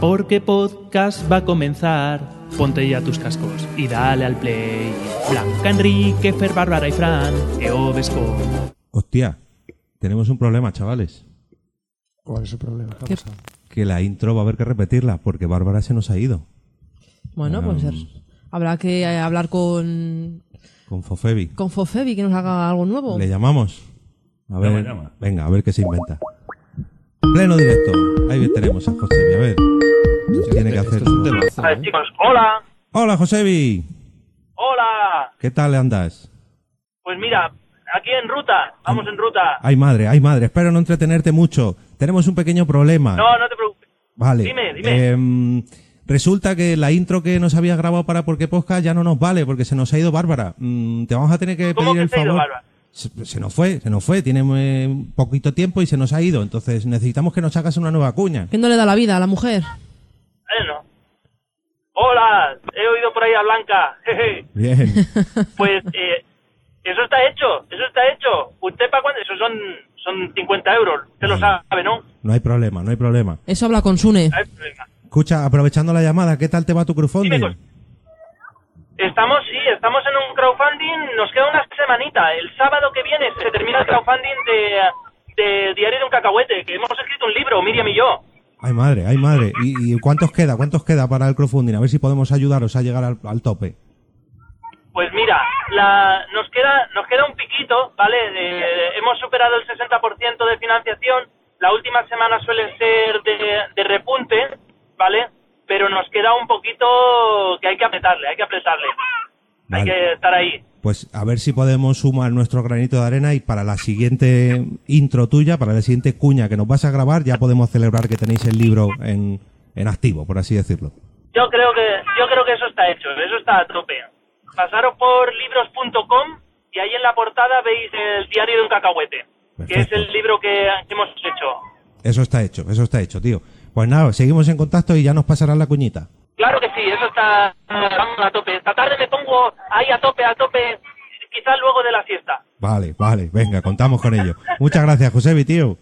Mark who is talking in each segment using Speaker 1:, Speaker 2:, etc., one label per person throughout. Speaker 1: porque podcast va a comenzar. Ponte ya tus cascos y dale al play. Blanca, Enrique, Fer, Bárbara y Fran, Eovesco.
Speaker 2: Hostia, tenemos un problema, chavales.
Speaker 3: ¿Cuál es el problema? ¿Qué ha
Speaker 4: ¿Qué?
Speaker 3: pasado?
Speaker 2: Que la intro va a haber que repetirla porque Bárbara se nos ha ido
Speaker 4: Bueno, pues
Speaker 2: Em,
Speaker 4: er- habrá que eh, hablar con,
Speaker 2: con Fofebi.
Speaker 4: con Fofebi que nos haga algo nuevo.
Speaker 2: ¿Le llamamos? A ver,
Speaker 5: Llama, llama.
Speaker 2: venga, a ver qué se inventa. Pleno directo. Ahí tenemos a Josebi, a ver. Tiene que hacer.
Speaker 3: Esto es un temazo,
Speaker 6: A ver,
Speaker 3: ¿eh?
Speaker 6: chicos, hola,
Speaker 2: Hola, Josebi.
Speaker 6: hola.
Speaker 2: ¿Qué tal andas?
Speaker 6: Pues mira, aquí en ruta, vamos en ruta.
Speaker 2: Ay, madre, ay, madre. Espero no entretenerte mucho. Tenemos un pequeño problema.
Speaker 6: No, no te preocupes.
Speaker 2: Vale.
Speaker 6: Dime, dime.
Speaker 2: Em, resulta que la intro que nos habías grabado para Porque Podcast ya no nos vale porque se nos ha ido Bárbara. Mm, te vamos a tener que
Speaker 6: ¿Cómo
Speaker 2: pedir
Speaker 6: que
Speaker 2: el
Speaker 6: se ha ido
Speaker 2: favor.
Speaker 6: Bárbara?
Speaker 2: se, se nos fue, se nos fue. Tiene eh, un poquito tiempo y se nos ha ido. Entonces necesitamos que nos hagas una nueva cuña.
Speaker 4: ¿Qué no le da la vida a la mujer?
Speaker 6: Bueno. Hola, he oído por ahí a Blanca. jeje.
Speaker 2: Bien.
Speaker 6: Pues eh, eso está hecho, eso está hecho. ¿Usted para cuándo? Eso son, son 50 euros, usted lo sabe, ¿no?
Speaker 2: No hay problema, no hay problema.
Speaker 4: Eso habla con Sune.
Speaker 6: No hay problema.
Speaker 2: Escucha, aprovechando la llamada, ¿qué tal te va tu crowdfunding?
Speaker 6: Dime pues. cosas. Estamos, sí, estamos en un crowdfunding, nos queda una semanita. El sábado que viene se termina el crowdfunding de, de Diario de un Cacahuete, que hemos escrito un libro, Miriam y yo.
Speaker 2: Ay madre, ay madre. ¿Y, y cuántos queda? ¿Cuántos queda para el crowdfunding? A ver si podemos ayudaros a llegar al, al tope.
Speaker 6: Pues mira, la- nos queda nos queda un piquito, ¿vale? Eh, hemos superado el 60% de financiación. La última semana suele ser de, de repunte, ¿vale? Pero nos queda un poquito que hay que apretarle, hay que apretarle. Hay
Speaker 2: Vale.
Speaker 6: que estar ahí.
Speaker 2: Pues a ver si podemos sumar nuestro granito de arena y para la siguiente intro tuya, para la siguiente cuña que nos vas a grabar, ya podemos celebrar que tenéis el libro en, en activo, por así decirlo.
Speaker 6: Yo creo que yo creo que eso está hecho, eso está a tope. Pasaros por libros.com y ahí en la portada veis el diario de un cacahuete, que es
Speaker 2: Perfecto.
Speaker 6: el libro que hemos hecho.
Speaker 2: Eso está hecho, eso está hecho, tío. Pues nada, seguimos en contacto y ya nos pasarás la cuñita.
Speaker 6: Claro que sí, eso está vamos a tope. Esta tarde me pongo ahí a tope, a tope, quizás luego de la siesta.
Speaker 2: Vale, vale, venga, contamos con ello. Muchas gracias, Josebi, tío.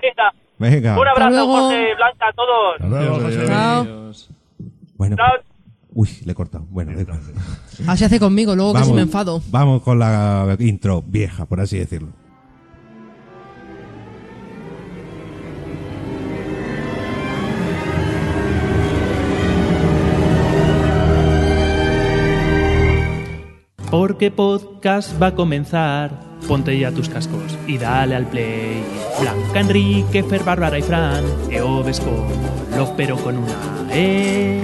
Speaker 6: Venga,
Speaker 2: Venga.
Speaker 6: un abrazo,
Speaker 4: luego.
Speaker 6: Jorge, Blanca, a todos.
Speaker 5: Adiós, adiós.
Speaker 4: Chao.
Speaker 2: Bueno.
Speaker 6: Chao.
Speaker 2: Uy, le he cortado. Bueno, da igual.
Speaker 4: Así hace conmigo, luego que si me enfado.
Speaker 2: Vamos con la intro vieja, por así decirlo.
Speaker 1: Porque podcast va a comenzar. Ponte ya tus cascos y dale al play. Blanca, Enrique, Fer, Bárbara y Fran, Eovesco. Love pero con una E.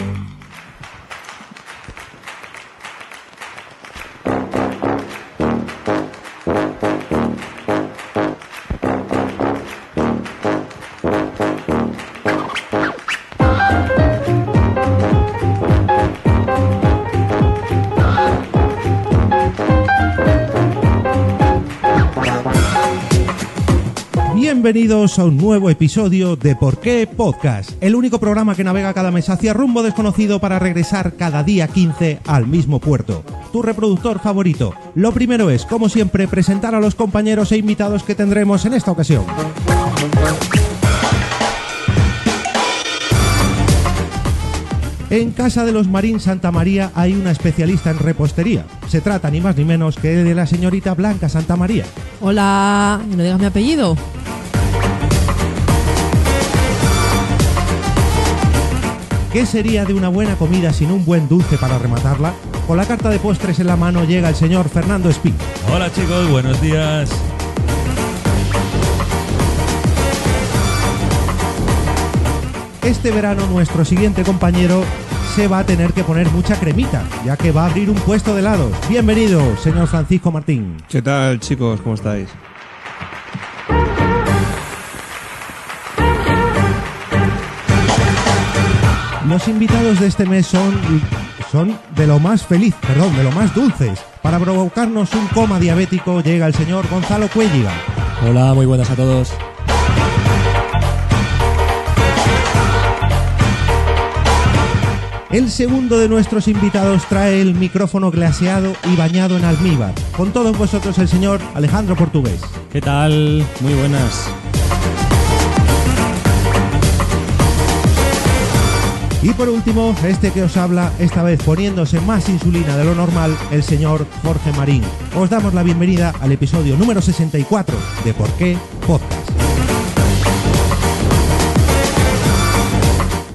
Speaker 2: Bienvenidos a un nuevo episodio de Por qué Podcast, el único programa que navega cada mes hacia rumbo desconocido para regresar cada día 15 al mismo puerto. Tu reproductor favorito. Lo primero es, como siempre, presentar a los compañeros e invitados que tendremos en esta ocasión. En casa de los Marín Santa María hay una especialista en repostería. Se trata ni más ni menos que de la señorita Blanca Santa María.
Speaker 4: Hola, ¿no digas mi apellido?
Speaker 2: ¿Qué sería de una buena comida sin un buen dulce para rematarla? Con la carta de postres en la mano llega el señor Fernando Espín.
Speaker 5: Hola chicos, buenos días.
Speaker 2: Este verano nuestro siguiente compañero se va a tener que poner mucha cremita, ya que va a abrir un puesto de helados. Bienvenido, señor Francisco Martín.
Speaker 3: ¿Qué tal, chicos? ¿Cómo estáis?
Speaker 2: Los invitados de este mes son, son de lo más feliz, perdón, de lo más dulces. Para provocarnos un coma diabético llega el señor Gonzalo Cuelliga.
Speaker 7: Hola, muy buenas a todos.
Speaker 2: El segundo de nuestros invitados trae el micrófono glaseado y bañado en almíbar. Con todos vosotros el señor Alejandro Portugués.
Speaker 7: ¿Qué tal? Muy buenas.
Speaker 2: Y por último, este que os habla, esta vez poniéndose más insulina de lo normal, el señor Jorge Marín. Os damos la bienvenida al episodio número 64 de Por qué Podcast.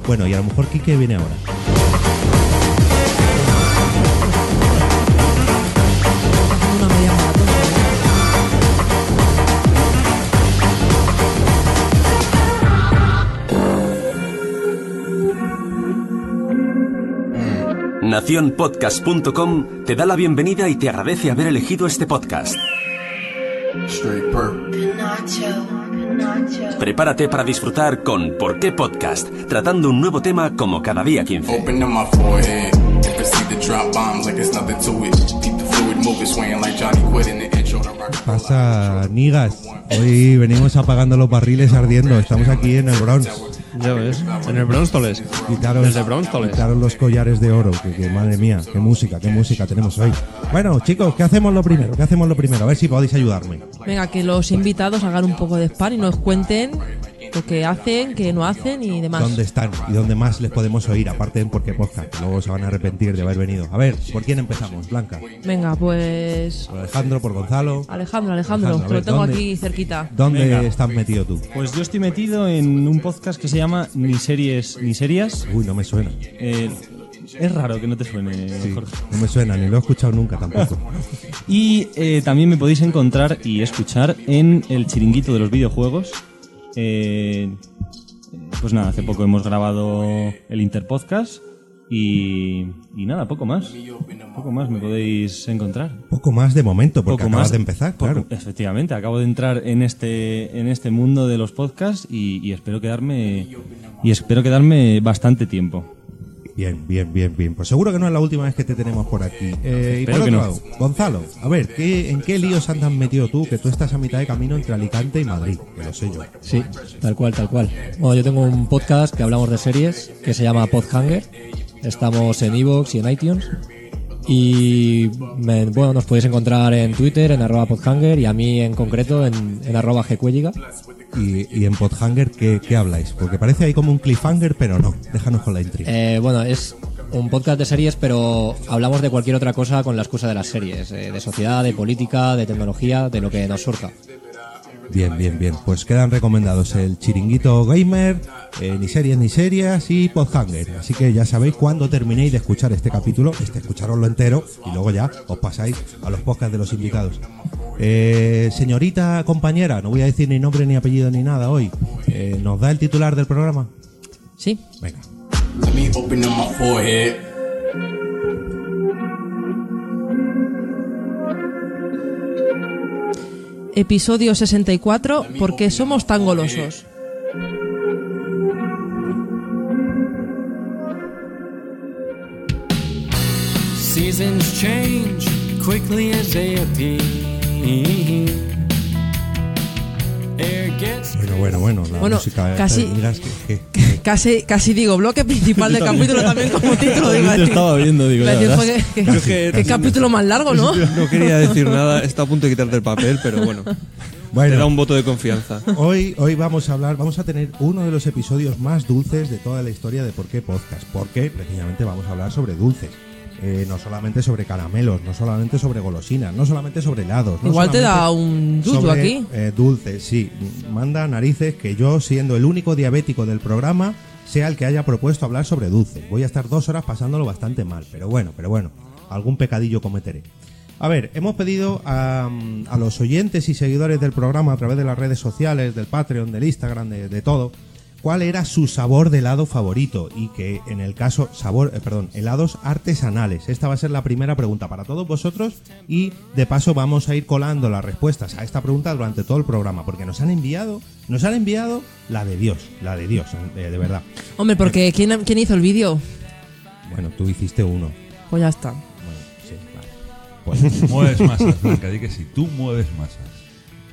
Speaker 2: Bueno, y a lo mejor Quique viene ahora.
Speaker 4: Una media maratón.
Speaker 8: Naciónpodcast.com te da la bienvenida y te agradece haber elegido este podcast. Prepárate para disfrutar con ¿Por qué podcast? Tratando un nuevo tema como cada día 15.
Speaker 9: Open up my forehead. You can see the drop bombs like it's nothing to it. Keep the fluid moving, swaying like Johnny Quinn in the intro to rock.
Speaker 2: Pasa, nigas. Hoy venimos apagando los barriles ardiendo. Estamos aquí en el Bronx.
Speaker 3: Ya ves. En el Bronstoles.
Speaker 2: Quitaron,
Speaker 3: Desde Bronstoles.
Speaker 2: quitaron los collares de oro. Que, que, madre mía, qué música, qué música tenemos hoy. Bueno, chicos, ¿qué hacemos lo primero? ¿Qué hacemos lo primero? A ver si podéis ayudarme.
Speaker 4: Venga, que los invitados hagan un poco de spam y nos cuenten lo que hacen, qué no hacen y demás.
Speaker 2: ¿Dónde están y dónde más les podemos oír? Aparte en Porque Podcast. que Luego se van a arrepentir de haber venido. A ver, ¿por quién empezamos? Blanca.
Speaker 4: Venga, pues.
Speaker 2: ¿Por Alejandro? ¿Por Gonzalo?
Speaker 4: Alejandro, Alejandro,
Speaker 2: Alejandro, a
Speaker 4: que lo
Speaker 2: ver,
Speaker 4: tengo
Speaker 2: ¿dónde?
Speaker 4: aquí cerquita.
Speaker 2: ¿Dónde
Speaker 7: Venga.
Speaker 2: estás metido tú?
Speaker 7: Pues yo estoy metido en un podcast que se llama Ni series ni serias.
Speaker 2: Uy, no me suena.
Speaker 7: Eh, es raro que no te suene,
Speaker 2: Sí,
Speaker 7: Jorge.
Speaker 2: no me suena, ni lo he escuchado nunca tampoco.
Speaker 7: Y eh, también me podéis encontrar y escuchar en el chiringuito de los videojuegos. Eh, pues nada, hace poco hemos grabado el Interpodcast. Y, y nada, poco más. Poco más me podéis encontrar.
Speaker 2: Poco más de momento, porque
Speaker 7: poco
Speaker 2: acabas
Speaker 7: más
Speaker 2: de empezar,
Speaker 7: Poco-
Speaker 2: claro.
Speaker 7: Efectivamente, acabo de entrar en este en este mundo de los podcasts y, y espero quedarme y espero quedarme bastante tiempo.
Speaker 2: Bien, bien, bien, bien. Pues seguro que no es la última vez que te tenemos por aquí. Eh, y por
Speaker 7: Espero que
Speaker 2: otro
Speaker 7: no.
Speaker 2: lado, Gonzalo, a ver, ¿qué, ¿en qué líos andas metido tú? Que tú estás a mitad de camino entre Alicante y Madrid, que lo sé yo.
Speaker 7: Sí.
Speaker 5: Tal cual, tal cual. Bueno, yo tengo un podcast que hablamos de series que se llama Podhanger. Estamos en Evox y en iTunes. Y me- bueno, nos podéis encontrar en Twitter, en arroba podhanger y a mí en concreto en, en arroba gcuelliga.
Speaker 2: Y, y en Podhanger, ¿qué, qué habláis? Porque parece ahí como un cliffhanger, pero no. Déjanos con la intriga.
Speaker 5: Eh, bueno, es un podcast de series, pero hablamos de cualquier otra cosa con la excusa de las series, eh, de sociedad, de política, de tecnología, de lo que nos surja.
Speaker 2: Bien, bien, bien. Pues quedan recomendados el Chiringuito Gamer, eh, Ni Series Ni Serias y Podhanger. Así que ya sabéis cuando terminéis de escuchar este capítulo, este escucharoslo entero y luego ya os pasáis a los podcasts de los invitados. Eh, señorita compañera, no voy a decir ni nombre ni apellido ni nada hoy. Eh, ¿Nos da el titular del programa?
Speaker 4: Sí.
Speaker 2: Venga.
Speaker 9: Let me open up my forehead.
Speaker 4: Episodio 64, ¿por qué somos tan golosos?
Speaker 10: Seasons change quickly as they appear. Air gets
Speaker 2: Bueno, bueno, bueno. La
Speaker 4: Bueno,
Speaker 2: música.
Speaker 4: casi-
Speaker 2: miras que- que-
Speaker 4: Casi, casi digo, bloque principal del capítulo también como título.
Speaker 3: Yo
Speaker 4: Digo,
Speaker 3: te estaba viendo, digo,
Speaker 4: Iba a
Speaker 3: ya
Speaker 4: decir,
Speaker 3: verás.
Speaker 4: joder, que-
Speaker 3: Yo que-
Speaker 4: qué capítulo más largo, ¿no?
Speaker 3: No quería decir nada, está a punto de quitarte el papel, pero bueno.
Speaker 2: Bueno.
Speaker 3: Te da un voto de confianza.
Speaker 2: Hoy, hoy vamos a hablar, vamos a tener uno de los episodios más dulces de toda la historia de Por qué Podcast, porque precisamente vamos a hablar sobre dulces. Eh, no solamente sobre caramelos, no solamente sobre golosinas, no solamente sobre helados. no
Speaker 4: Igual te
Speaker 2: solamente
Speaker 4: da un yuyu
Speaker 2: sobre,
Speaker 4: aquí.
Speaker 2: eh, dulces, sí. Manda narices que yo, siendo el único diabético del programa, sea el que haya propuesto hablar sobre dulces. Voy a estar dos horas pasándolo bastante mal, pero bueno, pero bueno, algún pecadillo cometeré. A ver, hemos pedido a, mm, a los oyentes y seguidores del programa a través de las redes sociales, del Patreon, del Instagram, de, de todo, cuál era su sabor de helado favorito y que en el caso sabor, eh, perdón, helados artesanales. Esta va a ser la primera pregunta para todos vosotros y de paso vamos a ir colando las respuestas a esta pregunta durante todo el programa porque nos han enviado, nos han enviado la de Dios, la de Dios, eh, de verdad.
Speaker 4: Hombre, porque ¿quién, quién hizo el vídeo?
Speaker 2: Bueno, tú hiciste uno.
Speaker 4: Pues ya está.
Speaker 2: Bueno, sí, vale.
Speaker 7: Mueves más.
Speaker 11: Blanca, di que si tú mueves masas,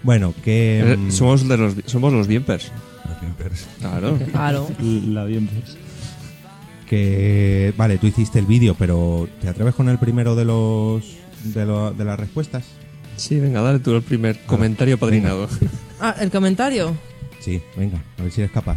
Speaker 2: Bueno, que
Speaker 3: Eh,
Speaker 2: mm,
Speaker 3: Somos, de los, somos los Biempers.
Speaker 11: no tiene persa.
Speaker 3: Claro.
Speaker 4: Claro.
Speaker 7: La bien ves.
Speaker 2: que vale, tú hiciste el vídeo, pero ¿te atreves con el primero de los de, lo- de las respuestas?
Speaker 3: Sí, venga, dale tú el primer comentario padrinado.
Speaker 4: Ah, el comentario.
Speaker 2: Sí, venga, a ver si eres capaz.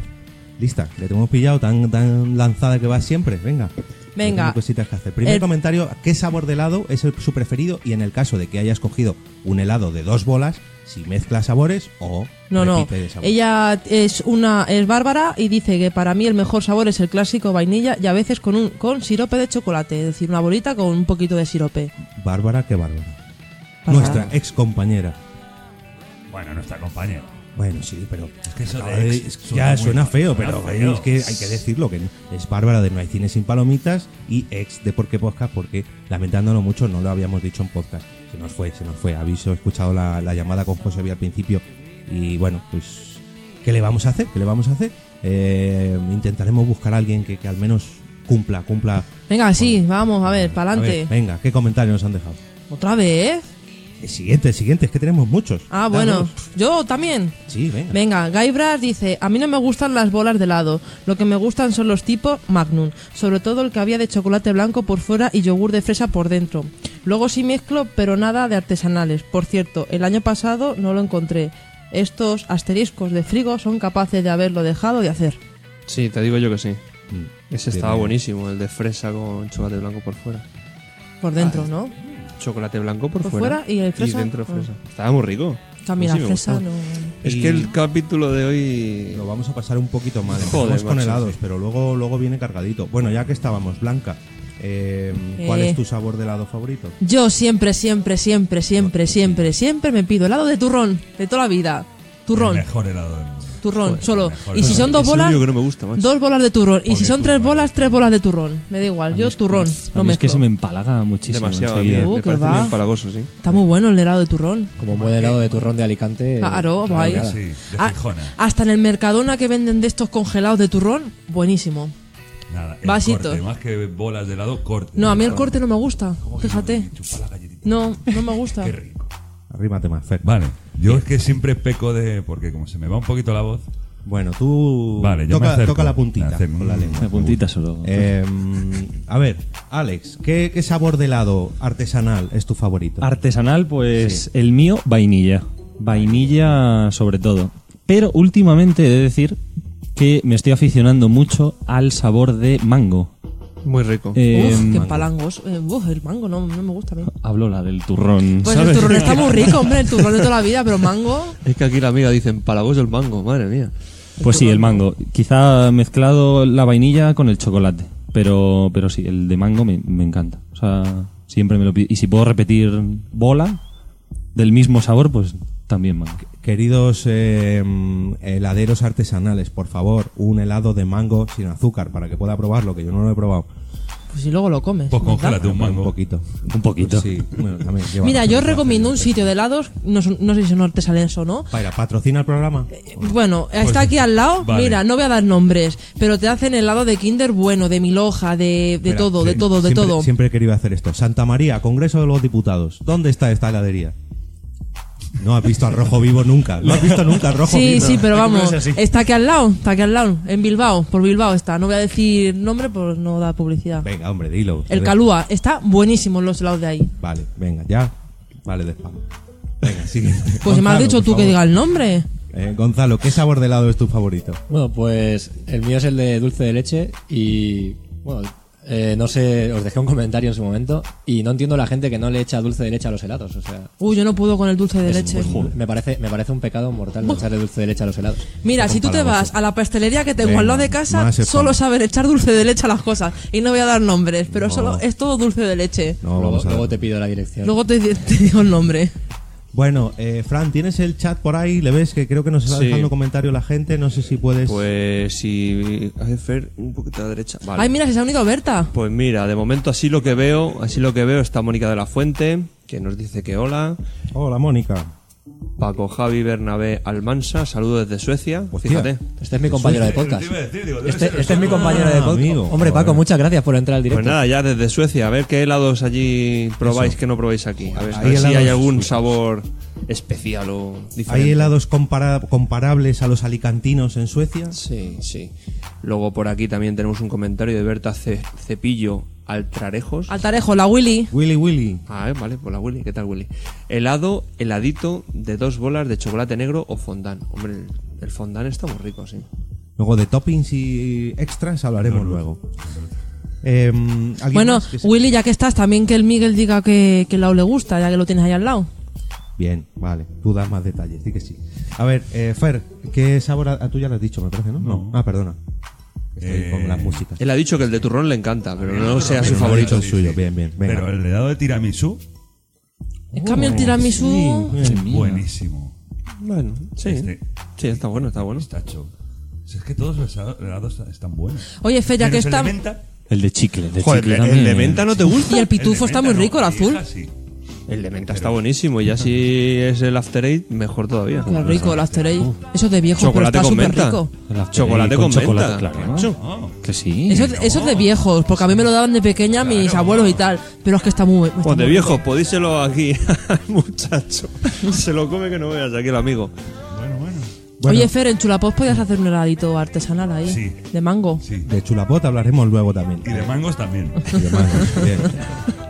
Speaker 2: Lista, le tenemos pillado tan, tan lanzada que va siempre. Venga.
Speaker 4: Venga.
Speaker 2: Tengo cositas que hacer. Primer
Speaker 4: El-
Speaker 2: comentario, ¿qué sabor de helado es el- su preferido? Y en el caso de que hayas cogido un helado de dos bolas, si mezcla sabores o
Speaker 4: No, no.
Speaker 2: repite de sabor.
Speaker 4: Ella es una es bárbara y dice que para mí el mejor sabor es el clásico vainilla y a veces con un con sirope de chocolate, es decir, una bolita con un poquito de sirope.
Speaker 2: Bárbara, qué bárbara.
Speaker 4: Bárbara.
Speaker 2: Nuestra ex compañera.
Speaker 11: Bueno, nuestra compañera.
Speaker 2: Bueno, sí, pero.
Speaker 11: Es que eso de
Speaker 2: Ay,
Speaker 11: ex
Speaker 2: es- ya suena
Speaker 11: muy-
Speaker 2: feo,
Speaker 11: suena
Speaker 2: pero
Speaker 11: feo.
Speaker 2: es que hay que decirlo, que es Bárbara de No hay cine sin palomitas y ex de Por qué Podcast, porque lamentándolo mucho no lo habíamos dicho en podcast. Se nos fue, se nos fue. Habéis escuchado la, la llamada con José Vía al principio y bueno, pues, ¿qué le vamos a hacer? ¿Qué le vamos a hacer? Eh, intentaremos buscar a alguien que, que al menos cumpla, cumpla.
Speaker 4: Venga, sí, vamos, a ver, para
Speaker 2: A ver,
Speaker 4: adelante.
Speaker 2: venga, ¿qué comentarios nos han dejado?
Speaker 4: ¿Otra vez?
Speaker 2: El siguiente, el siguiente, es Eh, que tenemos muchos.
Speaker 4: Ah,
Speaker 2: Danos.
Speaker 4: bueno. Yo también.
Speaker 2: Sí, venga.
Speaker 4: Venga, Gaibras dice, a mí no me gustan las bolas de helado, lo que me gustan son los tipo Magnum, sobre todo el que había de chocolate blanco por fuera y yogur de fresa por dentro. Luego sí mezclo, pero nada de artesanales. Por cierto, el año pasado no lo encontré. Estos asteriscos de frigo son capaces de haberlo dejado de hacer.
Speaker 3: Sí, te digo yo que sí. Ese
Speaker 2: bien,
Speaker 3: estaba
Speaker 2: bien.
Speaker 3: buenísimo, el de fresa con chocolate blanco por fuera.
Speaker 4: Por dentro, ¿no?
Speaker 3: Chocolate blanco por,
Speaker 4: Por fuera y el fresa,
Speaker 3: dentro
Speaker 4: ah.
Speaker 3: fresa. Estaba muy rico.
Speaker 4: También
Speaker 3: Sí,
Speaker 4: la
Speaker 3: me
Speaker 4: fresa
Speaker 3: gustaba.
Speaker 4: no...
Speaker 3: Es
Speaker 2: Y-
Speaker 3: que el capítulo de hoy.
Speaker 2: Lo vamos a pasar un poquito mal.
Speaker 3: Joder,
Speaker 2: Empezamos con
Speaker 3: macho,
Speaker 2: helados,
Speaker 3: sí.
Speaker 2: pero luego, luego viene cargadito. Bueno, ya que estábamos, Blanca, eh, ¿cuál
Speaker 4: Eh.
Speaker 2: es tu sabor de helado favorito?
Speaker 4: Yo siempre, siempre, siempre, siempre, siempre, siempre me pido helado de turrón, de toda la vida. Turrón.
Speaker 11: El mejor helado del mundo.
Speaker 4: Turrón, solo.
Speaker 11: mejor
Speaker 4: Y si
Speaker 11: helado.
Speaker 4: son dos
Speaker 3: Es el
Speaker 4: bolas,
Speaker 3: único que no me gusta, macho.
Speaker 4: dos bolas de turrón. Y si
Speaker 11: Porque
Speaker 4: son
Speaker 11: tú,
Speaker 4: tres
Speaker 11: vale.
Speaker 4: bolas, tres bolas de turrón. Me da igual, yo turrón.
Speaker 7: A
Speaker 4: No
Speaker 7: mí
Speaker 4: me
Speaker 7: es que se me empalaga muchísimo.
Speaker 3: Demasiado,
Speaker 7: enseguida.
Speaker 3: tío.
Speaker 4: Uh,
Speaker 3: me
Speaker 4: que
Speaker 3: parece
Speaker 4: va.
Speaker 3: muy empalagoso, sí.
Speaker 4: Está muy bueno el helado de turrón.
Speaker 5: Como un buen helado de turrón de Alicante. eh,
Speaker 4: Claro,
Speaker 5: no
Speaker 4: vaya.
Speaker 5: hay nada.
Speaker 11: sí, de
Speaker 4: Ah,
Speaker 11: Gijona.
Speaker 4: hasta en el Mercadona que venden de estos congelados de turrón, buenísimo.
Speaker 11: Nada, el
Speaker 4: Vasito.
Speaker 11: corte, más que bolas de helado, corte.
Speaker 4: No, a mí el corte no me gusta,
Speaker 11: Uy,
Speaker 4: fíjate.
Speaker 11: uy, chupa la galletita.
Speaker 4: No, no me gusta.
Speaker 11: Qué rico.
Speaker 2: Arrímate más, Fer.
Speaker 11: Vale, yo es que siempre peco de. Porque como se me va un poquito la voz.
Speaker 2: Bueno, tú
Speaker 11: Vale, yo me
Speaker 2: toca,
Speaker 11: acerco.
Speaker 2: toca la puntita
Speaker 11: Me acerco.
Speaker 2: con la lengua.
Speaker 7: Una puntita solo.
Speaker 2: Eh, a ver, Alex, ¿qué, qué sabor de helado artesanal es tu favorito?
Speaker 7: Artesanal, pues el mío, vainilla. Vainilla sobre todo. Pero últimamente he de decir que me estoy aficionando mucho al sabor de mango.
Speaker 3: Muy rico.
Speaker 7: Eh,
Speaker 4: Uf, qué palangos. Eh, uf, el mango no, no me gusta a mí.
Speaker 7: Hablo la del turrón.
Speaker 4: Pues el
Speaker 7: ¿sabes?
Speaker 4: turrón está muy rico, hombre, el turrón de toda la vida, pero mango.
Speaker 3: Es que aquí la amiga dice empalagoso el mango, madre mía.
Speaker 7: Pues sí, el mango. Quizá mezclado la vainilla con el chocolate. Pero, pero sí, el de mango me, me encanta. O sea, siempre me lo pido. Y si puedo repetir bola del mismo sabor, pues también mango.
Speaker 2: Queridos eh, heladeros artesanales, por favor, un helado de mango sin azúcar para que pueda probarlo, que yo no lo he probado.
Speaker 4: Pues si luego lo comes.
Speaker 11: Pues congélate un
Speaker 2: Un
Speaker 11: mango.
Speaker 2: poquito.
Speaker 7: Un poquito.
Speaker 2: Sí, bueno, también lleva-
Speaker 4: Mira, yo os recomiendo un sitio de helados, no, son- no sé si son artesanales o no,
Speaker 2: Para, patrocina el programa.
Speaker 4: Eh, Bueno, está aquí al lado.
Speaker 11: vale.
Speaker 4: Mira, no voy a dar nombres, pero te hacen helado de Kinder bueno, de Miloja, de, de
Speaker 2: Espera,
Speaker 4: todo, de
Speaker 2: sí,
Speaker 4: todo, de
Speaker 2: siempre-
Speaker 4: todo.
Speaker 2: Siempre he querido hacer esto. Santa María, Congreso de los Diputados. ¿Dónde está esta heladería? No has visto al rojo vivo nunca. No has visto nunca al rojo
Speaker 4: Sí,
Speaker 2: vivo.
Speaker 4: sí, pero vamos,
Speaker 7: No es así.
Speaker 4: está aquí al lado, está aquí al lado, en Bilbao, por Bilbao está. No voy a decir nombre por no da publicidad.
Speaker 2: Venga, hombre, dilo.
Speaker 4: El Calúa, está buenísimo los helados de ahí.
Speaker 2: Vale, venga, ya. Vale, de spam. Venga, sigue.
Speaker 4: Pues si me has
Speaker 2: Gonzalo,
Speaker 4: dicho
Speaker 2: por
Speaker 4: tú que
Speaker 2: favor.
Speaker 4: diga el nombre.
Speaker 2: Eh, Gonzalo, ¿qué sabor de helado es tu favorito?
Speaker 5: Bueno, pues el mío es el de dulce de leche y bueno, eh, no sé, os dejé un comentario en su momento y no entiendo la gente que no le echa dulce de leche a los helados, o sea,
Speaker 4: Uy, yo no puedo con el dulce de
Speaker 5: es-
Speaker 4: leche.
Speaker 5: me parece me parece un pecado mortal no echarle dulce de leche a los helados.
Speaker 4: Mira, si tú te vas a la pastelería que tengo al lado de
Speaker 2: Venga,
Speaker 4: casa,
Speaker 2: más spam.
Speaker 4: solo saben echar dulce de leche a las cosas. Y no voy a dar nombres, pero solo es todo dulce de leche.
Speaker 2: No,
Speaker 5: luego,
Speaker 2: vamos a
Speaker 5: luego
Speaker 2: ver.
Speaker 5: te pido la dirección.
Speaker 4: Luego te, te digo el nombre.
Speaker 2: Bueno, eh, Fran, tienes el chat por ahí. Le ves que creo que nos está
Speaker 3: Sí.
Speaker 2: dejando comentario la gente. No sé si puedes.
Speaker 3: Pues si. A ver, Fer, un poquito a la derecha. Vale.
Speaker 4: Ay, mira, si se ha unido Berta.
Speaker 3: Pues mira, de momento así lo que veo, así lo que veo está Mónica de la Fuente, que nos dice que hola.
Speaker 2: Hola, Mónica.
Speaker 3: Paco Javi Bernabé Almansa, saludo desde Suecia.
Speaker 2: Hostia.
Speaker 3: Fíjate.
Speaker 5: Este es mi compañero de
Speaker 11: Te
Speaker 5: podcast.
Speaker 11: iba a decir, digo, debe
Speaker 5: Este,
Speaker 11: ser
Speaker 5: este es mi
Speaker 11: otro.
Speaker 5: compañero de
Speaker 2: Ah,
Speaker 5: podcast.
Speaker 2: amigo.
Speaker 5: Hombre, Paco, muchas gracias por entrar al directo.
Speaker 3: Pues nada, ya desde Suecia, a ver qué helados allí probáis que no probáis aquí. A ver, a
Speaker 2: Hay
Speaker 3: ver si
Speaker 2: helados
Speaker 3: hay algún
Speaker 2: suecos.
Speaker 3: sabor especial o diferente.
Speaker 2: ¿Hay helados compara- comparables a los alicantinos en Suecia?
Speaker 3: Sí, sí. Luego por aquí también tenemos un comentario de Berta Ce- Cepillo Altrarejos.
Speaker 4: Altarejo, la Willy.
Speaker 2: Willy Willy.
Speaker 3: Ah, eh, vale, por la Willy. ¿Qué tal, Willy? Helado, heladito de dos bolas de chocolate negro o fondant. Hombre, el, el fondant está muy rico, sí.
Speaker 2: Luego de toppings y extras hablaremos luego. Eh, ¿alguien
Speaker 4: Bueno,
Speaker 2: más que se-
Speaker 4: Willy, ya que estás, también que el Miguel diga que, que Lau le gusta, ya que lo tienes ahí al lado.
Speaker 2: Bien, vale. Tú das más detalles, di que sí. A ver, eh, Fer, ¿qué sabor a, a tú ya lo has dicho, me parece, ¿no?
Speaker 11: No.
Speaker 2: Ah, perdona. Estoy
Speaker 11: Eh,
Speaker 2: con las músicas.
Speaker 3: Él ha dicho que el de turrón le encanta, pero no sea
Speaker 2: Pero
Speaker 3: su
Speaker 2: no ha dicho
Speaker 3: favorito.
Speaker 2: el suyo, bien, bien. Venga.
Speaker 11: Pero el dado de tiramisú,
Speaker 4: En
Speaker 11: Oh.
Speaker 4: cambio, el
Speaker 2: Oh,
Speaker 4: tiramisú.
Speaker 11: buenísimo.
Speaker 3: Bueno, sí.
Speaker 11: Este.
Speaker 3: Sí, está bueno, está bueno.
Speaker 11: Está hecho. Si es que todos los helados están buenos.
Speaker 4: Oye, Fe, ya que
Speaker 11: Menos el de
Speaker 4: está.
Speaker 11: menta.
Speaker 7: El de chicle. El de
Speaker 3: Joder,
Speaker 7: chicle
Speaker 3: el- el,
Speaker 7: también.
Speaker 3: de menta no te gusta.
Speaker 4: Y el
Speaker 11: El de
Speaker 4: pitufo está muy
Speaker 11: menta no,
Speaker 4: rico, el
Speaker 11: y es
Speaker 4: azul.
Speaker 11: así.
Speaker 3: El de menta está buenísimo. Y ya si es el After Eight, mejor todavía.
Speaker 4: Qué rico, el After Eight. Eso es de viejo,
Speaker 3: Chocolate
Speaker 4: pero está
Speaker 3: con
Speaker 4: súper
Speaker 3: menta.
Speaker 4: rico.
Speaker 7: El after
Speaker 3: Chocolate
Speaker 7: eight
Speaker 3: con, menta.
Speaker 7: chocolate, claro.
Speaker 11: No,
Speaker 7: Que sí.
Speaker 4: Eso, eso es de viejos, porque a mí me lo daban de pequeña mis abuelos y tal. Pero es que está muy. está
Speaker 3: Pues de
Speaker 4: muy-
Speaker 3: viejo, podíselo aquí al muchacho. Se lo come que no veas aquí el amigo.
Speaker 11: Bueno, bueno.
Speaker 2: Bueno,
Speaker 4: Oye, Fer, en Chulapós podías hacer un heladito artesanal ahí.
Speaker 11: Sí.
Speaker 4: De mango.
Speaker 11: Sí.
Speaker 2: de chulapota hablaremos luego también.
Speaker 11: Y de mangos también.
Speaker 2: Y de mango, bien.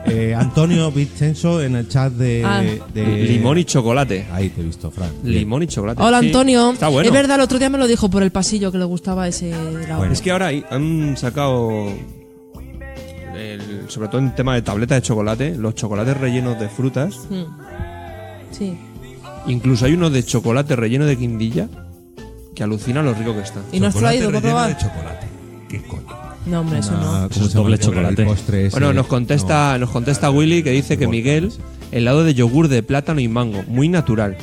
Speaker 2: Eh, Antonio Vincenzo en el chat
Speaker 3: Eh,
Speaker 2: de,
Speaker 4: Ah.
Speaker 2: de-
Speaker 3: Limón y chocolate.
Speaker 2: Ahí te he visto, Fran. Bien.
Speaker 3: Limón y chocolate.
Speaker 4: Hola,
Speaker 3: Sí,
Speaker 4: Antonio.
Speaker 3: Está bueno.
Speaker 4: Es verdad, el otro día me lo dijo por el pasillo que le gustaba ese helado.
Speaker 3: Es que ahora hay- han sacado, el- sobre todo en tema de tabletas de chocolate, los chocolates rellenos de frutas.
Speaker 4: Mm. Sí.
Speaker 3: Incluso hay uno de chocolate relleno de quindilla que alucina lo rico que está.
Speaker 4: ¿Y no has
Speaker 11: Chocolate
Speaker 4: traído para
Speaker 11: relleno de
Speaker 4: probar?
Speaker 11: chocolate. Qué coño.
Speaker 4: No, hombre, eso no.
Speaker 2: Ah,
Speaker 3: Pues
Speaker 7: Eso
Speaker 2: se
Speaker 7: es
Speaker 2: llama?
Speaker 7: doble
Speaker 2: El
Speaker 7: chocolate.
Speaker 2: postre ese.
Speaker 3: Bueno, nos contesta, nos contesta Willy que dice que Miguel, helado de yogur de plátano y mango, muy natural.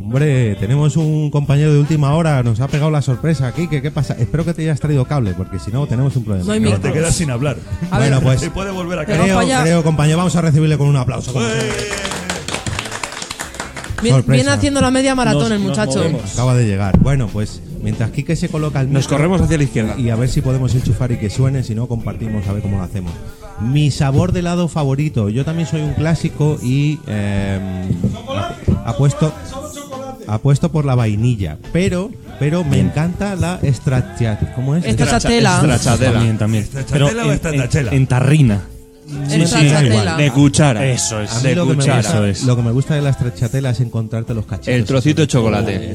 Speaker 2: Hombre, Eh, tenemos un compañero de última hora, nos ha pegado la sorpresa aquí. ¿Qué pasa? Espero que te hayas traído cable, porque si no, tenemos un problema.
Speaker 4: No hay
Speaker 11: No
Speaker 4: micro.
Speaker 11: te quedas sin hablar.
Speaker 4: A ver.
Speaker 2: Bueno, pues-
Speaker 11: Se puede volver a
Speaker 4: Pero vamos
Speaker 2: Creo,
Speaker 11: casa.
Speaker 4: pa' allá.
Speaker 2: creo, compañero, vamos a recibirle con un aplauso. como siempre.
Speaker 4: Bien-
Speaker 2: sorpresa.
Speaker 4: Viene haciendo la media maratón
Speaker 7: Nos-
Speaker 4: el
Speaker 7: nos
Speaker 4: muchacho.
Speaker 7: movemos.
Speaker 2: Acaba de llegar. Bueno, pues mientras Quique se coloca el
Speaker 3: Nos
Speaker 2: micro
Speaker 3: corremos hacia la izquierda.
Speaker 2: y a ver si podemos enchufar y que suene, si no compartimos a ver cómo lo hacemos. Mi sabor de helado favorito. Yo también soy un clásico y eh, apuesto apuesto por la vainilla, pero pero me encanta la estracciatella. ¿Cómo es?
Speaker 4: Esta chatela.
Speaker 7: También, también.
Speaker 11: ¿Stracciatella o
Speaker 7: en-
Speaker 11: stracciatella?
Speaker 7: en, en tarrina.
Speaker 4: Sí, sí, da igual.
Speaker 3: De cuchara.
Speaker 7: Eso es.
Speaker 2: A mí
Speaker 3: de
Speaker 2: lo que, me
Speaker 3: cuchara.
Speaker 7: Eso
Speaker 2: gusta,
Speaker 7: es.
Speaker 2: lo que me gusta de la estracciatella es encontrarte los cachitos.
Speaker 3: El trocito de chocolate.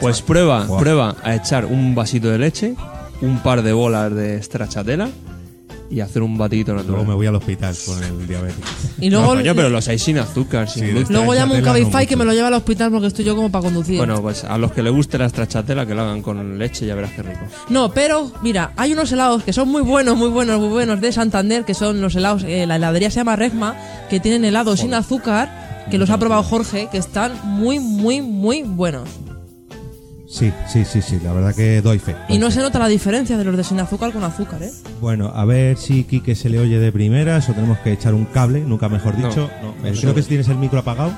Speaker 3: Pues prueba,
Speaker 2: Buah.
Speaker 3: prueba a echar un vasito de leche, un par de bolas de stracciatella y hacer un batidito
Speaker 2: Luego
Speaker 3: natural.
Speaker 2: me voy al hospital con el diabetes.
Speaker 4: Y
Speaker 3: No,
Speaker 4: luego,
Speaker 3: coño, pero los hay sin azúcar, sin
Speaker 2: Sí,
Speaker 3: gluten.
Speaker 4: luego llamo un
Speaker 2: Stracciatella no
Speaker 4: Cabify que
Speaker 2: mucho.
Speaker 4: me lo lleva al hospital porque estoy yo como para conducir.
Speaker 3: Bueno, pues a los que le guste la stracciatella que lo hagan con leche, ya verás qué rico.
Speaker 4: No, pero mira, hay unos helados que son muy buenos, muy buenos, muy buenos de Santander, que son los helados, eh, la heladería se llama Regma, que tienen helados sin azúcar, que los ha probado Jorge, que están muy, muy, muy buenos.
Speaker 2: Sí, sí, sí, sí, la verdad que doy fe.
Speaker 4: Y no se nota la diferencia de los de sin azúcar con azúcar, ¿eh?
Speaker 11: Mm.
Speaker 2: Bueno, a ver si Quique se le oye de primeras o tenemos que echar un cable, nunca mejor dicho.
Speaker 3: No, no,
Speaker 2: Eh,
Speaker 3: no
Speaker 2: Creo que
Speaker 3: sobre.
Speaker 2: si tienes el micro apagado,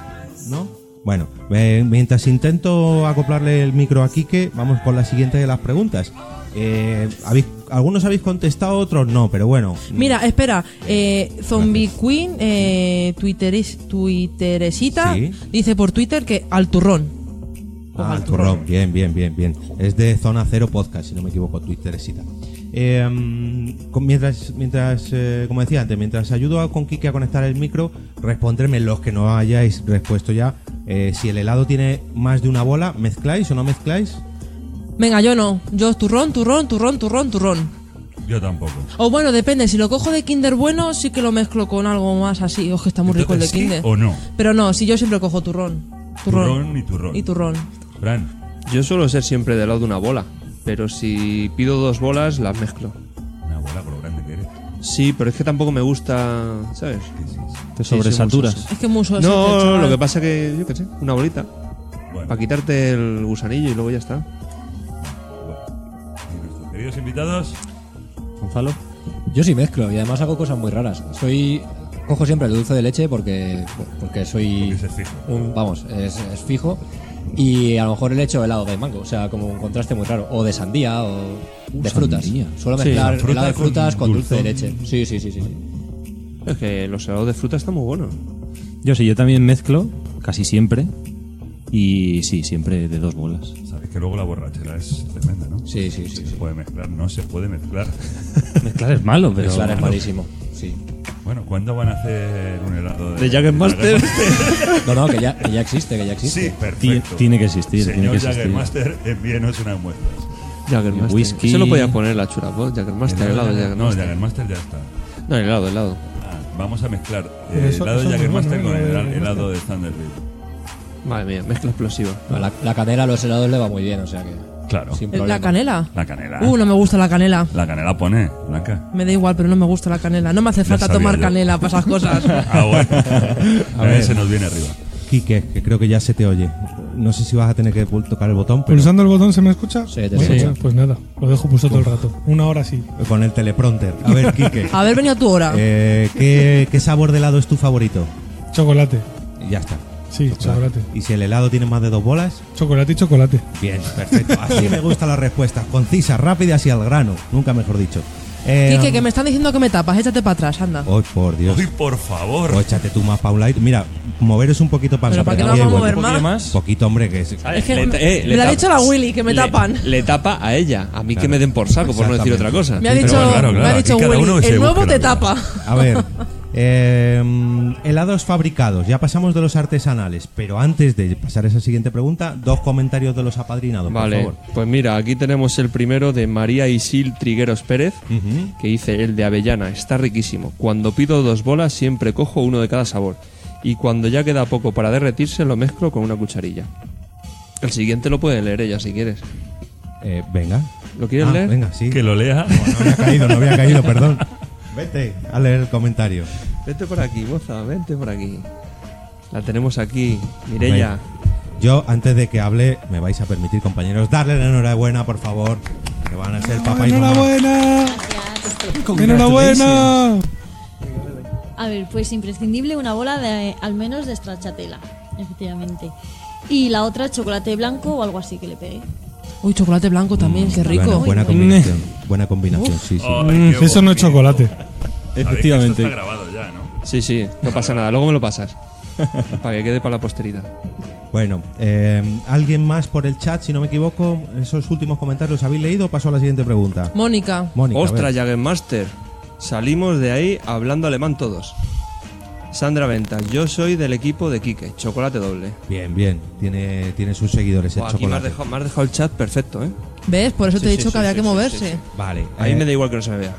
Speaker 2: ¿no? Bueno, eh, mientras intento acoplarle el micro a Quique, vamos con la siguiente de las preguntas. Eh, habéis- algunos habéis contestado, otros no, pero bueno.
Speaker 4: Mira, espera, eh, Zombie Queen, eh, tuiteris- tuiteresita,
Speaker 2: Sí.
Speaker 4: dice por Twitter que al turrón. Pues
Speaker 2: Ah,
Speaker 4: al
Speaker 2: el turrón. Bien, bien, bien, bien. Es de Zona Cero Podcast, si no me equivoco, Twitteresita. Eh, mm, con- mientras, mientras eh, como decía antes, mientras ayudo a, con Kike a conectar el micro, respondedme los que no hayáis respuesto ya. eh, si el helado tiene más de una bola, ¿mezcláis o no mezcláis?
Speaker 4: Venga, yo no, yo turrón, turrón, turrón, turrón, turrón.
Speaker 11: Yo tampoco.
Speaker 4: O bueno, depende, si lo cojo de Kinder bueno, sí que lo mezclo con algo más así. Ojo, que está muy rico el de
Speaker 11: Entonces, ¿sí
Speaker 4: Kinder.
Speaker 11: o no?
Speaker 4: Pero no, si yo siempre cojo turrón. Turrón,
Speaker 11: Turrón y turrón.
Speaker 4: Y turrón.
Speaker 11: Fran,
Speaker 3: Yo suelo ser siempre del lado de una bola, pero si pido dos bolas, las mezclo.
Speaker 11: una abuela por lo grande que eres.
Speaker 3: Sí, pero es que tampoco me gusta, ¿sabes?
Speaker 11: Que sí, sí.
Speaker 7: Te sobresaturas.
Speaker 4: Es que mucho es este,
Speaker 3: No,
Speaker 4: chaval.
Speaker 3: lo que pasa que, yo qué sé, una bolita.
Speaker 11: Bueno,
Speaker 3: Para quitarte el gusanillo y luego ya está.
Speaker 11: y nuestros queridos invitados,
Speaker 7: Gonzalo.
Speaker 5: Yo sí mezclo y además hago cosas muy raras. Soy cojo siempre el dulce de leche porque porque soy
Speaker 11: Porque ese es fijo.
Speaker 5: un- vamos es, es fijo y a lo mejor le echo helado de mango, o sea como un contraste muy raro o de sandía o
Speaker 3: Uh,
Speaker 5: de frutas. Suelo
Speaker 7: Sí,
Speaker 5: mezclar
Speaker 11: fruta
Speaker 5: helado de
Speaker 11: con
Speaker 5: frutas con dulce de
Speaker 11: dulzón.
Speaker 5: leche. Sí sí sí sí. sí.
Speaker 3: Es que los helados de fruta están muy buenos.
Speaker 7: Yo sí, yo también mezclo, casi siempre. Y sí, siempre de dos bolas.
Speaker 11: sabéis que luego la borrachera es tremenda, ¿no?
Speaker 5: Sí, sí, sí,
Speaker 11: Se
Speaker 5: sí.
Speaker 11: puede mezclar, no se puede mezclar.
Speaker 7: Mezclar es malo, pero.
Speaker 5: Mezclar es malísimo. Sí.
Speaker 11: Bueno, ¿cuándo van a hacer un helado de,
Speaker 3: De Jack and Master.
Speaker 5: No, no, que ya, que ya existe, que ya existe.
Speaker 11: Sí,
Speaker 7: Ti-
Speaker 11: perfecto.
Speaker 7: Tiene que existir,
Speaker 11: Señor
Speaker 7: tiene que
Speaker 11: Jack and
Speaker 7: existir.
Speaker 11: Master, envíenos unas muestras.
Speaker 3: Jaggermaster.
Speaker 7: Whisky.
Speaker 3: Se lo podía poner la churapop, Jaggermaster,
Speaker 11: El
Speaker 3: helado,
Speaker 11: Jagger- No, el
Speaker 3: Jaggermaster.
Speaker 11: Jaggermaster ya está.
Speaker 3: No, el helado, helado.
Speaker 11: Ah, vamos a mezclar
Speaker 3: Pero
Speaker 11: el
Speaker 3: eso-
Speaker 11: helado
Speaker 3: eso
Speaker 11: de
Speaker 3: es
Speaker 11: Jaggermaster
Speaker 3: bueno,
Speaker 11: con
Speaker 3: ¿no?
Speaker 11: el
Speaker 3: El
Speaker 11: hel-
Speaker 3: Jaggermaster.
Speaker 11: helado de Thunderbird.
Speaker 3: Madre mía, mezcla explosiva.
Speaker 5: La, la canela a los helados le va muy bien, o sea que.
Speaker 11: Claro.
Speaker 5: Sin problema.
Speaker 4: ¿La canela?
Speaker 11: La canela.
Speaker 4: Uh, no me gusta la canela.
Speaker 11: La canela pone, Blanca.
Speaker 4: Me da igual, pero no me gusta la canela. No me hace
Speaker 11: Ya
Speaker 4: falta
Speaker 11: sabía
Speaker 4: tomar
Speaker 11: yo.
Speaker 4: canela para esas cosas.
Speaker 11: Ah, bueno.
Speaker 2: A
Speaker 11: A ver,
Speaker 2: ver.
Speaker 11: se nos viene arriba.
Speaker 2: Quique, que creo que ya se te oye. No sé si vas a tener que pul- tocar el botón, pero
Speaker 12: Pulsando el botón, ¿se me escucha?
Speaker 5: Sí, te
Speaker 12: Bueno,
Speaker 5: escucho.
Speaker 12: Pues nada, lo dejo pulsado todo el rato. Una hora sí.
Speaker 2: con el teleprompter. A ver, Quique.
Speaker 4: Haber venido a tu hora.
Speaker 2: eh, ¿qué, qué sabor de helado es tu favorito?
Speaker 12: Chocolate.
Speaker 2: Y ya está.
Speaker 12: Sí, chocolate.
Speaker 2: ¿Y si el helado tiene más de dos bolas?
Speaker 12: Chocolate y chocolate.
Speaker 2: Bien, perfecto. Así me gustan las respuestas. Concisas, rápidas y al grano. Nunca mejor dicho. Eh,
Speaker 4: Quique, que me están diciendo que me tapas. Échate para atrás, anda.
Speaker 2: Ay, por Dios.
Speaker 11: Uy, por favor.
Speaker 2: Oh, échate tú más, Paula. Mira, moveros un poquito para
Speaker 4: Pero
Speaker 2: acá, porque
Speaker 4: ¿para qué nos
Speaker 2: también
Speaker 4: vamos a
Speaker 2: es
Speaker 4: mover
Speaker 2: bueno.
Speaker 7: más?
Speaker 2: Un poquito, hombre, que es...
Speaker 4: Es que
Speaker 3: Le ta-
Speaker 4: me-
Speaker 3: eh,
Speaker 4: me
Speaker 3: le
Speaker 4: lo ha
Speaker 3: tapas.
Speaker 4: dicho la Willy, que me
Speaker 3: Le-
Speaker 4: tapan.
Speaker 3: Le tapa a ella, a mí que me den por saco, por no decir otra cosa.
Speaker 4: Me ha dicho,
Speaker 11: bueno, claro,
Speaker 4: me
Speaker 11: claro,
Speaker 4: ha
Speaker 11: aquí
Speaker 4: dicho
Speaker 11: cada
Speaker 4: Willy,
Speaker 11: uno se
Speaker 4: el nuevo
Speaker 11: busca
Speaker 4: te
Speaker 11: lo que
Speaker 4: tapa.
Speaker 2: A ver, eh, helados fabricados. Ya pasamos de los artesanales, pero antes de pasar a esa siguiente pregunta, dos comentarios de los apadrinados,
Speaker 3: Vale,
Speaker 2: por favor.
Speaker 3: pues mira, aquí tenemos el primero de María Isil Trigueros Pérez,
Speaker 2: Ujú.
Speaker 3: que dice el de avellana, está riquísimo. Cuando pido dos bolas siempre cojo uno de cada sabor. Y cuando ya queda poco para derretirse lo mezclo con una cucharilla. El siguiente lo puede leer ella si quieres.
Speaker 2: Eh, venga.
Speaker 3: ¿Lo quieres
Speaker 2: Ah,
Speaker 3: leer?
Speaker 2: Venga, sí.
Speaker 11: Que lo lea.
Speaker 2: No había caído, no había caído, perdón. Vete a leer el comentario.
Speaker 3: Vete por aquí, moza, vente por aquí. La tenemos aquí, Mirella.
Speaker 2: Yo, antes de que hable, me vais a permitir, compañeros, darle la enhorabuena, por favor. Que van a ser papá y mamá.
Speaker 12: ¡Enhorabuena! ¡Enhorabuena!
Speaker 13: A ver, pues imprescindible una bola de al menos de stracciatella, efectivamente. Y la otra chocolate blanco o algo así que le pegué.
Speaker 4: Uy, chocolate blanco también, qué rico. Mm.
Speaker 2: Bueno, Oh. buena combinación. Buena combinación, sí, sí.
Speaker 11: Ay, qué
Speaker 12: Mm. Eso no es
Speaker 11: bonito.
Speaker 12: chocolate.
Speaker 11: Sabéis que Esto está
Speaker 7: Efectivamente.
Speaker 11: grabado ya, ¿no?
Speaker 3: Sí, sí, no pasa nada, luego me lo pasas. Para que quede para la posteridad.
Speaker 2: Bueno, eh, alguien más por el chat, si no me equivoco, esos últimos comentarios los habéis leído. Paso a la siguiente pregunta.
Speaker 4: Mónica,
Speaker 2: Mónica, a ver.
Speaker 3: Ostras, Jagermaster. Salimos de ahí hablando alemán todos. Sandra Ventas, yo soy del equipo de Quique, chocolate doble.
Speaker 2: Bien, bien. Tiene, tiene sus seguidores el
Speaker 3: Buah, aquí me has,
Speaker 2: chocolate.
Speaker 3: dejado, me has dejado el chat perfecto, ¿eh?
Speaker 4: ¿ves? Por eso
Speaker 3: Sí,
Speaker 4: te he
Speaker 3: sí,
Speaker 4: dicho
Speaker 3: sí,
Speaker 4: que había
Speaker 3: sí,
Speaker 4: que
Speaker 3: sí,
Speaker 4: moverse.
Speaker 3: sí, sí.
Speaker 2: Vale.
Speaker 3: A mí
Speaker 2: eh,
Speaker 3: me da igual que no se me vea.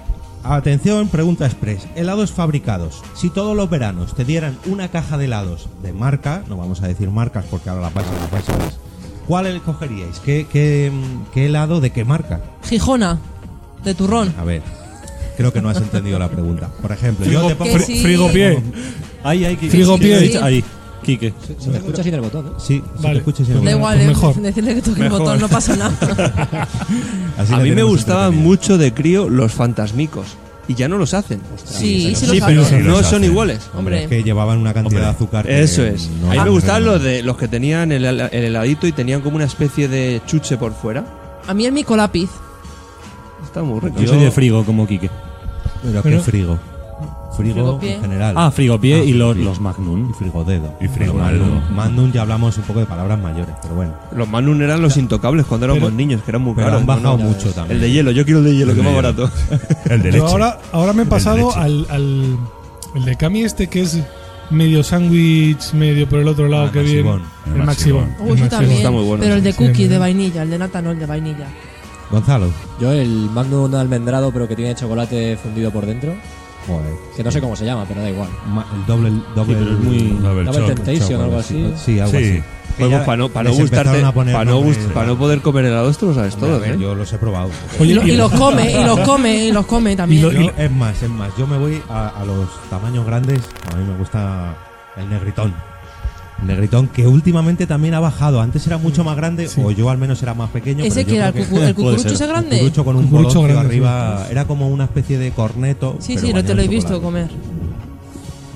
Speaker 2: Atención, pregunta express. Helados fabricados. Si todos los veranos te dieran una caja de helados de marca, no vamos a decir marcas porque ahora las pasan las pasan. ¿Cuál escogeríais? ¿Qué, qué, mm, ¿Qué helado de qué marca?
Speaker 4: Gijona, de turrón.
Speaker 2: A ver, creo que no has entendido la pregunta. Por ejemplo, yo te pongo...
Speaker 4: Que sí.
Speaker 12: Frigo pie.
Speaker 7: Ahí, ahí, Quique.
Speaker 12: Frigo
Speaker 7: Sí,
Speaker 12: pie.
Speaker 7: sí, Ahí, Quique.
Speaker 5: Se me escucha sin el botón, ¿eh?
Speaker 2: Sí, si te
Speaker 12: Vale.
Speaker 2: escuchas
Speaker 12: Pues
Speaker 2: en
Speaker 4: Da
Speaker 12: Bueno,
Speaker 4: igual,
Speaker 12: pues
Speaker 4: eh,
Speaker 12: mejor.
Speaker 4: decirle que toque el
Speaker 3: Mejor.
Speaker 4: botón, no pasa nada.
Speaker 2: Así
Speaker 3: A
Speaker 2: la
Speaker 3: mí me
Speaker 2: tenemos
Speaker 3: gustaban
Speaker 2: entretenida.
Speaker 3: mucho de crío los fantasmicos. Y ya no los hacen.
Speaker 4: sí, sí,
Speaker 3: Sí,
Speaker 4: lo
Speaker 3: pero
Speaker 11: Sí,
Speaker 4: sabes.
Speaker 11: los
Speaker 3: no son
Speaker 11: hacen.
Speaker 3: iguales.
Speaker 2: este Hombre,
Speaker 4: Hombre.
Speaker 2: es que llevaban una cantidad
Speaker 11: Hombre,
Speaker 2: de azúcar. que
Speaker 3: Eso es.
Speaker 2: no
Speaker 3: a mí me
Speaker 2: vamos
Speaker 3: gustaban
Speaker 2: ver.
Speaker 3: los, de, los que tenían el, hel- el heladito y tenían como una especie de chuche por fuera.
Speaker 4: A mí el mico lápiz.
Speaker 3: Está muy rico.
Speaker 7: Yo soy de frigo como Quique.
Speaker 2: Pero qué
Speaker 12: Pero-
Speaker 2: frigo. Frigo
Speaker 4: Frigo pie.
Speaker 2: en general.
Speaker 7: Ah, frigo pie
Speaker 2: Ah,
Speaker 7: y los,
Speaker 2: frigo.
Speaker 7: los magnum.
Speaker 2: Y frigodedo.
Speaker 11: Y frigodedo.
Speaker 2: Mandum. Mandum ya hablamos un poco de palabras mayores, pero bueno.
Speaker 3: Los Manun eran los intocables cuando éramos niños, que eran muy
Speaker 2: Pero
Speaker 3: caros.
Speaker 2: han
Speaker 3: ¿no?
Speaker 2: bajado
Speaker 3: No,
Speaker 2: mucho
Speaker 3: no.
Speaker 2: también.
Speaker 3: El de hielo, yo quiero el de hielo,
Speaker 11: El
Speaker 3: que
Speaker 11: de
Speaker 3: más
Speaker 11: hielo.
Speaker 3: barato.
Speaker 11: El de
Speaker 12: Yo
Speaker 11: leche.
Speaker 12: ahora, ahora me he
Speaker 11: de
Speaker 12: pasado
Speaker 11: leche.
Speaker 12: al, al. El de Cami este que es medio sándwich, medio por el otro lado,
Speaker 2: Ah,
Speaker 12: que
Speaker 2: Maximón.
Speaker 12: bien.
Speaker 11: El
Speaker 12: El Maximón.
Speaker 11: Maximón.
Speaker 4: Uy,
Speaker 12: El
Speaker 4: yo
Speaker 12: Maximón.
Speaker 4: también.
Speaker 3: Está muy bueno,
Speaker 4: pero el de
Speaker 12: sí,
Speaker 4: cookie,
Speaker 12: sí.
Speaker 4: de vainilla, el de nata no, el de vainilla.
Speaker 2: Gonzalo.
Speaker 5: Yo el Magnum almendrado, pero que tiene chocolate fundido por dentro.
Speaker 2: Joder.
Speaker 5: Que no sé cómo se llama, pero da igual.
Speaker 2: Ma- el doble. el doble
Speaker 7: pero es muy-
Speaker 11: A ver,
Speaker 5: Double
Speaker 11: choc.
Speaker 5: Temptation o algo
Speaker 2: sí,
Speaker 5: así.
Speaker 2: Sí, algo
Speaker 11: Sí.
Speaker 2: así. Que ya
Speaker 3: para no, pa' no
Speaker 2: les
Speaker 3: gustarte,
Speaker 2: empezaron a poner
Speaker 3: para no,
Speaker 2: nombres-
Speaker 3: gust- pa' no poder comer helado, esto lo sabes
Speaker 2: Hombre, a
Speaker 3: todo,
Speaker 2: ver,
Speaker 3: ¿eh?
Speaker 2: yo los he probado.
Speaker 4: Y,
Speaker 12: Oye,
Speaker 4: lo- y los come, y los come, y los come también.
Speaker 2: Yo- es más, es más. Yo me voy a, a los tamaños grandes. A mí me gusta el negritón. El negritón que últimamente también ha bajado. Antes era mucho más grande, o yo al menos era más pequeño.
Speaker 4: Ese
Speaker 2: pero yo
Speaker 4: que era el,
Speaker 2: creo
Speaker 4: cucu- el
Speaker 7: puede
Speaker 4: cucurucho
Speaker 7: ser.
Speaker 4: ese grande.
Speaker 2: cucurucho con un boloncio
Speaker 12: Cucurucho grande, sí.
Speaker 2: arriba. Era como una especie de corneto.
Speaker 4: Sí,
Speaker 2: pero
Speaker 4: sí, no te lo
Speaker 2: bañado
Speaker 4: he
Speaker 2: en
Speaker 4: visto
Speaker 2: chocolate.
Speaker 4: comer.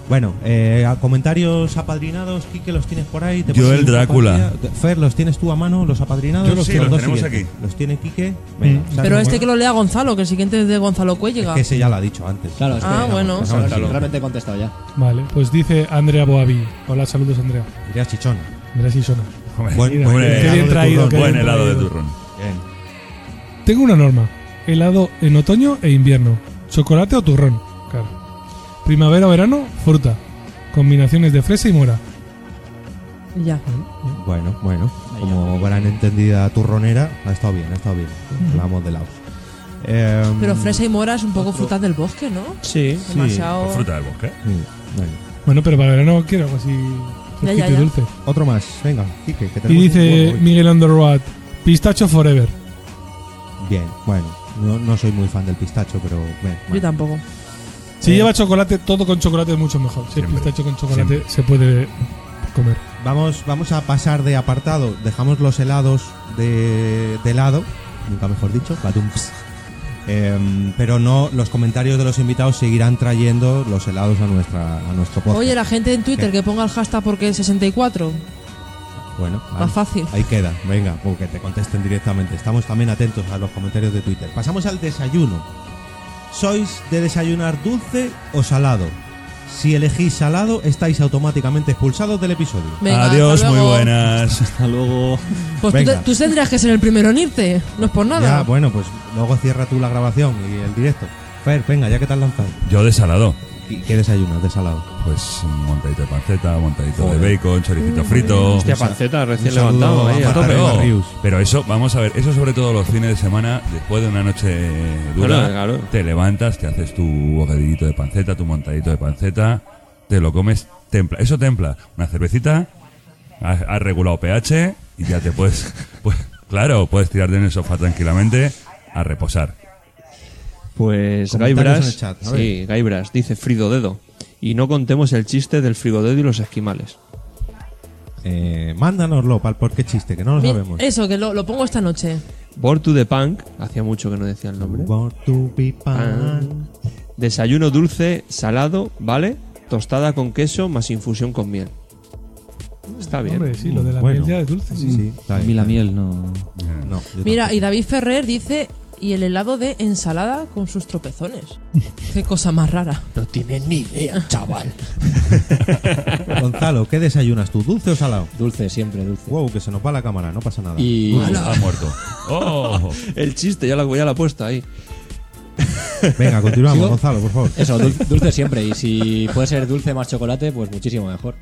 Speaker 2: Bueno, eh, a- comentarios apadrinados, Quique, los tienes por ahí. ¿Te
Speaker 11: Yo
Speaker 2: pones
Speaker 11: el
Speaker 2: en
Speaker 11: Drácula.
Speaker 2: compañía? Fer, ¿los tienes tú a mano, los apadrinados?
Speaker 11: Yo los tengo,
Speaker 2: dos
Speaker 11: tenemos
Speaker 2: siguientes.
Speaker 11: aquí.
Speaker 2: Los tiene Quique. Venga, dale,
Speaker 4: Pero este
Speaker 2: bueno.
Speaker 4: que lo lea Gonzalo, que el siguiente es de Gonzalo Cuelliga.
Speaker 2: Es que ese ya lo ha dicho antes.
Speaker 5: Claro, es que-
Speaker 4: Ah, bueno.
Speaker 5: Vamos a ver si
Speaker 2: Sábalo.
Speaker 5: realmente he contestado ya.
Speaker 12: Vale, pues dice Andrea Boaví. Hola, saludos, Andrea.
Speaker 2: Diría chichón.
Speaker 12: Andrea Sisona.
Speaker 11: Hombre, buen
Speaker 2: Buen- buen
Speaker 11: helado
Speaker 12: Qué bien
Speaker 11: de
Speaker 12: traído,
Speaker 11: turrón.
Speaker 12: qué bien
Speaker 11: Buen helado de
Speaker 12: traído.
Speaker 11: turrón.
Speaker 2: Bien.
Speaker 12: Tengo una norma. Helado en otoño e invierno. Chocolate o turrón. Claro. Primavera o verano, fruta. Combinaciones de fresa y mora.
Speaker 4: Y ya.
Speaker 2: Bueno, bueno. Como gran entendida turronera, ha estado bien, ha estado bien. Hablamos de laos. Em,
Speaker 4: Pero fresa y mora es un poco frutas del bosque, ¿no? Demasiado.
Speaker 11: Pues Fruta del bosque.
Speaker 2: Mm, bueno.
Speaker 12: Bueno, pero para verano quiero algo así.
Speaker 4: Ya,
Speaker 12: fresquito
Speaker 4: ya,
Speaker 12: y
Speaker 4: ya.
Speaker 12: dulce.
Speaker 2: Otro más, venga, Quique, que
Speaker 12: Y
Speaker 2: tenemos un huevo
Speaker 12: dice
Speaker 2: hoy.
Speaker 12: Miguel Underwood, pistacho forever.
Speaker 2: Bien, bueno. No, no soy muy fan del pistacho, pero bueno,
Speaker 4: Yo tampoco.
Speaker 12: Si
Speaker 2: Eh,
Speaker 12: lleva chocolate, todo con chocolate es mucho mejor. Si el
Speaker 2: Siempre,
Speaker 12: pistacho con chocolate
Speaker 2: siempre.
Speaker 12: se puede comer.
Speaker 2: Vamos, vamos a pasar de apartado. Dejamos los helados de, de lado, nunca mejor dicho, badumps. Em, pero no, los comentarios de los invitados seguirán trayendo los helados a nuestra a nuestro podcast.
Speaker 4: Oye, la gente en Twitter que ponga el hashtag porque es 64.
Speaker 2: Bueno,
Speaker 4: Más fácil.
Speaker 2: Ahí queda, venga, o que te contesten directamente. Estamos también atentos a los comentarios de Twitter. Pasamos al desayuno. ¿Sois de desayunar dulce o salado? Si elegís salado, estáis automáticamente expulsados del episodio.
Speaker 4: Venga,
Speaker 11: Adiós,
Speaker 4: hasta
Speaker 11: muy
Speaker 4: luego.
Speaker 11: buenas.
Speaker 7: Hasta luego.
Speaker 4: Pues tú, te-
Speaker 2: Venga.
Speaker 4: tú tendrías que ser el primero en irte. No es por
Speaker 2: Ya,
Speaker 4: nada.
Speaker 2: bueno, pues luego cierra tú la grabación y el directo. Fer, venga, ya que te has lanzado.
Speaker 11: Yo desalado.
Speaker 2: ¿Y ¿Qué desayunas de salado?
Speaker 11: Pues un montadito de panceta, un montadito
Speaker 2: Joder.
Speaker 11: de bacon, choricito frito.
Speaker 3: Mm, Hostia,
Speaker 11: Un sa-
Speaker 3: panceta, recién
Speaker 2: un saludo
Speaker 3: levantado.
Speaker 2: a
Speaker 3: ahí, a
Speaker 2: Marta
Speaker 3: tope.
Speaker 11: Pero-
Speaker 2: Arriba Rius.
Speaker 11: Pero eso, vamos a ver, eso sobre todo los fines de semana, después de una noche dura,
Speaker 3: Claro, claro.
Speaker 11: te levantas, te haces tu bocadillito de panceta, tu montadito de panceta, te lo comes, templa. Eso templa, una cervecita, has, has regulado pH y ya te puedes, pues, claro, puedes tirarte en el sofá tranquilamente a reposar.
Speaker 3: Pues
Speaker 2: Comentarios en
Speaker 3: Gaibras,
Speaker 2: el chat, a
Speaker 3: sí, Gaibras dice frigodedo. Y no contemos el chiste del frigodedo y los esquimales.
Speaker 2: Eh, mándanoslo para el por qué chiste, que no lo
Speaker 4: Bien,
Speaker 2: sabemos.
Speaker 4: Eso, que lo, lo pongo esta noche.
Speaker 3: Born to the Punk, hacía mucho que no decía el nombre.
Speaker 2: Born to be pan.
Speaker 3: Desayuno dulce, salado, ¿vale? Tostada con queso más infusión con miel. Está bien.
Speaker 12: Hombre, sí, lo de la
Speaker 2: Bueno.
Speaker 12: miel ya es dulce.
Speaker 2: Sí, sí, está
Speaker 7: A
Speaker 2: bien,
Speaker 7: mí la
Speaker 2: está bien.
Speaker 7: miel no.
Speaker 2: No, yo
Speaker 4: Mira,
Speaker 2: tampoco.
Speaker 4: y David Ferrer dice, y el helado de ensalada con sus tropezones. Qué cosa más rara.
Speaker 3: No tienes ni idea, chaval.
Speaker 2: Gonzalo, ¿qué desayunas tú? ¿Dulce o salado?
Speaker 5: Dulce, siempre dulce.
Speaker 2: Wow, que se nos va la cámara, no pasa nada.
Speaker 5: Y
Speaker 11: Ha muerto. ¡Oh!
Speaker 3: El chiste, ya la, ya la he puesto ahí.
Speaker 2: Venga, continuamos,
Speaker 5: ¿Sigo?
Speaker 2: Gonzalo, por favor.
Speaker 5: eso, dul- dulce siempre. Y si puede ser dulce más chocolate, pues muchísimo mejor.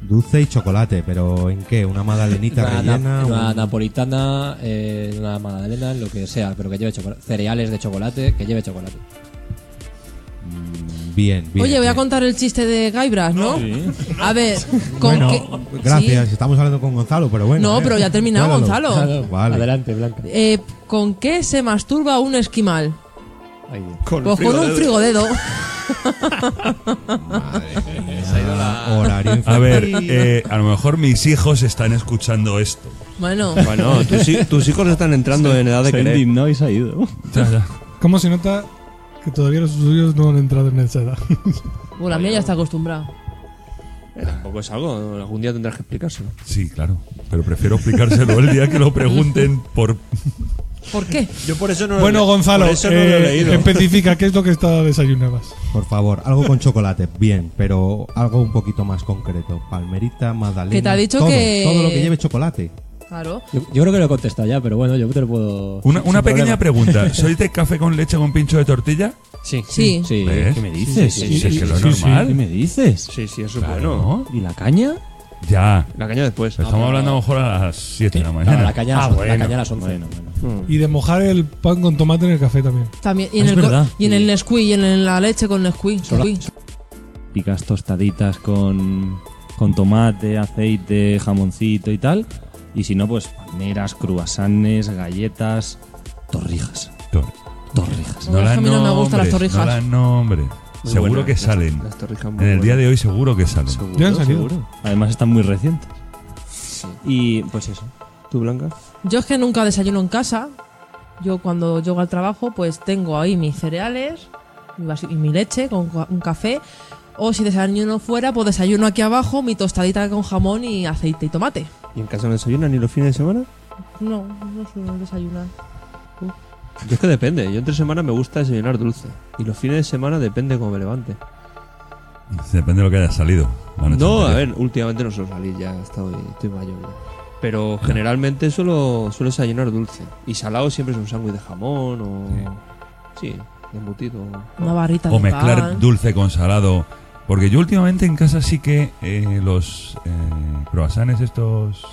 Speaker 2: Dulce y chocolate, pero ¿en qué? ¿Una magdalenita
Speaker 5: Una,
Speaker 2: rellena?
Speaker 5: na- una
Speaker 2: Un-
Speaker 5: napolitana, eh, una magdalena, lo que sea, pero que lleve chocolate. Cereales de chocolate, que lleve chocolate.
Speaker 2: Bien, bien.
Speaker 4: Oye, voy a
Speaker 2: bien.
Speaker 4: contar el chiste de Gaibras, ¿no? A ver, con
Speaker 2: Bueno,
Speaker 4: que-
Speaker 2: gracias,
Speaker 4: Sí.
Speaker 2: estamos hablando con Gonzalo, pero bueno.
Speaker 4: No,
Speaker 2: eh.
Speaker 4: pero ya ha terminado,
Speaker 2: Cuélalo.
Speaker 4: Gonzalo.
Speaker 2: Vale.
Speaker 5: Adelante, Blanca.
Speaker 4: Eh, ¿Con qué se masturba un esquimal?
Speaker 5: Ahí bien.
Speaker 3: Con
Speaker 4: Pues con un frigodedo.
Speaker 2: Ah, Horario infantil.
Speaker 11: A ver, eh, a lo mejor mis hijos están escuchando esto.
Speaker 4: Bueno,
Speaker 3: Bueno, tus, hi- tus hijos están entrando en edad de
Speaker 7: Se ha
Speaker 3: querer.
Speaker 7: indignado y se ha ido.
Speaker 12: ¿Cómo se nota que todavía los suyos no han entrado en esa edad?
Speaker 4: bueno, la mía ya está acostumbrada.
Speaker 3: Eh, Tampoco es algo, algún día tendrás que explicárselo.
Speaker 11: Sí, claro. Pero prefiero explicárselo el día que lo pregunten por
Speaker 4: ¿Por qué?
Speaker 3: Yo por eso no lo
Speaker 12: Bueno,
Speaker 3: he-
Speaker 12: Gonzalo,
Speaker 3: por eso no lo he
Speaker 12: eh,
Speaker 3: leído.
Speaker 12: especifica qué es lo que está desayunabas.
Speaker 2: Por favor, algo con chocolate, bien, pero algo un poquito más concreto. Palmerita, magdalena.
Speaker 4: Que te ha dicho
Speaker 2: todo,
Speaker 4: que-
Speaker 2: Todo lo que lleve chocolate.
Speaker 4: Claro.
Speaker 5: Yo, yo creo que lo he contestado ya, pero bueno, yo te lo puedo.
Speaker 11: Una,
Speaker 5: sin
Speaker 11: una pequeña
Speaker 5: problema.
Speaker 11: pregunta. ¿Sois de café con leche con pincho de tortilla?
Speaker 3: Sí,
Speaker 4: Sí.
Speaker 5: Sí.
Speaker 11: ¿Ves?
Speaker 7: ¿Qué me dices?
Speaker 3: Sí, sí, sí,
Speaker 11: sí, sí, sí, sí.
Speaker 7: ¿Qué me dices?
Speaker 3: sí, sí, eso
Speaker 11: Claro.
Speaker 3: es bueno.
Speaker 7: ¿Y la caña?
Speaker 11: Ya.
Speaker 3: La caña después.
Speaker 11: Pero estamos hablando a lo mejor a las 7 de la
Speaker 5: No,
Speaker 11: mañana.
Speaker 5: la caña a las
Speaker 11: Ah,
Speaker 5: once,
Speaker 11: bueno.
Speaker 5: la caña a las 11.
Speaker 3: Mm.
Speaker 12: Y de mojar el pan con tomate en el café también.
Speaker 4: También, y en,
Speaker 7: Es
Speaker 4: el, co-
Speaker 7: verdad.
Speaker 4: y en el Nesquik, y en la leche con Nesquik.
Speaker 5: Solo-
Speaker 4: Nesquik.
Speaker 7: Picas tostaditas con, con tomate, aceite, jamoncito y tal. Y si no, pues palmeras, cruasanes, galletas, torrijas.
Speaker 11: Tor-
Speaker 7: Torrijas.
Speaker 4: No,
Speaker 11: la
Speaker 4: es que a mí no me gustan las
Speaker 11: nombres,
Speaker 4: torrijas.
Speaker 11: No la nombres.
Speaker 3: Muy
Speaker 11: seguro
Speaker 3: buena,
Speaker 11: que
Speaker 3: las-
Speaker 11: salen.
Speaker 3: las torrijas muy
Speaker 11: en el día
Speaker 3: buenas.
Speaker 11: de hoy seguro que salen.
Speaker 3: Seguro,
Speaker 12: Ya han salido.
Speaker 3: seguro.
Speaker 7: Además están muy recientes. Y pues eso.
Speaker 3: ¿Tú, Blanca?
Speaker 4: Yo es que nunca desayuno en casa. Yo cuando llego al trabajo, pues tengo ahí mis cereales mi vasi- y mi leche con ca- un café. O si desayuno fuera, pues desayuno aquí abajo mi tostadita con jamón y aceite y tomate.
Speaker 3: ¿Y en casa no desayunan ni los fines de semana?
Speaker 4: No, no suelo desayunar.
Speaker 3: Yo es que depende. Yo entre semana me gusta desayunar dulce. Y los fines de semana depende cómo me levante.
Speaker 11: Depende de lo que haya salido. la noche
Speaker 3: No, a
Speaker 11: anterior.
Speaker 3: ver, últimamente no suelo salir ya. Estoy, estoy mayor ya. Pero generalmente suelo, suelo desayunar dulce. Y salado siempre es un sándwich de jamón o... Sí, de embutido.
Speaker 4: Una barrita
Speaker 11: O
Speaker 4: de
Speaker 11: mezclar
Speaker 4: pan.
Speaker 11: dulce con salado. Porque yo últimamente en casa sí que eh, los, eh, croissants estos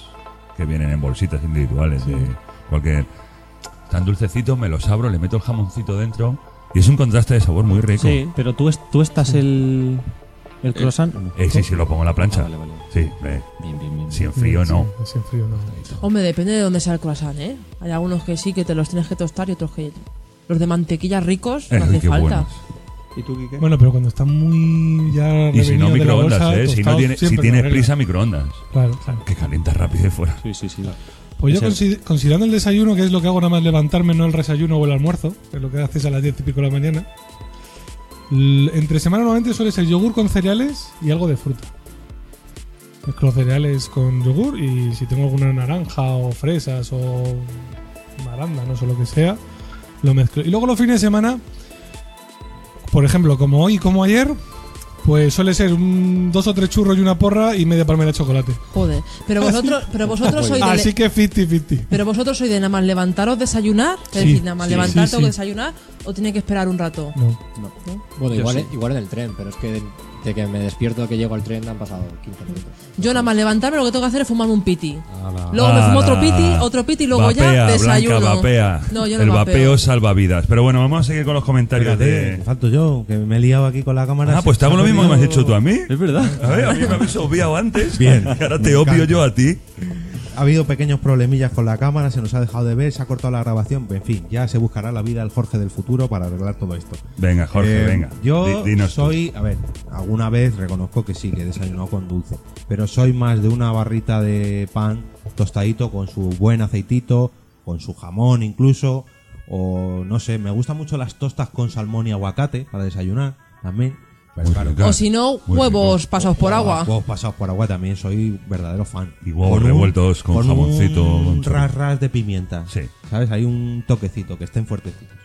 Speaker 11: que vienen en bolsitas individuales de cualquier... Tan dulcecitos, me los abro, le meto el jamoncito dentro y es un contraste de sabor muy rico.
Speaker 7: Sí, pero tú, es- tú estás el, el croissant.
Speaker 11: Eh, sí, sí, lo pongo en la plancha. Sí, eh. Si en frío no.
Speaker 12: Si en frío no.
Speaker 4: Hombre, depende de dónde sea el croissant, ¿eh? Hay algunos que sí, que te los tienes que tostar y otros que... Los de mantequilla ricos no
Speaker 11: Eh,
Speaker 4: hace
Speaker 11: qué
Speaker 4: falta.
Speaker 11: buenos.
Speaker 7: ¿Y tú, Quique?
Speaker 12: Bueno, pero cuando está muy ya
Speaker 11: Y si no,
Speaker 12: revenido de la
Speaker 11: microondas,
Speaker 12: bolsa,
Speaker 11: ¿eh? Si, no
Speaker 12: tostados
Speaker 11: tiene- si
Speaker 12: siempre
Speaker 11: tienes
Speaker 12: con
Speaker 11: prisa,
Speaker 12: regla.
Speaker 11: microondas.
Speaker 12: Claro, claro.
Speaker 11: Que calienta rápido de fuera.
Speaker 7: Sí, sí, sí.
Speaker 12: Pues yo
Speaker 7: Ese-
Speaker 12: consi- considerando el desayuno, que es lo que hago nada más levantarme, no el desayuno o el almuerzo, que es lo que haces a las 10 y pico de la mañana, l- entre semana normalmente suele ser yogur con cereales y algo de fruta. Mezclo cereales con yogur y si tengo alguna naranja o fresas o marándanos o lo que sea, lo mezclo. Y luego los fines de semana, por ejemplo, como hoy y como ayer, pues suele ser un, dos o tres churros y una porra y media palmera de chocolate.
Speaker 4: Joder. Pero vosotros, pero vosotros sois de...
Speaker 12: Así Ah, que 50-50.
Speaker 4: Pero vosotros sois de nada más levantaros, desayunar. Es
Speaker 12: Sí,
Speaker 4: decir, nada más
Speaker 12: sí,
Speaker 4: levantar,
Speaker 12: sí,
Speaker 4: tengo que
Speaker 12: sí.
Speaker 4: desayunar o tiene que esperar un rato.
Speaker 12: No.
Speaker 5: Bueno,
Speaker 7: Yo
Speaker 5: igual, ¿eh?
Speaker 7: sí.
Speaker 5: igual en el tren, pero es que de que me despierto a que llego al tren han pasado 15 minutos.
Speaker 4: Yo nada más levantarme, lo que tengo que hacer es fumarme un piti.
Speaker 5: Ala.
Speaker 4: Luego me fumo otro
Speaker 11: Ala.
Speaker 4: piti, otro piti y luego
Speaker 11: Ah, Vapea,
Speaker 4: ya
Speaker 11: Blanca,
Speaker 4: desayuno.
Speaker 11: vapea.
Speaker 4: No, yo no
Speaker 11: El
Speaker 4: vapeo.
Speaker 11: vapeo salva vidas. Pero bueno, vamos a seguir con los comentarios
Speaker 2: Espérate,
Speaker 11: de.
Speaker 2: falto yo, que me he liado aquí con la cámara.
Speaker 11: Ah, pues te hago lo mismo que me has hecho tú a mí.
Speaker 7: Es verdad.
Speaker 11: A ver, a mí me habéis obviado antes.
Speaker 2: Bien.
Speaker 11: Y ahora
Speaker 2: Me
Speaker 11: te obvio
Speaker 2: encanta.
Speaker 11: yo a ti.
Speaker 2: Ha habido pequeños problemillas con la cámara, se nos ha dejado de ver, se ha cortado la grabación. En fin, ya se buscará la vida del Jorge del futuro para arreglar todo esto.
Speaker 11: Venga, Jorge,
Speaker 2: Eh,
Speaker 11: venga.
Speaker 2: Yo
Speaker 11: Di- dinos tú.
Speaker 2: soy, a ver, alguna vez reconozco que sí, que he desayunado con dulce, pero soy más de una barrita de pan tostadito con su buen aceitito, con su jamón incluso, o no sé, me gustan mucho las tostas con salmón y aguacate para desayunar también. Pero claro,
Speaker 11: rico.
Speaker 4: O si no,
Speaker 11: Pues Muy
Speaker 4: huevos pasados por agua.
Speaker 2: Huevos pasados por agua también, soy verdadero fan.
Speaker 11: Y huevos
Speaker 2: Con un-
Speaker 11: revueltos con jamoncito,
Speaker 2: Un
Speaker 11: con chorizo.
Speaker 2: ras ras de pimienta.
Speaker 11: Sí.
Speaker 2: ¿Sabes? Hay un toquecito, que estén fuertecitos.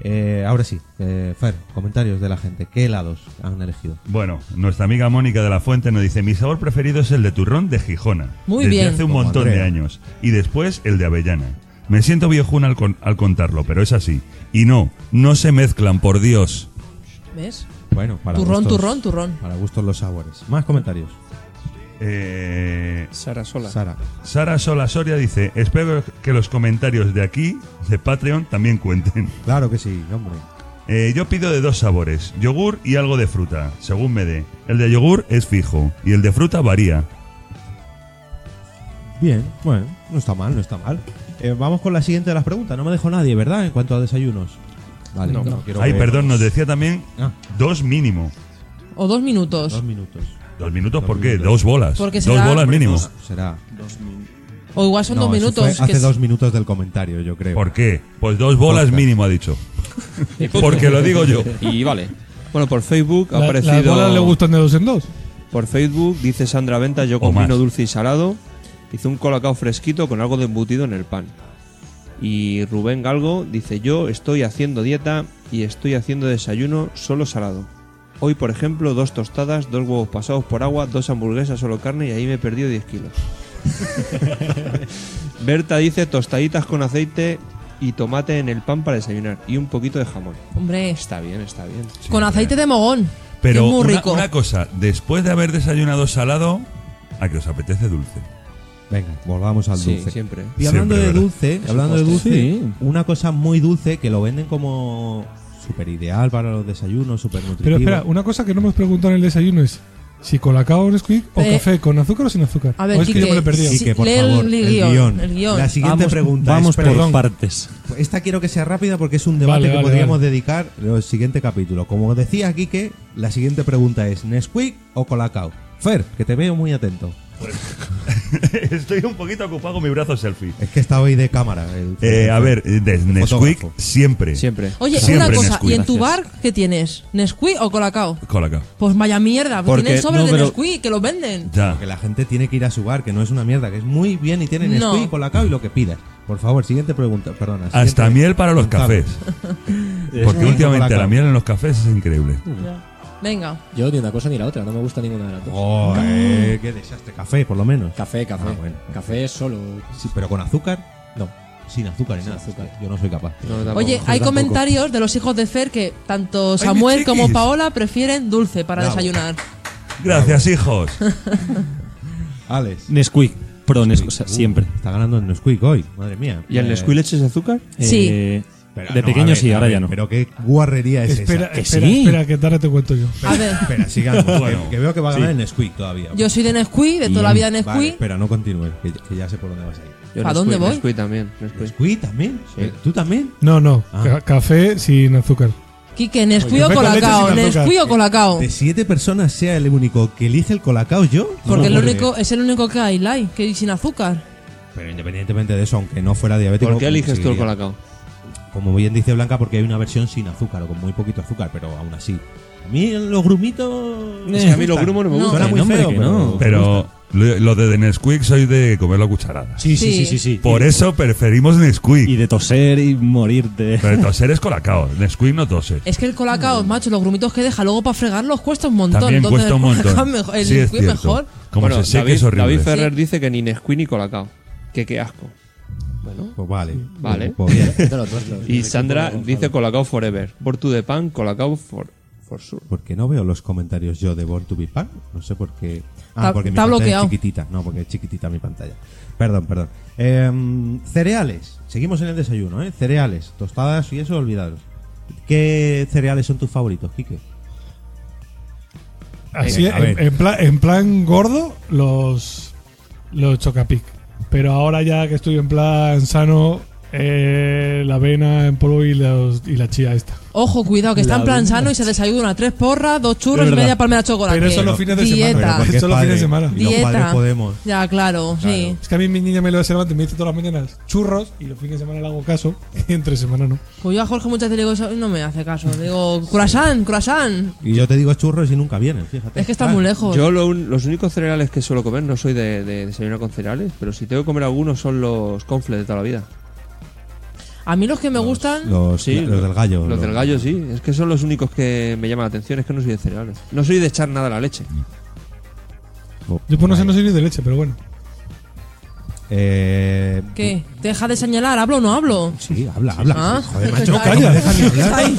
Speaker 2: Eh, ahora sí, eh, Fer, comentarios de la gente. ¿Qué helados han elegido?
Speaker 11: Bueno, nuestra amiga Mónica de la Fuente nos dice: Mi sabor preferido es el de turrón de Gijona.
Speaker 4: Muy
Speaker 11: desde
Speaker 4: bien.
Speaker 11: hace un
Speaker 2: Como
Speaker 11: montón de
Speaker 2: Andrea.
Speaker 11: años. Y después el de avellana. Me siento viejuna al, con- al contarlo, pero es así. Y no, no se mezclan, por Dios.
Speaker 4: ¿Ves?
Speaker 2: Bueno, para
Speaker 4: Turrón,
Speaker 2: gustos-
Speaker 4: turrón, turrón.
Speaker 2: Para gustos los sabores. Más comentarios.
Speaker 11: Eh,
Speaker 7: Sarasola.
Speaker 2: Sara.
Speaker 11: Sara Sola Soria dice: Espero que los comentarios de aquí, de Patreon, también cuenten.
Speaker 2: Claro que sí, hombre.
Speaker 11: Eh, yo pido de dos sabores, yogur y algo de fruta, según me dé. El de yogur es fijo y el de fruta varía.
Speaker 2: Bien, bueno, no está mal, no está mal. Eh, vamos con la siguiente de las preguntas. No me dejó nadie, ¿verdad? En cuanto a desayunos. Vale, no, quiero
Speaker 11: Ay,
Speaker 2: que-
Speaker 11: perdón, nos decía también
Speaker 2: Ah.
Speaker 11: dos mínimo.
Speaker 4: O dos minutos.
Speaker 2: Dos minutos.
Speaker 11: ¿Dos minutos
Speaker 2: Dos
Speaker 11: por qué?
Speaker 2: minutos.
Speaker 11: Dos bolas.
Speaker 4: Porque
Speaker 11: dos
Speaker 4: será-
Speaker 11: bolas mínimo.
Speaker 2: Será.
Speaker 4: O igual son
Speaker 2: No,
Speaker 4: dos
Speaker 2: eso
Speaker 4: minutos.
Speaker 2: fue hace
Speaker 4: que es-
Speaker 2: dos minutos del comentario, yo creo.
Speaker 11: ¿Por qué? Pues dos bolas
Speaker 2: Podcast.
Speaker 11: mínimo ha dicho. Porque lo digo yo.
Speaker 3: Y vale. Bueno, por Facebook ha
Speaker 12: La-
Speaker 3: aparecido.
Speaker 12: Las bolas le gustan de dos en dos.
Speaker 3: Por Facebook dice Sandra Venta, yo
Speaker 11: O
Speaker 3: combino
Speaker 11: más.
Speaker 3: dulce y salado. Dice un colacao fresquito con algo de embutido en el pan. Y Rubén Galgo dice, yo estoy haciendo dieta y estoy haciendo desayuno solo salado. Hoy, por ejemplo, dos tostadas, dos huevos pasados por agua, dos hamburguesas solo carne y ahí me he perdido 10 kilos. Berta dice tostaditas con aceite y tomate en el pan para desayunar y un poquito de jamón.
Speaker 4: Hombre,
Speaker 3: Está bien, está bien.
Speaker 4: con aceite de mogón.
Speaker 11: Pero
Speaker 4: que es muy
Speaker 11: una,
Speaker 4: rico.
Speaker 11: una cosa, después de haber desayunado salado, a que os apetece dulce.
Speaker 2: Venga, volvamos al
Speaker 3: Sí,
Speaker 2: dulce.
Speaker 3: siempre.
Speaker 2: Y hablando
Speaker 11: Siempre,
Speaker 2: de
Speaker 11: ¿verdad?
Speaker 2: dulce, hablando de dulce,
Speaker 7: supuesto. Sí.
Speaker 2: una cosa muy dulce que lo venden como super ideal para los desayunos, super
Speaker 12: Pero
Speaker 2: nutritivo.
Speaker 12: espera, una cosa que no hemos preguntado en el desayuno es si colacao o Nesquik o
Speaker 4: Eh,
Speaker 12: café con azúcar o sin azúcar.
Speaker 4: a ver,
Speaker 12: o es que
Speaker 4: Quique,
Speaker 12: yo me lo he perdido.
Speaker 4: sí.
Speaker 2: Quique, por
Speaker 4: lee el
Speaker 2: favor, el
Speaker 4: guión,
Speaker 2: guión.
Speaker 4: el guión.
Speaker 2: La siguiente
Speaker 7: Vamos-
Speaker 2: pregunta
Speaker 7: Vamos
Speaker 2: es, perdón,
Speaker 7: por partes.
Speaker 2: esta quiero que sea rápida porque es un debate
Speaker 12: Vale,
Speaker 2: que
Speaker 12: vale,
Speaker 2: podríamos
Speaker 12: vale.
Speaker 2: dedicar al siguiente capítulo. Como decía Quique, la siguiente pregunta es ¿Nesquik o Colacao? Fer, que te veo muy atento.
Speaker 11: Estoy un poquito ocupado con mi brazo selfie.
Speaker 2: Es que está hoy de cámara. el-
Speaker 11: Eh, a ver, de Nesquik
Speaker 2: Fotógrafo.
Speaker 11: siempre.
Speaker 3: Siempre.
Speaker 4: Oye,
Speaker 11: Siempre
Speaker 4: una cosa,
Speaker 11: Nesquik.
Speaker 4: ¿y en tu
Speaker 3: Gracias.
Speaker 4: bar qué tienes? ¿Nesquik o colacao?
Speaker 11: Colacao.
Speaker 4: Pues vaya mierda, pues
Speaker 3: Porque-
Speaker 4: tienen sobres
Speaker 3: no,
Speaker 4: de
Speaker 3: pero-
Speaker 4: Nesquik que los venden.
Speaker 11: Ya.
Speaker 2: Que la gente tiene que ir a su bar, que no es una mierda, que es muy bien y tienen
Speaker 4: No.
Speaker 2: Nesquik, Colacao y lo que pidas. Por favor, siguiente pregunta, perdona.
Speaker 11: Hasta
Speaker 2: siguiente-
Speaker 11: miel para los
Speaker 2: Contame.
Speaker 11: cafés. Porque últimamente la miel en los cafés es increíble.
Speaker 4: Venga.
Speaker 5: Yo ni una cosa ni la otra, no me gusta ninguna de las dos.
Speaker 2: Oh, eh, qué desastre. Café, por lo menos.
Speaker 5: Café, café.
Speaker 2: Ah, bueno.
Speaker 5: Café solo.
Speaker 2: Sí, pero con azúcar,
Speaker 5: No.
Speaker 2: sin azúcar y nada.
Speaker 5: azúcar.
Speaker 2: Yo no soy capaz.
Speaker 3: No, tampoco.
Speaker 4: Oye, hay comentarios de los hijos de Fer que tanto
Speaker 11: mis
Speaker 4: Samuel como
Speaker 11: chiquis.
Speaker 4: Paola prefieren dulce para
Speaker 2: Bravo.
Speaker 4: desayunar.
Speaker 11: Gracias, hijos.
Speaker 2: Alex.
Speaker 7: Nesquik, pro Nesquik, o sea,
Speaker 2: Uh,
Speaker 7: siempre.
Speaker 2: Está ganando el Nesquik hoy, madre mía. Eh,
Speaker 7: ¿Y al Nesquik le echas azúcar?
Speaker 2: Sí.
Speaker 7: Eh,
Speaker 2: Pero
Speaker 7: de
Speaker 2: no,
Speaker 7: pequeño
Speaker 2: a ver,
Speaker 7: sí,
Speaker 2: a
Speaker 7: ahora
Speaker 2: ver,
Speaker 7: ya no.
Speaker 2: Pero qué guarrería es
Speaker 12: Espera,
Speaker 2: esa.
Speaker 12: espera, espera, que ahora te cuento yo.
Speaker 4: A ver.
Speaker 2: Espera, sigamos. que-
Speaker 11: Bueno.
Speaker 2: que, veo que va a ganar
Speaker 11: Sí.
Speaker 2: el Nesquik todavía.
Speaker 4: Yo soy de Nesquik, de toda la vida Nesquik.
Speaker 2: Vale, espera, no continúes, que, que ya sé por dónde vas a ir.
Speaker 4: Yo ¿A Nesquik, dónde voy?
Speaker 3: Nesquik también. Nesquik.
Speaker 2: también? Eh, ¿Tú también?
Speaker 12: No, no.
Speaker 2: Ah.
Speaker 12: ca- Café sin azúcar.
Speaker 4: Quique, Nesquik o
Speaker 12: Oye, con leche
Speaker 4: Colacao.
Speaker 12: sin azúcar.
Speaker 4: Nesquik o Colacao.
Speaker 2: De siete personas sea el único que elige el colacao yo.
Speaker 4: Porque
Speaker 2: No,
Speaker 4: el único, es el único que hay, Lai, que hay sin azúcar.
Speaker 2: Pero independientemente de eso, aunque no fuera diabético.
Speaker 3: ¿Por qué eliges tú el
Speaker 2: conseguiría.
Speaker 3: colacao?
Speaker 2: Como bien dice Blanca, porque hay una versión sin azúcar o con muy poquito azúcar, pero aún así. A mí los grumitos.
Speaker 3: Es que Eh, a mí los grumos no me
Speaker 2: Suena
Speaker 3: gustan.
Speaker 2: muy
Speaker 3: No, hombre,
Speaker 2: feo,
Speaker 3: que
Speaker 2: pero-
Speaker 3: no.
Speaker 11: Pero lo lo de Nesquik soy de comerlo a cucharadas.
Speaker 7: Sí, sí, sí, sí, sí.
Speaker 11: Por eso preferimos Nesquik.
Speaker 7: Y de toser y morirte.
Speaker 11: Pero toser es colacao, Nesquik no tose.
Speaker 4: Es que el Colacao, macho, los grumitos que deja luego para fregarlos cuesta un montón.
Speaker 11: También
Speaker 4: Entonces,
Speaker 11: cuesta un
Speaker 4: el Colacao
Speaker 11: montón.
Speaker 4: mejor- el
Speaker 11: Sí, es
Speaker 4: Nesquik
Speaker 11: cierto.
Speaker 4: mejor.
Speaker 11: Como
Speaker 3: Bueno,
Speaker 11: se seque
Speaker 3: David,
Speaker 11: es horrible.
Speaker 3: David Ferrer dice que ni Nesquik ni colacao. Que qué asco. Bueno,
Speaker 2: Pues vale.
Speaker 3: vale.
Speaker 2: Pues bien.
Speaker 3: y Sandra dice colacao forever. Bortu de pan, colacao for, for sure.
Speaker 2: Porque no veo los comentarios yo de Born to be Punk. No sé por qué. Ah,
Speaker 4: Está-
Speaker 2: porque mi
Speaker 4: está
Speaker 2: pantalla
Speaker 4: bloqueado.
Speaker 2: es chiquitita. No, porque es chiquitita mi pantalla. Perdón, perdón. Em, cereales. Seguimos en el desayuno, ¿eh? Cereales, tostadas y eso, olvidaros. ¿Qué cereales son tus favoritos, Quique?
Speaker 12: Así,
Speaker 2: Eh, a
Speaker 12: en,
Speaker 2: ver.
Speaker 12: en plan, en plan gordo, los, los Chocapic. Pero ahora ya que estoy en plan sano, eh, la avena en polvo y, los- y la chía esta.
Speaker 4: Ojo, cuidado, que está
Speaker 12: La
Speaker 4: en plan
Speaker 12: avena.
Speaker 4: sano y se desayuna tres porras, dos churros
Speaker 12: Es
Speaker 4: y
Speaker 12: verdad.
Speaker 4: media palmera de chocolate.
Speaker 12: Pero eso los fines de
Speaker 4: Dieta.
Speaker 12: semana.
Speaker 2: porque
Speaker 12: Eso
Speaker 2: es
Speaker 12: los fines de
Speaker 2: padre,
Speaker 12: semana.
Speaker 2: y los
Speaker 4: Dieta.
Speaker 2: padres podemos.
Speaker 4: Ya, claro, sí.
Speaker 12: Es que a mí mi niña me lo hace Cervantes, me dice todas las mañanas churros y los fines de semana le hago caso y entre semana no.
Speaker 4: Pues yo a Jorge muchas veces le digo eso y no me hace caso. Le digo, croissant, croissant.
Speaker 2: Y yo te digo churros y nunca vienen, fíjate.
Speaker 4: Es que está
Speaker 2: Ah,
Speaker 4: muy lejos.
Speaker 3: Yo lo un- los únicos cereales que suelo comer, no soy de, de desayunar con cereales, pero si tengo que comer algunos son los confles de toda la vida.
Speaker 4: A mí los que me gustan...
Speaker 2: Los,
Speaker 3: Sí,
Speaker 2: los del gallo.
Speaker 3: Los del gallo, sí. Es que son los únicos que me llaman la atención, es que no soy de cereales. No soy de echar nada a la leche.
Speaker 12: Yo pues no sé, no soy ni de leche, pero bueno.
Speaker 2: Eh,
Speaker 4: ¿Qué? ¿Te deja de señalar? ¿Hablo o no hablo?
Speaker 2: Sí, habla, habla.
Speaker 4: Ah.
Speaker 2: Joder, macho,
Speaker 4: No
Speaker 2: no me
Speaker 4: callas.
Speaker 2: dejan ni hablar.
Speaker 12: Ay,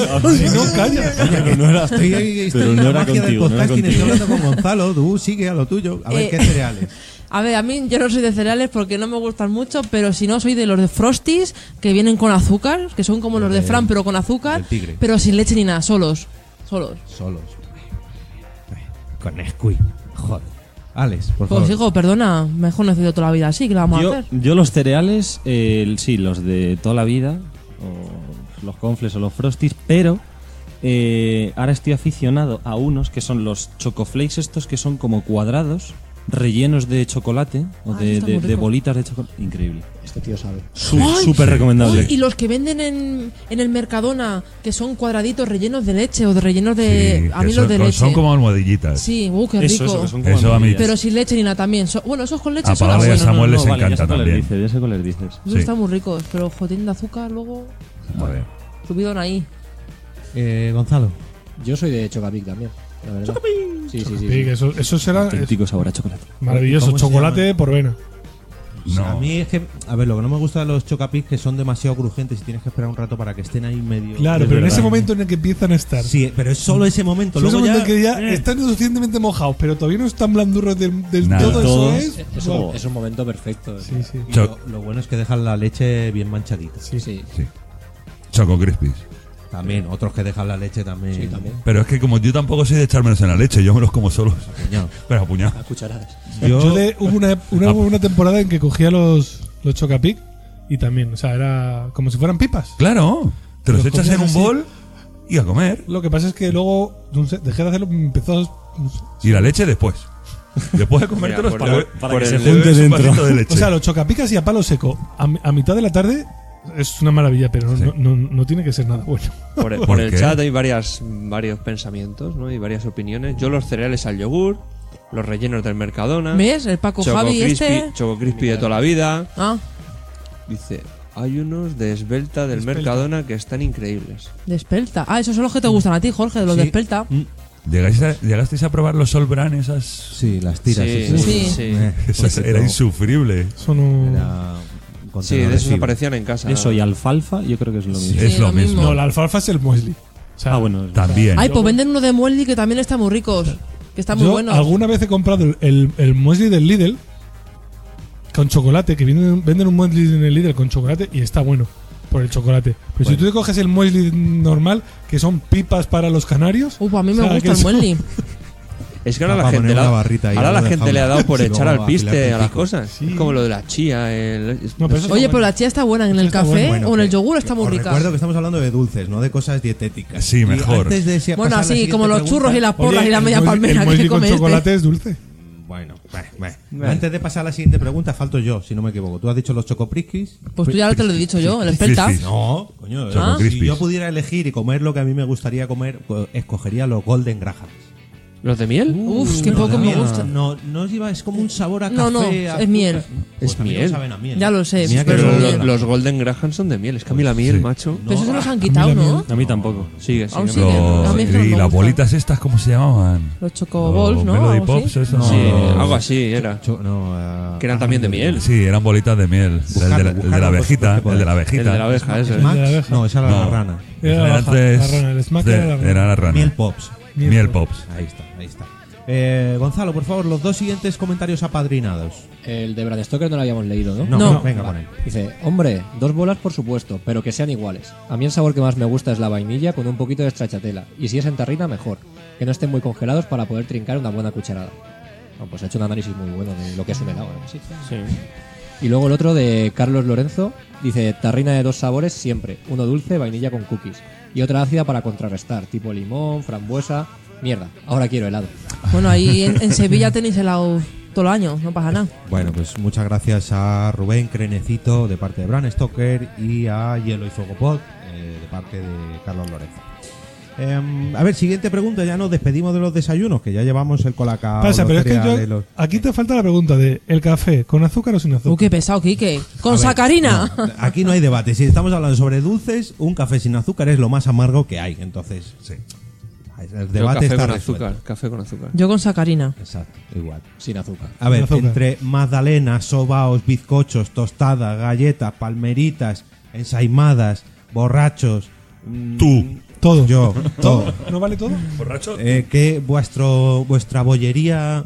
Speaker 12: no, calla.
Speaker 7: Pero que no era,
Speaker 2: Estoy, ahí- estoy
Speaker 7: pero
Speaker 2: en la
Speaker 7: no era
Speaker 2: magia del
Speaker 7: contigo, no era
Speaker 2: podcasting, estoy
Speaker 7: contigo.
Speaker 2: hablando con Gonzalo, tú sigue a lo tuyo. A ver,
Speaker 4: Eh.
Speaker 2: ¿qué cereales?
Speaker 4: A ver, a mí yo no soy de cereales porque no me gustan mucho, pero si no soy de los de Frosties que vienen con azúcar, que son como los de Fran pero con
Speaker 2: Eh,
Speaker 4: azúcar,
Speaker 2: del tigre.
Speaker 4: pero sin leche ni nada, solos, solos.
Speaker 2: Solos. Con Nesquik. Joder. Alex, por favor.
Speaker 4: Pues hijo, perdona, me he conocido toda la vida así, ¿qué le vamos
Speaker 7: yo,
Speaker 4: a hacer?
Speaker 7: yo los cereales, eh, el- sí, los de toda la vida, o los confles o los frosties, pero eh, ahora estoy aficionado a unos que son los chocoflakes estos que son como cuadrados, rellenos de chocolate o
Speaker 4: Ah,
Speaker 7: de,
Speaker 4: está muy
Speaker 7: de- de
Speaker 4: rico.
Speaker 7: bolitas de chocolate. Increíble.
Speaker 14: Este tío sabe.
Speaker 7: Su-
Speaker 4: ¡Ay!
Speaker 7: Súper recomendable.
Speaker 4: Uy, y los que venden en, en el Mercadona, que son cuadraditos rellenos de leche o de rellenos de...
Speaker 11: Sí,
Speaker 4: a
Speaker 11: que
Speaker 4: mí
Speaker 11: son,
Speaker 4: los de
Speaker 11: con-
Speaker 4: leche.
Speaker 11: son como almohadillitas.
Speaker 4: Sí, uh, qué rico.
Speaker 7: Eso, eso, Ah, que
Speaker 11: Eso
Speaker 7: son
Speaker 11: a
Speaker 7: como
Speaker 11: mí-
Speaker 7: almohadillas.
Speaker 4: Pero sin leche ni nada también. So- bueno, esos con leche
Speaker 11: A
Speaker 4: son
Speaker 11: Paola y a
Speaker 4: buenos.
Speaker 11: Samuel les
Speaker 7: vale, ya
Speaker 11: encanta
Speaker 7: sé cuál
Speaker 11: también.
Speaker 7: dices, ya sé cuál les dices.
Speaker 4: Esos
Speaker 11: sí.
Speaker 4: están muy ricos, pero jodín de azúcar luego...
Speaker 11: A ver.
Speaker 4: Subidón ahí.
Speaker 2: Eh, Gonzalo.
Speaker 14: Yo soy de Chocapic también, la verdad. Sí, sí, sí.
Speaker 12: Sí, que eso, eso será es
Speaker 7: Auténtico sabor a chocolate.
Speaker 12: maravilloso.
Speaker 2: ¿Cómo se
Speaker 12: Chocolate por vena.
Speaker 11: No.
Speaker 2: A mí es que, a ver, lo que no me gusta de los chocapic es que son demasiado crujientes y tienes que esperar un rato para que estén ahí medio.
Speaker 12: Claro,
Speaker 7: Es
Speaker 12: pero en
Speaker 7: verdad.
Speaker 12: ese momento en el que empiezan a estar.
Speaker 2: Sí, pero es solo ese momento.
Speaker 12: Es ese
Speaker 2: Luego
Speaker 12: momento
Speaker 2: ya.
Speaker 12: en que ya están lo suficientemente mojados, pero todavía no están blandurros del, del
Speaker 11: Nada.
Speaker 12: todo. Eso
Speaker 7: Todos.
Speaker 12: es.
Speaker 14: Es
Speaker 12: Wow.
Speaker 14: un, es un momento perfecto.
Speaker 12: Sí, sí.
Speaker 2: Y
Speaker 11: Choc-
Speaker 2: Lo, lo bueno es que dejan la leche bien manchadita.
Speaker 14: sí. sí.
Speaker 11: sí. Choco Crispies.
Speaker 2: También, otros que dejan la leche también.
Speaker 14: Sí, también.
Speaker 11: Pero es que como yo tampoco soy de echármelos en la leche, yo me los como solos.
Speaker 2: Coño.
Speaker 11: Pero apuñado.
Speaker 14: A cucharadas.
Speaker 2: Yo,
Speaker 12: Yo de- hubo una, una, hubo una temporada en que cogía los, los Chocapic y también, o sea, era como si fueran pipas.
Speaker 11: Claro, te los,
Speaker 12: Los
Speaker 11: echas en un
Speaker 12: comías así.
Speaker 11: bol y a comer.
Speaker 12: Lo que pasa es que luego, no sé, dejé de hacerlo, me empezó a- no sé.
Speaker 11: Y la leche después. Después de comértelos
Speaker 3: Mira, por-
Speaker 11: para,
Speaker 3: por el-
Speaker 11: le bebes un vasito de leche.
Speaker 12: O sea, los Chocapicas y a palo seco, a, mi- a mitad de la tarde, es una maravilla, pero no, no, no tiene que ser nada bueno.
Speaker 3: Por el,
Speaker 11: ¿Por
Speaker 3: por el
Speaker 11: qué?
Speaker 3: chat hay varias, varios pensamientos ¿no? y varias opiniones. Yo los cereales al yogur, los rellenos del Mercadona.
Speaker 4: ¿Ves? El Paco
Speaker 3: Choco
Speaker 4: Javi
Speaker 3: Crispy,
Speaker 4: este.
Speaker 3: Choco Crispy de toda la vida.
Speaker 4: Ah,
Speaker 3: Dice, hay unos de esbelta del Mercadona que están increíbles.
Speaker 4: de espelta. Ah, esos son los que te gustan a ti, Jorge, de los
Speaker 2: Sí.
Speaker 4: de espelta.
Speaker 11: ¿Llegáis a- ¿Llegasteis a probar los Solbran? Esas,
Speaker 2: sí, las tiras.
Speaker 4: sí, sí.
Speaker 2: Eh,
Speaker 11: esas- era insufrible.
Speaker 12: Eso no.
Speaker 2: Era un
Speaker 3: Sí,
Speaker 2: contenedor
Speaker 3: de esos
Speaker 2: fibra.
Speaker 3: aparecían en casa.
Speaker 7: Eso y alfalfa, yo creo que es lo mismo.
Speaker 11: es lo
Speaker 4: lo mismo.
Speaker 11: mismo.
Speaker 12: No, la alfalfa es el muesli. O sea,
Speaker 7: Ah, bueno.
Speaker 11: También.
Speaker 4: Ay, pues venden uno de Mueldi que también está muy ricos. Que está muy
Speaker 12: yo
Speaker 4: bueno.
Speaker 12: alguna vez he comprado el, el, el muesli del Lidl con chocolate, que vienen- venden un muesli en el líder con chocolate y está bueno por el chocolate. Pero si
Speaker 7: Bueno.
Speaker 12: tú te coges el muesli normal, que son pipas para los canarios.
Speaker 4: Uf, a mí me
Speaker 12: o sea,
Speaker 4: gusta
Speaker 12: que
Speaker 4: el
Speaker 12: son-
Speaker 4: muesli.
Speaker 3: Es que ahora
Speaker 12: Va
Speaker 3: la
Speaker 12: a
Speaker 3: gente,
Speaker 12: poner
Speaker 3: le
Speaker 12: una
Speaker 3: ha-
Speaker 12: barrita ahí,
Speaker 3: ahora la
Speaker 12: algo de
Speaker 3: gente le ha
Speaker 12: jamón.
Speaker 3: dado por
Speaker 12: Sí,
Speaker 3: echar
Speaker 12: luego
Speaker 3: al
Speaker 12: va a afilar
Speaker 3: piste
Speaker 12: el
Speaker 3: a las
Speaker 12: pico.
Speaker 3: cosas. Es como lo de la chía. el-
Speaker 4: Oye, pero la chía está buena en el
Speaker 12: está
Speaker 4: café
Speaker 12: buena.
Speaker 4: o en
Speaker 12: Bueno,
Speaker 4: el yogur, está muy
Speaker 2: Os
Speaker 4: rica.
Speaker 2: recuerdo que estamos hablando de dulces, no de cosas dietéticas.
Speaker 11: Sí,
Speaker 2: Y
Speaker 11: mejor.
Speaker 2: antes de si-
Speaker 4: Bueno,
Speaker 2: pasar la
Speaker 4: así
Speaker 2: siguiente
Speaker 4: como los
Speaker 2: pregunta-
Speaker 4: churros y las porras
Speaker 2: Oye,
Speaker 4: y la
Speaker 2: el
Speaker 4: media
Speaker 2: muesli-
Speaker 4: palmera
Speaker 2: el
Speaker 4: que te
Speaker 2: muesli con
Speaker 4: comiste.
Speaker 2: chocolate
Speaker 12: es dulce.
Speaker 2: Bueno, bah, bah. antes de pasar a la siguiente pregunta, falto yo, si no me equivoco. Tú has dicho los chocopriskis.
Speaker 4: Pues tú ya te lo he dicho yo, el Ah.
Speaker 2: Priskis.
Speaker 4: experta.
Speaker 2: No, coño,
Speaker 4: Choco
Speaker 2: eh, si
Speaker 4: Crispis.
Speaker 2: yo pudiera elegir y comer lo que a mí me gustaría comer, co- escogería los Golden Grahams. Uh,
Speaker 3: ¿Los de miel?
Speaker 4: Uf, qué poco me gusta.
Speaker 2: No, no es, iba- es como un sabor a café.
Speaker 4: No, no,
Speaker 2: a-
Speaker 4: es miel.
Speaker 2: Pues
Speaker 3: Es
Speaker 2: a mí no
Speaker 3: miel.
Speaker 2: saben a miel.
Speaker 4: Ya lo sé,
Speaker 2: Mira que
Speaker 3: pero
Speaker 2: son
Speaker 3: lo-
Speaker 2: miel.
Speaker 3: los Golden Graham son de miel. Es que a mí la miel, macho.
Speaker 4: Pero eso se los han quitado, ¿no?
Speaker 3: A mí tampoco. Sigue, sigue.
Speaker 4: Aún sigue, Los- a mí es que no me
Speaker 11: y las
Speaker 4: gustan.
Speaker 11: bolitas estas, ¿cómo se llamaban?
Speaker 4: Los chocoballs, ¿no?
Speaker 11: Melody
Speaker 4: Algo
Speaker 11: Pops,
Speaker 4: así.
Speaker 11: esas.
Speaker 3: Sí,
Speaker 11: No.
Speaker 3: algo así era.
Speaker 2: eh.
Speaker 3: que eran también de miel.
Speaker 11: Sí, eran bolitas de miel. el, de la, el de la abejita, el de la abejita.
Speaker 3: El de la abeja, eso.
Speaker 2: Max?
Speaker 12: El de la abeja.
Speaker 2: No, esa era la
Speaker 11: No.
Speaker 2: rana.
Speaker 12: Era la
Speaker 11: Eran
Speaker 12: abeja,
Speaker 11: tres-
Speaker 12: la rana, el smack
Speaker 11: de-
Speaker 12: era la rana.
Speaker 11: era la rana.
Speaker 2: Miel Pops.
Speaker 11: Miel Miel Pops. Pops.
Speaker 2: Ahí está, ahí está. Eh, Gonzalo, por favor, los dos siguientes comentarios apadrinados.
Speaker 5: El de Brad Stoker no lo habíamos leído, ¿no?
Speaker 2: No, No. venga,
Speaker 5: Vale.
Speaker 2: con
Speaker 5: Dice, hombre, dos bolas por supuesto, pero que sean iguales. A mí el sabor que más me gusta es la vainilla con un poquito de stracciatella. Y si es en tarrina, mejor. Que no estén muy congelados para poder trincar una buena cucharada. Bueno, pues ha hecho un análisis muy bueno de lo que es un helado. ¿eh? Sí. Y luego el otro de Carlos Lorenzo dice, tarrina de dos sabores siempre. Uno dulce, vainilla con cookies. Y otra ácida para contrarrestar, tipo limón, frambuesa... Mierda, ahora quiero helado.
Speaker 4: Bueno, ahí en, en Sevilla tenéis helado todo el año, no pasa nada.
Speaker 2: Bueno, pues muchas gracias a Rubén Crenecito de parte de Bran Stoker y a Hielo y Fuego Pod eh, de parte de Carlos Lorenzo. Em, a ver, siguiente pregunta. Ya nos despedimos de los desayunos, que ya llevamos el colacao.
Speaker 12: Pasa,
Speaker 2: los
Speaker 12: pero es que
Speaker 2: cereales,
Speaker 12: yo-
Speaker 2: los-
Speaker 12: aquí te falta la pregunta de ¿el café con azúcar o sin azúcar?
Speaker 4: Uy, qué pesado, Quique.
Speaker 2: A
Speaker 4: Con
Speaker 2: ver,
Speaker 4: sacarina.
Speaker 2: no, aquí no hay debate. Si estamos hablando sobre dulces, un café sin azúcar es lo más amargo que hay. Entonces, el
Speaker 3: Pero
Speaker 2: debate
Speaker 3: café
Speaker 2: está
Speaker 3: con
Speaker 2: resuelto.
Speaker 3: azúcar. Café con azúcar.
Speaker 4: Yo con sacarina.
Speaker 2: Exacto, igual.
Speaker 5: Sin azúcar.
Speaker 2: A ver,
Speaker 3: Sin azúcar.
Speaker 2: entre magdalenas, sobaos, bizcochos, tostadas, galletas, palmeritas, ensaimadas, borrachos.
Speaker 11: Tú.
Speaker 12: Todo.
Speaker 2: Yo.
Speaker 12: ¿Todo?
Speaker 2: Todo.
Speaker 12: ¿No vale todo?
Speaker 11: ¿Borracho?
Speaker 2: Eh, que vuestro, vuestra bollería,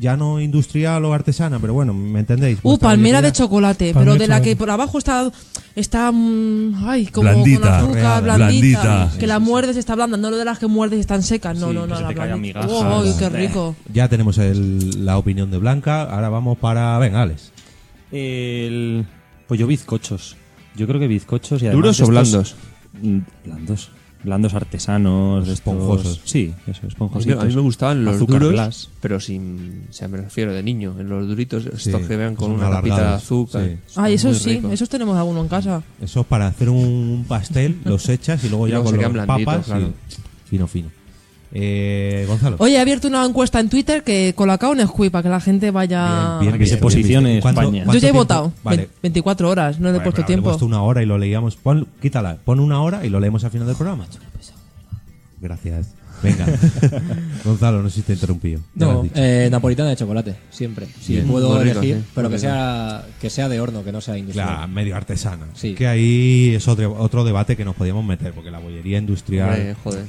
Speaker 2: ya no industrial o artesana, pero bueno, ¿me entendéis?
Speaker 4: Uh,
Speaker 2: Vuestra
Speaker 4: palmera
Speaker 2: bollería-
Speaker 4: de chocolate,
Speaker 2: Pues Palmera de
Speaker 4: pero de la que
Speaker 2: chocolate.
Speaker 4: por abajo está está mm, ay, como con
Speaker 11: Blandita.
Speaker 4: azúcar,
Speaker 11: Torreada.
Speaker 4: blandita,
Speaker 11: Blandita.
Speaker 4: que la muerdes está blanda, no lo de las que muerdes y están secas, no,
Speaker 7: Sí,
Speaker 4: no,
Speaker 7: que
Speaker 4: no,
Speaker 7: se
Speaker 4: la
Speaker 7: te caigan
Speaker 4: blandita.
Speaker 7: migajas.
Speaker 4: Oh, oh, qué
Speaker 7: Bleh.
Speaker 4: rico.
Speaker 2: Ya tenemos el- la opinión de Blanca, ahora vamos para. Venga, Alex.
Speaker 7: El... Pues yo bizcochos. Yo creo que bizcochos y además
Speaker 3: ¿Duros
Speaker 7: de
Speaker 3: o
Speaker 7: estos- Mm, Blandos. Blandos artesanos. de estos-
Speaker 3: Esponjosos.
Speaker 7: Sí, eso, esponjositos.
Speaker 3: A mí me gustaban los
Speaker 7: Azúcar
Speaker 3: duros,
Speaker 7: glass.
Speaker 3: pero sin. O sea, me refiero de niño. En los duritos, estos
Speaker 2: Sí,
Speaker 3: que vean con
Speaker 2: son
Speaker 3: una capita de
Speaker 2: alargados,
Speaker 3: azúcar.
Speaker 2: sí.
Speaker 3: Son
Speaker 4: Ay, eso
Speaker 3: muy
Speaker 4: sí,
Speaker 3: ricos.
Speaker 4: esos tenemos alguno en casa.
Speaker 2: Eso es para hacer un pastel, los echas y luego
Speaker 3: Y
Speaker 2: ya
Speaker 3: luego
Speaker 2: con
Speaker 3: se
Speaker 2: los
Speaker 3: quedan blanditos,
Speaker 2: papas. y-
Speaker 3: claro.
Speaker 2: Fino, fino. Eh, Gonzalo.
Speaker 4: Oye, he abierto una encuesta en Twitter que colacao en escuí para que la gente vaya
Speaker 2: Bien, bien,
Speaker 7: se
Speaker 2: bien,
Speaker 7: posicione
Speaker 2: bien. ¿Cuánto-
Speaker 7: España.
Speaker 2: cuánto
Speaker 4: Yo ya he
Speaker 2: tiempo?
Speaker 4: votado.
Speaker 2: Vale.
Speaker 4: Ve- 24 horas, no le he
Speaker 2: Bueno,
Speaker 4: puesto
Speaker 2: pero habré
Speaker 4: tiempo.
Speaker 2: puesto una hora y lo leíamos. Pon- quítala, pon una hora y lo leemos al final del programa. Gracias. Venga. Gonzalo, no sé si te he interrumpido. Ya lo
Speaker 5: No,
Speaker 2: has dicho.
Speaker 5: eh, napolitana de chocolate, siempre. Si
Speaker 2: Bien.
Speaker 5: puedo
Speaker 2: Muy rica,
Speaker 5: elegir,
Speaker 2: sí,
Speaker 5: pero
Speaker 2: muy
Speaker 5: que
Speaker 2: rica.
Speaker 5: sea, que sea de horno, que no sea industrial.
Speaker 2: La medio artesana.
Speaker 5: Sí.
Speaker 2: Que ahí es otro, otro debate que nos podíamos meter, porque la bollería industrial.
Speaker 3: Hombre, joder.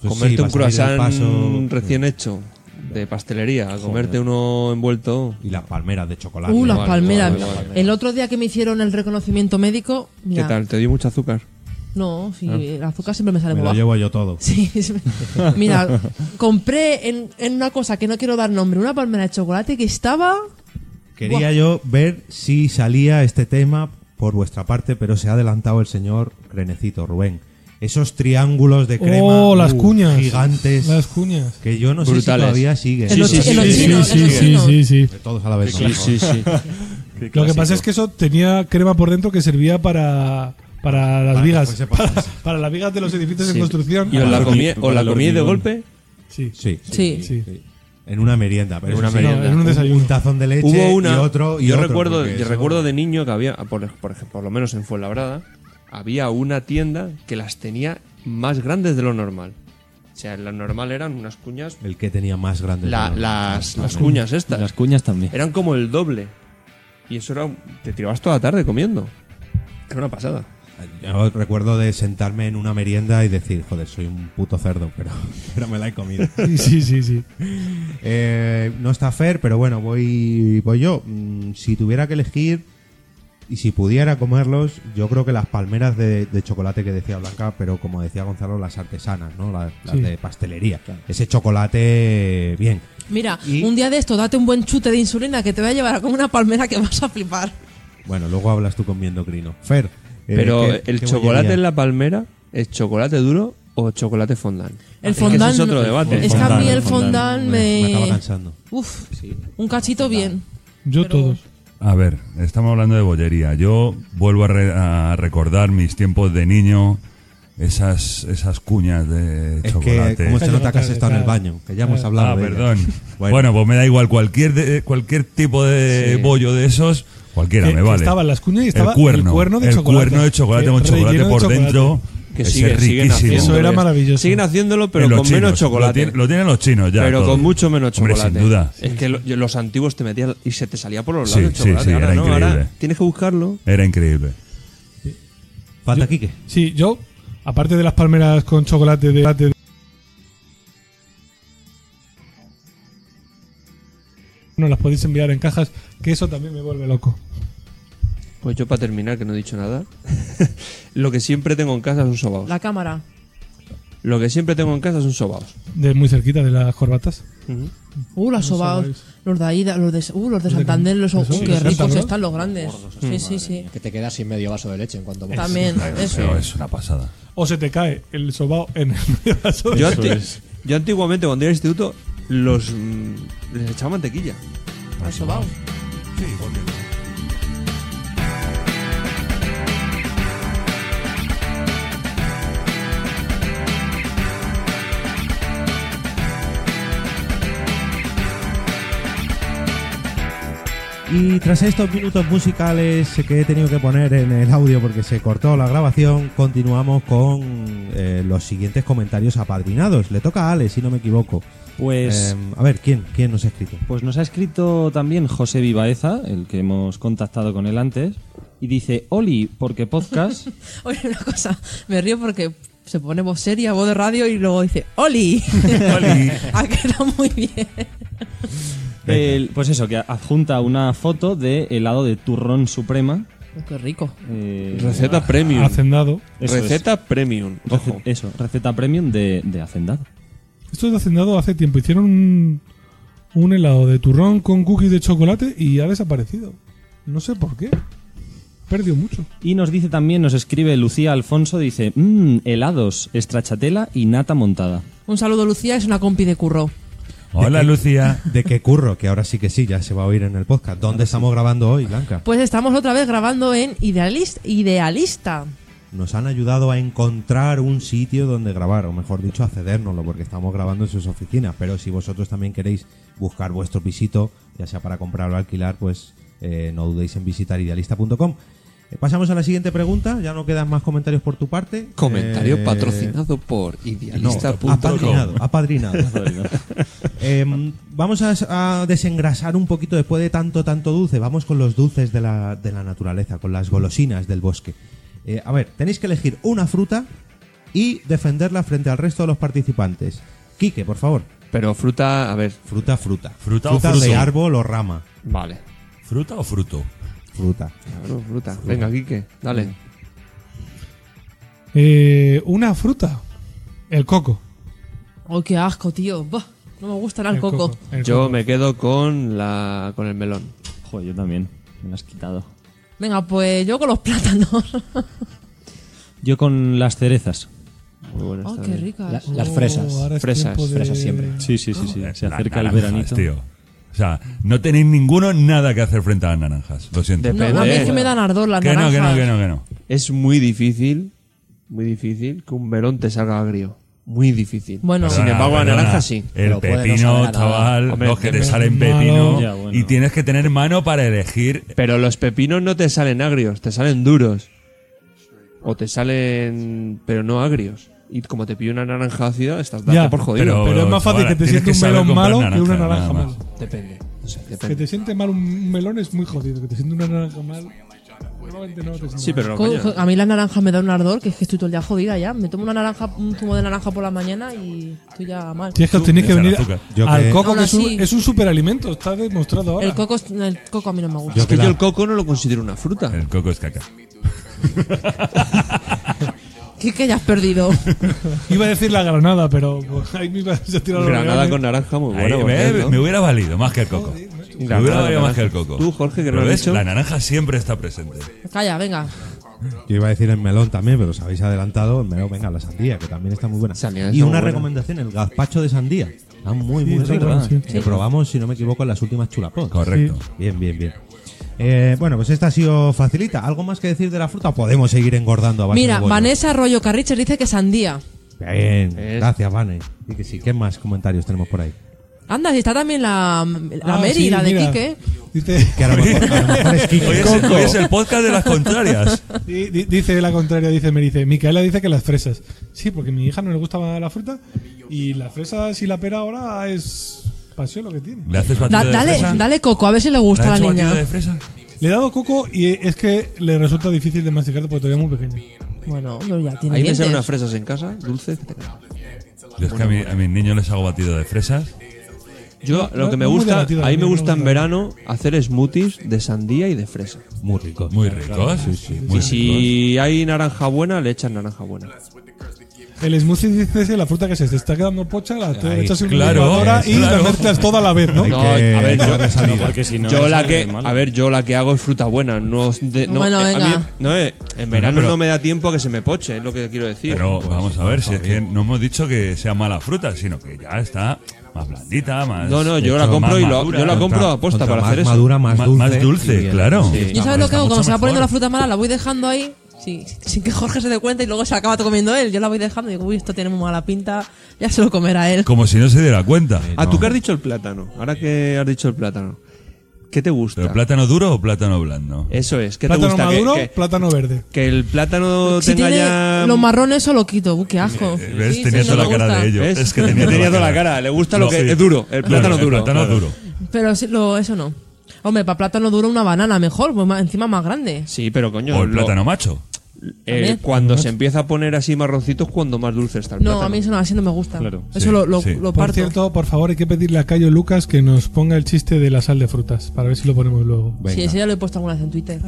Speaker 2: Pues
Speaker 3: comerte
Speaker 2: sí, vas a ir
Speaker 3: un
Speaker 2: del
Speaker 3: croissant
Speaker 2: paso-
Speaker 3: recién hecho de pastelería, a comerte uno envuelto.
Speaker 2: Y las palmeras de chocolate.
Speaker 4: Uh, las
Speaker 3: Igual,
Speaker 4: palmeras.
Speaker 3: igual, igual.
Speaker 4: El otro día que me hicieron el reconocimiento médico,
Speaker 3: ¿Qué
Speaker 4: mira,
Speaker 3: tal? ¿Te dio mucho azúcar?
Speaker 4: no, sí,
Speaker 3: Ah.
Speaker 4: el azúcar siempre me sale
Speaker 2: Me
Speaker 4: muy
Speaker 2: lo
Speaker 4: bajo.
Speaker 2: llevo yo todo.
Speaker 4: Sí, es- mira, compré en, en una cosa que no quiero dar nombre, una palmera de chocolate que estaba.
Speaker 2: Quería yo ver si salía este tema por vuestra parte, pero se ha adelantado el señor Crenecito, Rubén. Esos triángulos de crema
Speaker 12: oh, las
Speaker 2: uh,
Speaker 12: cuñas.
Speaker 2: gigantes
Speaker 12: Las cuñas.
Speaker 2: que yo no sé si
Speaker 3: Brutales.
Speaker 2: todavía siguen.
Speaker 4: En los- Sí, sí, en los sí, chinos, sí, en los sí, chinos.
Speaker 12: sí, sí.
Speaker 2: Todos a la vez. ¿no?
Speaker 12: Lo que pasa es que eso tenía crema por dentro que servía para, para las
Speaker 2: que
Speaker 12: vigas.
Speaker 2: fuese
Speaker 12: Para,
Speaker 2: para-
Speaker 12: para las vigas de los edificios
Speaker 3: Sí.
Speaker 12: en construcción.
Speaker 3: Y os la
Speaker 12: Para-
Speaker 3: comí, os la
Speaker 7: el
Speaker 3: comí de
Speaker 7: hormigón.
Speaker 3: golpe.
Speaker 12: Sí.
Speaker 2: Sí,
Speaker 4: Sí.
Speaker 12: Sí.
Speaker 2: En una merienda, pero
Speaker 3: En
Speaker 2: eso
Speaker 3: una
Speaker 2: sí,
Speaker 3: merienda.
Speaker 12: En un desayuno.
Speaker 2: Un tazón de leche
Speaker 3: Hubo una.
Speaker 2: y otro y
Speaker 3: yo
Speaker 2: otro,
Speaker 3: recuerdo,
Speaker 2: porque
Speaker 3: yo
Speaker 2: eso-
Speaker 3: recuerdo de niño que había, por, ej- por ejemplo, por lo menos en Fuenlabrada, había una tienda que las tenía más grandes de lo normal. O sea, lo normal eran unas cuñas,
Speaker 2: el que tenía más grande.
Speaker 3: la-
Speaker 2: ¿no?
Speaker 3: las, las cuñas
Speaker 7: Y
Speaker 3: estas.
Speaker 7: Las cuñas también.
Speaker 3: Eran como el doble. Y eso era. un- Te tirabas toda la tarde comiendo. Era una pasada.
Speaker 2: Yo recuerdo de sentarme en una merienda y decir, joder, soy un puto cerdo, pero, pero me la he comido.
Speaker 12: Sí, sí, sí.
Speaker 2: Eh, no está Fer, pero bueno, voy, voy yo. Mm, Si tuviera que elegir y si pudiera comerlos, yo creo que las palmeras de, de chocolate que decía Blanca, pero como decía Gonzalo, las artesanas, ¿no? Las, las
Speaker 4: Sí.
Speaker 2: de pastelería. Ese chocolate, bien.
Speaker 4: Mira,
Speaker 2: Y-
Speaker 4: un día de esto, date un buen chute de insulina que te va a llevar a como una palmera que vas a flipar.
Speaker 2: Bueno, luego hablas tú con mi endocrino. Fer. eh,
Speaker 3: Pero
Speaker 2: ¿qué-
Speaker 3: el
Speaker 2: qué
Speaker 3: chocolate
Speaker 2: bollería?
Speaker 3: en la palmera, ¿es chocolate duro o chocolate fondant?
Speaker 4: El
Speaker 3: Es que ese
Speaker 4: fondant.
Speaker 3: es otro debate.
Speaker 4: Es que a mí el fondant me.
Speaker 11: me acaba cansando.
Speaker 4: Uf, un cachito bien.
Speaker 12: Yo todos.
Speaker 11: A ver, estamos hablando de bollería. Yo vuelvo a, re- a recordar mis tiempos de niño, esas, esas cuñas de
Speaker 2: Es
Speaker 11: chocolate.
Speaker 2: que, ¿cómo se nota que has estado en el baño? Que ya hemos hablado
Speaker 11: Ah,
Speaker 2: de ellas.
Speaker 11: perdón.
Speaker 2: Bueno.
Speaker 11: Bueno. pues me da igual cualquier de- cualquier tipo de
Speaker 12: Sí.
Speaker 11: bollo de esos, cualquiera
Speaker 12: Que-
Speaker 11: me
Speaker 12: que
Speaker 11: vale.
Speaker 12: estaban las cuñas y estaba
Speaker 11: el cuerno,
Speaker 12: el cuerno de
Speaker 11: el
Speaker 12: chocolate.
Speaker 11: cuerno de chocolate
Speaker 12: Que
Speaker 11: con
Speaker 12: relleno
Speaker 11: chocolate
Speaker 12: de
Speaker 11: por
Speaker 12: chocolate.
Speaker 11: dentro.
Speaker 3: Que
Speaker 11: Ese
Speaker 3: siguen-
Speaker 11: es
Speaker 3: siguen
Speaker 11: riquísimo.
Speaker 3: haciendo. Eso era
Speaker 12: maravilloso.
Speaker 3: Siguen haciéndolo, pero
Speaker 11: En los
Speaker 3: con menos
Speaker 11: chinos, lo
Speaker 3: chocolate.
Speaker 11: tienen- Lo tienen los chinos ya.
Speaker 3: pero
Speaker 11: todo.
Speaker 3: con mucho menos
Speaker 11: Hombre,
Speaker 3: chocolate.
Speaker 11: sin duda.
Speaker 3: Es que lo- yo- los antiguos te metían y se te salía por los
Speaker 11: Sí,
Speaker 3: lados el
Speaker 11: sí,
Speaker 3: chocolate.
Speaker 11: sí,
Speaker 3: ahora
Speaker 11: era
Speaker 3: no, ahora
Speaker 11: increíble.
Speaker 3: tienes que buscarlo.
Speaker 11: Era increíble.
Speaker 2: Falta
Speaker 12: Yo-
Speaker 2: Quique.
Speaker 12: Sí, yo, aparte de las palmeras con chocolate de. chocolate de- No las podéis enviar en cajas, que eso también me vuelve loco.
Speaker 3: Pues yo para terminar, que no he dicho nada, lo que siempre tengo en casa son sobaos.
Speaker 4: La cámara.
Speaker 3: Lo que siempre tengo en casa son sobaos.
Speaker 12: De muy cerquita de las corbatas.
Speaker 4: Uh, los sobaos. Los de ahí, los de, uh, los de Santander, los uh,
Speaker 12: Sí,
Speaker 4: qué
Speaker 12: los
Speaker 4: ricos
Speaker 12: Santander.
Speaker 4: están los grandes. Sí, sí, sí.
Speaker 14: Que te quedas sin medio vaso de leche en cuanto mueres.
Speaker 4: También,
Speaker 14: Pero
Speaker 4: eso.
Speaker 11: es una pasada.
Speaker 12: O se te cae el sobao en el vaso de
Speaker 3: Yo,
Speaker 12: leche.
Speaker 3: anti- yo antiguamente, cuando era instituto, los mm, les echaba mantequilla.
Speaker 2: Ah,
Speaker 4: Los sobaos.
Speaker 11: Sí, porque-
Speaker 2: Y tras estos minutos musicales que he tenido que poner en el audio porque se cortó la grabación, continuamos con eh, los siguientes comentarios apadrinados. Le toca a Ale, si no me equivoco.
Speaker 7: Pues-
Speaker 2: Eh, a ver, ¿quién, ¿quién nos ha escrito?
Speaker 7: Pues nos ha escrito también José Vivaeza, el que hemos contactado con él antes, y dice, Oli, porque podcast...
Speaker 4: Oye, una cosa, me río porque se pone voz seria, voz de radio y luego dice ¡Oli!
Speaker 7: Oli.
Speaker 4: ha quedado muy bien.
Speaker 7: el- pues eso, que adjunta una foto de helado de turrón suprema.
Speaker 4: oh, Qué rico.
Speaker 7: eh,
Speaker 3: Receta
Speaker 7: ah,
Speaker 3: premium.
Speaker 12: Hacendado.
Speaker 7: Eso es.
Speaker 3: receta premium.
Speaker 7: Rece-
Speaker 3: Ojo.
Speaker 7: Eso, receta premium de, de hacendado.
Speaker 12: Estos de Hacendado hace tiempo hicieron un, un helado de turrón con cookies de chocolate y ha desaparecido. No sé por qué. Perdió mucho.
Speaker 7: Y nos dice también, nos escribe Lucía Alfonso, dice, mmm, helados, estrachatela y nata montada.
Speaker 4: Un saludo, Lucía, es una compi de curro.
Speaker 11: Hola, Lucía.
Speaker 2: ¿De qué curro? Que ahora sí que sí, ya se va a oír en el podcast. ¿Dónde estamos grabando hoy, Blanca?
Speaker 4: Pues estamos otra vez grabando en Idealist- Idealista.
Speaker 2: Nos han ayudado a encontrar un sitio donde grabar, o mejor dicho, a cedérnoslo, porque estamos grabando en sus oficinas. Pero si vosotros también queréis buscar vuestro pisito, ya sea para comprar o alquilar, pues eh, no dudéis en visitar idealista.com. Eh, Pasamos a la siguiente pregunta, ya no quedan más comentarios por tu parte.
Speaker 3: Comentario
Speaker 2: Eh,
Speaker 3: patrocinado por
Speaker 2: no,
Speaker 3: idealista.com.
Speaker 2: apadrinado, apadrinado. Eh, vamos a, a desengrasar un poquito después de tanto, tanto dulce. Vamos con los dulces de la, de la naturaleza, con las golosinas del bosque. Eh, a ver, tenéis que elegir una fruta y defenderla frente al resto de los participantes. Quique, por favor.
Speaker 3: Pero fruta, a ver.
Speaker 2: Fruta, fruta.
Speaker 11: ¿Fruta o
Speaker 2: fruta de
Speaker 11: fruto?
Speaker 2: árbol o rama.
Speaker 3: Vale.
Speaker 11: ¿Fruta o fruto?
Speaker 2: Fruta.
Speaker 3: Claro, fruta. Venga, Quique, dale.
Speaker 12: Eh, una fruta. El coco.
Speaker 4: Oh, qué asco, tío. Buah, no me gusta nada el coco.
Speaker 12: El
Speaker 3: Yo
Speaker 12: coco.
Speaker 3: me quedo con la con el melón.
Speaker 7: Joder, Pues yo también, me lo has quitado.
Speaker 4: Venga, pues yo con los plátanos.
Speaker 7: Yo con las cerezas.
Speaker 3: Muy buenas
Speaker 4: Oh, qué
Speaker 3: también.
Speaker 4: ricas.
Speaker 14: La- las fresas.
Speaker 12: ahora es
Speaker 3: Fresas.
Speaker 12: tiempo de-
Speaker 14: Fresas siempre.
Speaker 7: Sí, sí, sí, sí. Se
Speaker 11: Las
Speaker 7: acerca el
Speaker 11: naranjas,
Speaker 7: veranito.
Speaker 11: tío. O sea, no tenéis ninguno nada que hacer frente a las naranjas. Lo siento.
Speaker 4: No,
Speaker 3: Depende.
Speaker 4: a mí es que me dan ardor las
Speaker 11: Que no,
Speaker 4: naranjas.
Speaker 11: que no, que no, que no.
Speaker 3: Es muy difícil, muy difícil que un melón te salga agrio. Muy difícil.
Speaker 4: Bueno.
Speaker 3: Sin embargo, la
Speaker 11: Perdona,
Speaker 3: naranja sí.
Speaker 11: El
Speaker 14: Pero puede no
Speaker 11: pepino,
Speaker 14: saber a nada.
Speaker 11: chaval,
Speaker 3: Hombre,
Speaker 11: los que te
Speaker 3: pepino
Speaker 11: salen
Speaker 12: malo.
Speaker 11: pepino.
Speaker 7: Ya, bueno.
Speaker 11: Y tienes que tener mano para elegir.
Speaker 3: Pero los pepinos no te salen agrios, te salen duros. O te salen, pero no agrios. Y como te pide una naranja ácida, estás dando
Speaker 12: Ya,
Speaker 3: por jodido.
Speaker 11: Pero,
Speaker 12: Pero es más fácil
Speaker 11: chaval,
Speaker 12: que te
Speaker 11: tienes
Speaker 12: siente
Speaker 11: que
Speaker 12: un
Speaker 11: saber
Speaker 12: melón
Speaker 11: comprar
Speaker 12: malo que una
Speaker 11: naranja,
Speaker 12: naranja
Speaker 11: nada
Speaker 12: mala.
Speaker 3: Depende. No sé,
Speaker 12: Que
Speaker 3: depende.
Speaker 12: te siente mal un melón es muy jodido. Que te siente una naranja mal. Normalmente no te sientas
Speaker 3: Sí,
Speaker 12: mal.
Speaker 3: pero no,
Speaker 4: Co-
Speaker 3: coño.
Speaker 4: co- A mí las naranjas me da un ardor, que es que estoy todo el día jodida ya. Me tomo una naranja, un zumo de naranja por la mañana y estoy ya mal.
Speaker 12: Tienes que, tenéis que venir
Speaker 2: Yo
Speaker 12: al
Speaker 2: que-
Speaker 12: coco,
Speaker 4: Aún
Speaker 12: que es
Speaker 4: así.
Speaker 12: un, es un superalimento, está demostrado ahora.
Speaker 4: El coco, es- el coco a mí no me gusta.
Speaker 3: Es que yo el coco no lo considero una fruta.
Speaker 11: El coco es caca.
Speaker 4: ¿Qué que ya has perdido?
Speaker 12: Iba a decir la granada, pero pues, ahí me iba a tirar los
Speaker 3: Granada
Speaker 12: reales.
Speaker 3: con naranja muy
Speaker 11: Ahí,
Speaker 3: buena. por
Speaker 11: me,
Speaker 3: cierto.
Speaker 11: me hubiera valido más que el coco. me
Speaker 3: Granada,
Speaker 11: hubiera valido
Speaker 3: naranja.
Speaker 11: más que el coco.
Speaker 3: Tú, Jorge, que
Speaker 11: Pero
Speaker 3: no lo has
Speaker 11: ves,
Speaker 3: dicho.
Speaker 11: La naranja siempre está presente.
Speaker 4: Calla, venga.
Speaker 2: Yo iba a decir el melón también, pero os habéis adelantado. El melón, venga, la sandía, que también está muy buena.
Speaker 3: Sandía
Speaker 2: y
Speaker 3: está
Speaker 2: una
Speaker 3: muy buena.
Speaker 2: recomendación, el gazpacho de sandía. Está muy,
Speaker 12: Sí,
Speaker 2: muy
Speaker 12: es
Speaker 2: rico.
Speaker 12: verdad, sí.
Speaker 2: Que probamos, si no me equivoco, en las últimas chulapos.
Speaker 11: Correcto.
Speaker 2: Bien, bien, bien. Eh, bueno, pues esta ha sido facilita. ¿Algo más que decir de la fruta? Podemos seguir engordando a base
Speaker 4: Mira,
Speaker 2: de bollos.
Speaker 4: Vanessa Arroyo Carricher dice que sandía.
Speaker 2: Bien,
Speaker 3: Es-
Speaker 2: gracias, Vane. Y que sí, ¿qué más comentarios tenemos por ahí?
Speaker 4: Anda, si está también la, la
Speaker 12: Ah,
Speaker 4: Mary,
Speaker 12: sí,
Speaker 4: la de
Speaker 12: mira.
Speaker 4: Quique.
Speaker 12: Dice,
Speaker 2: Que a lo mejor, a lo mejor es Kiko.
Speaker 11: Hoy es, el, hoy es el podcast de las contrarias.
Speaker 12: di- di- dice la contraria, dice, me dice, Micaela dice que las fresas. Sí, porque a mi hija no le gustaba la fruta y las fresas y la pera ahora es pasión lo que tiene.
Speaker 11: ¿Le haces batido
Speaker 4: Da-
Speaker 11: de
Speaker 4: dale,
Speaker 11: fresa?
Speaker 4: dale coco, a ver si le
Speaker 11: ¿Le
Speaker 4: gusta a la
Speaker 11: haces
Speaker 4: niña.
Speaker 11: batido de fresa?
Speaker 12: Le he dado coco y es que le resulta difícil de masticar porque todavía es muy pequeña.
Speaker 4: Bueno, pero ya tiene
Speaker 3: Ahí me
Speaker 4: dientes.
Speaker 3: salen unas fresas en casa, dulces. que te cagas.
Speaker 11: Yo es que a, mi- a mis niños les hago batido de fresas.
Speaker 3: Yo
Speaker 12: No,
Speaker 3: lo
Speaker 12: no,
Speaker 3: que me
Speaker 12: muy
Speaker 3: gusta,
Speaker 12: debatido,
Speaker 3: ahí
Speaker 12: no,
Speaker 3: me
Speaker 12: no
Speaker 3: gusta en
Speaker 12: gusta.
Speaker 3: verano hacer smoothies de sandía y de fresa.
Speaker 2: Muy rico.
Speaker 11: Muy ricos. muy
Speaker 3: Y si hay naranja buena, le echas naranja buena.
Speaker 12: El smoothie dice "Es la fruta que se te está quedando pocha, la te
Speaker 2: Ahí,
Speaker 12: echas en una
Speaker 11: claro,
Speaker 12: licuadora y
Speaker 11: claro.
Speaker 12: la mezclas toda a la vez, ¿no?
Speaker 2: Hay
Speaker 3: No,
Speaker 2: que
Speaker 3: a ver, yo-
Speaker 2: darle salida.
Speaker 7: Porque si no,
Speaker 3: yo la
Speaker 7: sale
Speaker 3: que,
Speaker 7: mal.
Speaker 3: a ver, yo la que hago es fruta buena. No, de- no,
Speaker 4: Bueno,
Speaker 3: eh, a mí-
Speaker 4: venga.
Speaker 3: no, eh, en verano
Speaker 11: pero-
Speaker 3: no me da tiempo a que se me poche, es lo que quiero decir.
Speaker 11: Pero vamos
Speaker 3: pues,
Speaker 11: a ver, si es que no hemos dicho que sea mala fruta, sino que ya está más blandita, más.
Speaker 3: No, no, yo
Speaker 11: de
Speaker 3: la
Speaker 11: hecho,
Speaker 3: compro
Speaker 11: más
Speaker 3: y lo-
Speaker 11: madura.
Speaker 3: yo la compro
Speaker 11: Contra-
Speaker 3: aposta
Speaker 2: Contra
Speaker 3: para
Speaker 2: más
Speaker 3: hacer eso.
Speaker 2: madura, más
Speaker 11: Ma-
Speaker 2: dulce.
Speaker 11: más dulce,
Speaker 2: y bien.
Speaker 11: claro.
Speaker 3: Sí.
Speaker 4: ¿Y sabes lo que hago?
Speaker 11: Está
Speaker 4: Cuando se va
Speaker 11: mucho
Speaker 4: poniendo la
Speaker 11: mejor.
Speaker 4: fruta mala, la voy dejando ahí. Sí, sin que Jorge se dé cuenta y luego se la acaba comiendo él. Yo la voy dejando y digo, uy, esto tiene muy mala pinta. Ya se lo comerá él.
Speaker 11: Como si no se diera cuenta.
Speaker 3: Ah, tú que has dicho el plátano. Ahora que has dicho el plátano, ¿qué te gusta?
Speaker 11: ¿Pero plátano duro o plátano blando?
Speaker 3: Eso es, ¿qué te
Speaker 12: Plátano
Speaker 3: gusta? Que-
Speaker 12: maduro,
Speaker 3: que,
Speaker 12: plátano verde.
Speaker 3: que el plátano
Speaker 4: Si
Speaker 3: tenga
Speaker 4: tiene
Speaker 3: ya.
Speaker 11: mm.
Speaker 4: los marrones, eso lo quito. Uy, qué asco.
Speaker 11: Eh, ¿Ves?
Speaker 4: Sí,
Speaker 11: tenía
Speaker 4: sí, no
Speaker 11: toda la
Speaker 4: me
Speaker 11: cara
Speaker 4: gusta.
Speaker 11: de ello.
Speaker 3: ¿Ves?
Speaker 11: Es que tenía,
Speaker 3: Tenía toda la cara. Le gusta lo que es duro, el plátano
Speaker 11: el
Speaker 3: duro.
Speaker 11: plátano
Speaker 3: Claro.
Speaker 11: duro.
Speaker 4: Pero sí, lo, eso no. Hombre, para plátano duro una banana mejor, pues más- encima más grande.
Speaker 3: Sí, pero coño.
Speaker 11: O el
Speaker 3: lo-
Speaker 11: plátano macho.
Speaker 3: eh,
Speaker 4: También.
Speaker 3: cuando se empieza a poner así marroncitos, cuando más dulce está el
Speaker 4: No,
Speaker 3: plátano.
Speaker 4: a mí eso no, así no me gusta.
Speaker 7: Claro.
Speaker 4: Eso
Speaker 11: Sí,
Speaker 4: lo, lo,
Speaker 11: sí.
Speaker 12: Por
Speaker 4: lo parto.
Speaker 12: cierto, por favor, hay que pedirle a Cayo Lucas que nos ponga el chiste de la sal de frutas, para ver si lo ponemos luego.
Speaker 4: sí,
Speaker 2: Venga,
Speaker 4: eso ya lo he puesto alguna vez en Twitter.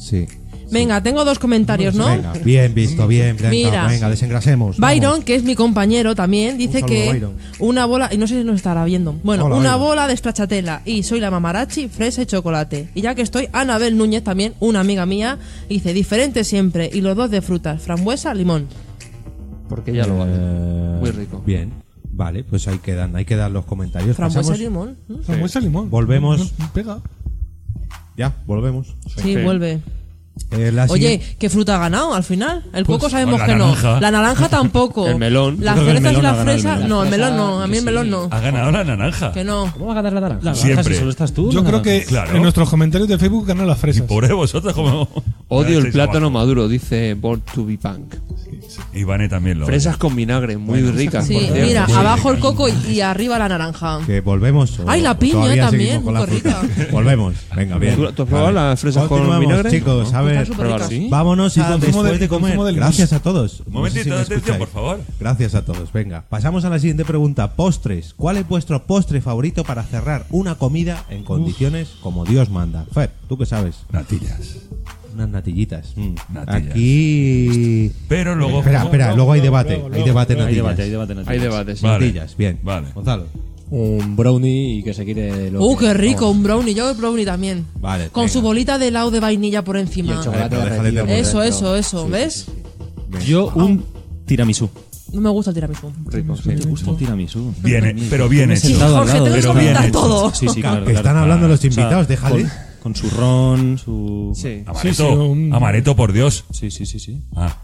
Speaker 2: sí.
Speaker 4: Venga, tengo dos comentarios, ¿no?
Speaker 2: Venga, bien visto, bien. Blanca.
Speaker 4: Mira.
Speaker 2: Venga, desengrasemos. vamos.
Speaker 4: Byron, que es mi compañero también, dice
Speaker 2: saludo,
Speaker 4: que
Speaker 2: Byron.
Speaker 4: una bola, y no sé si nos estará viendo, bueno,
Speaker 2: Hola,
Speaker 4: una
Speaker 2: Byron.
Speaker 4: bola de stracciatella y soy la mamarachi, fresa y chocolate. Y ya que estoy, Anabel Núñez también, una amiga mía, dice diferente siempre y los dos de frutas, frambuesa, limón.
Speaker 3: Porque ya lo vale.
Speaker 2: Eh,
Speaker 3: Muy rico.
Speaker 2: Bien. Vale, pues ahí quedan, ahí quedan los comentarios.
Speaker 4: Frambuesa
Speaker 2: Pasamos-
Speaker 4: y limón. ¿Mm?
Speaker 12: Frambuesa limón.
Speaker 2: Volvemos.
Speaker 12: No, Pega.
Speaker 2: Ya, volvemos.
Speaker 4: Sí, vuelve.
Speaker 2: Eh, la
Speaker 4: Oye,
Speaker 2: siguiente-
Speaker 4: ¿qué fruta ha ganado al final? El coco sabemos
Speaker 11: Pues, la
Speaker 4: que
Speaker 11: naranja.
Speaker 4: no. La naranja tampoco.
Speaker 3: El melón.
Speaker 4: Las
Speaker 7: Yo creo que el
Speaker 4: cerezas y
Speaker 7: melón ha
Speaker 4: las
Speaker 7: ganado el
Speaker 4: fresas.
Speaker 7: melón.
Speaker 4: No, el melón no. A mí el melón no.
Speaker 11: Ha ganado la naranja.
Speaker 4: Que no.
Speaker 14: ¿Cómo va a ganar la naranja?
Speaker 7: La naranja,
Speaker 11: Siempre.
Speaker 7: si solo estás tú.
Speaker 12: Yo
Speaker 7: la
Speaker 12: creo
Speaker 7: naranja.
Speaker 12: que
Speaker 11: Claro.
Speaker 12: en nuestros comentarios de Facebook ganan las fresas.
Speaker 11: Pobre vosotros, como.
Speaker 3: Odio el plátano
Speaker 11: macho.
Speaker 3: maduro, dice este Born to be Punk.
Speaker 11: Ivane también lo.
Speaker 3: Fresas con vinagre, muy ricas.
Speaker 4: Sí,
Speaker 3: por cierto.
Speaker 4: mira,
Speaker 11: Sí.
Speaker 4: abajo el coco y, y arriba la naranja.
Speaker 2: Que volvemos. o
Speaker 4: Ay, la piña
Speaker 2: todavía
Speaker 4: también,
Speaker 2: seguimos con la
Speaker 4: muy
Speaker 2: fruta.
Speaker 4: rica.
Speaker 2: Volvemos. Venga, bien.
Speaker 3: ¿Tú- tú has probado las fresas con
Speaker 2: Continuamos,
Speaker 3: vinagre?
Speaker 2: chicos, a ver.
Speaker 4: Están superricas.
Speaker 7: ¿Sí?
Speaker 2: Vámonos
Speaker 12: Y
Speaker 2: a
Speaker 12: consumo
Speaker 2: después
Speaker 12: del-
Speaker 2: de comer.
Speaker 12: consumo del
Speaker 2: Gracias a todos.
Speaker 11: Un momentito
Speaker 2: me
Speaker 11: de atención,
Speaker 2: escucháis.
Speaker 11: por favor.
Speaker 2: Gracias a todos. Venga, pasamos a la siguiente pregunta. Postres. ¿Cuál es vuestro postre favorito para cerrar una comida en condiciones como Dios manda? Fer, ¿tú qué sabes?
Speaker 11: Natillas.
Speaker 2: Unas natillitas. Mm.
Speaker 11: Natillas.
Speaker 2: Aquí.
Speaker 11: Pero luego.
Speaker 2: espera, espera, luego hay debate. hay debate
Speaker 7: Hay
Speaker 2: natillas.
Speaker 7: debate, hay debate. en el
Speaker 3: Hay
Speaker 7: chat.
Speaker 3: debates.
Speaker 11: Vale.
Speaker 2: Natillas, bien.
Speaker 11: Vale.
Speaker 2: Gonzalo.
Speaker 14: Un brownie y que se quite lo
Speaker 4: Uh,
Speaker 14: que-
Speaker 4: qué rico, un brownie. Yo el brownie también.
Speaker 2: Vale,
Speaker 4: Con
Speaker 2: venga.
Speaker 4: su bolita de helado de vainilla por
Speaker 14: Y el
Speaker 4: encima.
Speaker 14: chocolate
Speaker 2: Vale,
Speaker 14: derretido
Speaker 2: pero déjale
Speaker 14: por
Speaker 4: Eso,
Speaker 14: dentro.
Speaker 4: eso, eso.
Speaker 14: Sí,
Speaker 4: ¿Ves?
Speaker 14: sí, sí, sí.
Speaker 7: Yo un tiramisú.
Speaker 4: No me gusta el tiramisú.
Speaker 3: Ah. Rico, sí.
Speaker 7: Un tiramisú.
Speaker 11: Bien,
Speaker 7: Madre mía.
Speaker 11: pero bien
Speaker 7: Me he
Speaker 11: hecho.
Speaker 7: sentado al
Speaker 4: Jorge,
Speaker 7: lado
Speaker 4: te
Speaker 7: de
Speaker 4: lo
Speaker 7: esta-
Speaker 11: has comentado
Speaker 7: Bien hecho.
Speaker 4: todo.
Speaker 7: Sí,
Speaker 2: Que
Speaker 7: sí, claro, claro,
Speaker 2: están
Speaker 7: claro.
Speaker 2: hablando los
Speaker 7: O sea,
Speaker 2: invitados, déjale.
Speaker 7: Con, con su ron, su...
Speaker 3: Sí.
Speaker 11: Amareto.
Speaker 12: Sí, sí, un-
Speaker 11: Amareto, por Dios.
Speaker 7: Sí, sí, sí, sí.
Speaker 11: Ah,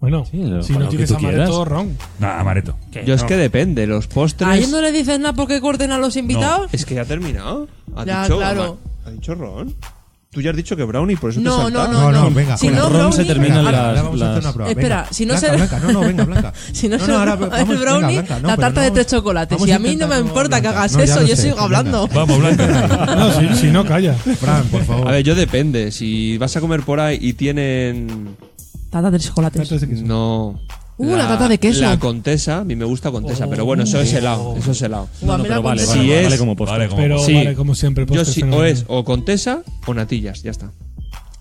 Speaker 12: Bueno,
Speaker 7: Sí, lo-
Speaker 12: si
Speaker 7: lo
Speaker 12: no
Speaker 7: que
Speaker 12: quieres
Speaker 7: tú
Speaker 12: amar
Speaker 7: quieras.
Speaker 12: todo ron.
Speaker 11: nah, amareto.
Speaker 3: Yo es que depende, los postres.
Speaker 4: ¿A ellos no le dices nada porque corten a los invitados?
Speaker 3: Es que ya ha terminado. ¿Ha
Speaker 4: Ya,
Speaker 3: dicho,
Speaker 4: claro.
Speaker 3: ¿Ha dicho Ron? Tú ya has dicho que brownie, por eso
Speaker 4: No,
Speaker 3: te
Speaker 4: no,
Speaker 3: saltas.
Speaker 4: no, no. Si
Speaker 3: Con
Speaker 4: no
Speaker 3: ron se
Speaker 4: brownie-
Speaker 3: terminan
Speaker 4: Venga,
Speaker 3: las,
Speaker 4: ahora vamos a hacer
Speaker 3: las-
Speaker 4: una prueba. Espera,
Speaker 2: venga.
Speaker 4: si no
Speaker 2: Blanca,
Speaker 4: se.
Speaker 2: Blanca, no, no, venga, Blanca.
Speaker 4: si no,
Speaker 2: No,
Speaker 4: se.
Speaker 2: no, ahora
Speaker 4: el
Speaker 2: vamos- venga,
Speaker 4: brownie,
Speaker 2: Blanca, no, pero
Speaker 4: la tarta
Speaker 2: no
Speaker 4: de
Speaker 2: vamos-
Speaker 4: tres chocolates.
Speaker 2: vamos
Speaker 4: Y
Speaker 2: a
Speaker 4: a mí no me importa que hagas
Speaker 2: No, ya
Speaker 4: eso,
Speaker 2: lo
Speaker 4: yo
Speaker 2: sé,
Speaker 4: sigo
Speaker 2: Fernanda.
Speaker 4: hablando.
Speaker 11: Vamos, Blanca.
Speaker 12: No, si, si no, calla.
Speaker 2: Fran, por favor.
Speaker 3: A ver, yo depende. Si vas a comer por ahí y tienen.
Speaker 4: Tarta de chocolates.
Speaker 3: No.
Speaker 4: Uh, la tarta de queso.
Speaker 3: La contesa, a mí me gusta contesa, pero bueno, eso es helado. Eso es helado.
Speaker 4: Guau, No, no, mira pero la vale,
Speaker 7: contesa.
Speaker 3: Si
Speaker 7: vale,
Speaker 3: es-
Speaker 7: vale como postre.
Speaker 11: Vale como
Speaker 12: Pero
Speaker 3: Sí.
Speaker 12: vale, como siempre,
Speaker 3: Yo
Speaker 12: postre
Speaker 3: sí, o
Speaker 12: fenomenal.
Speaker 3: es o contesa o natillas, ya está.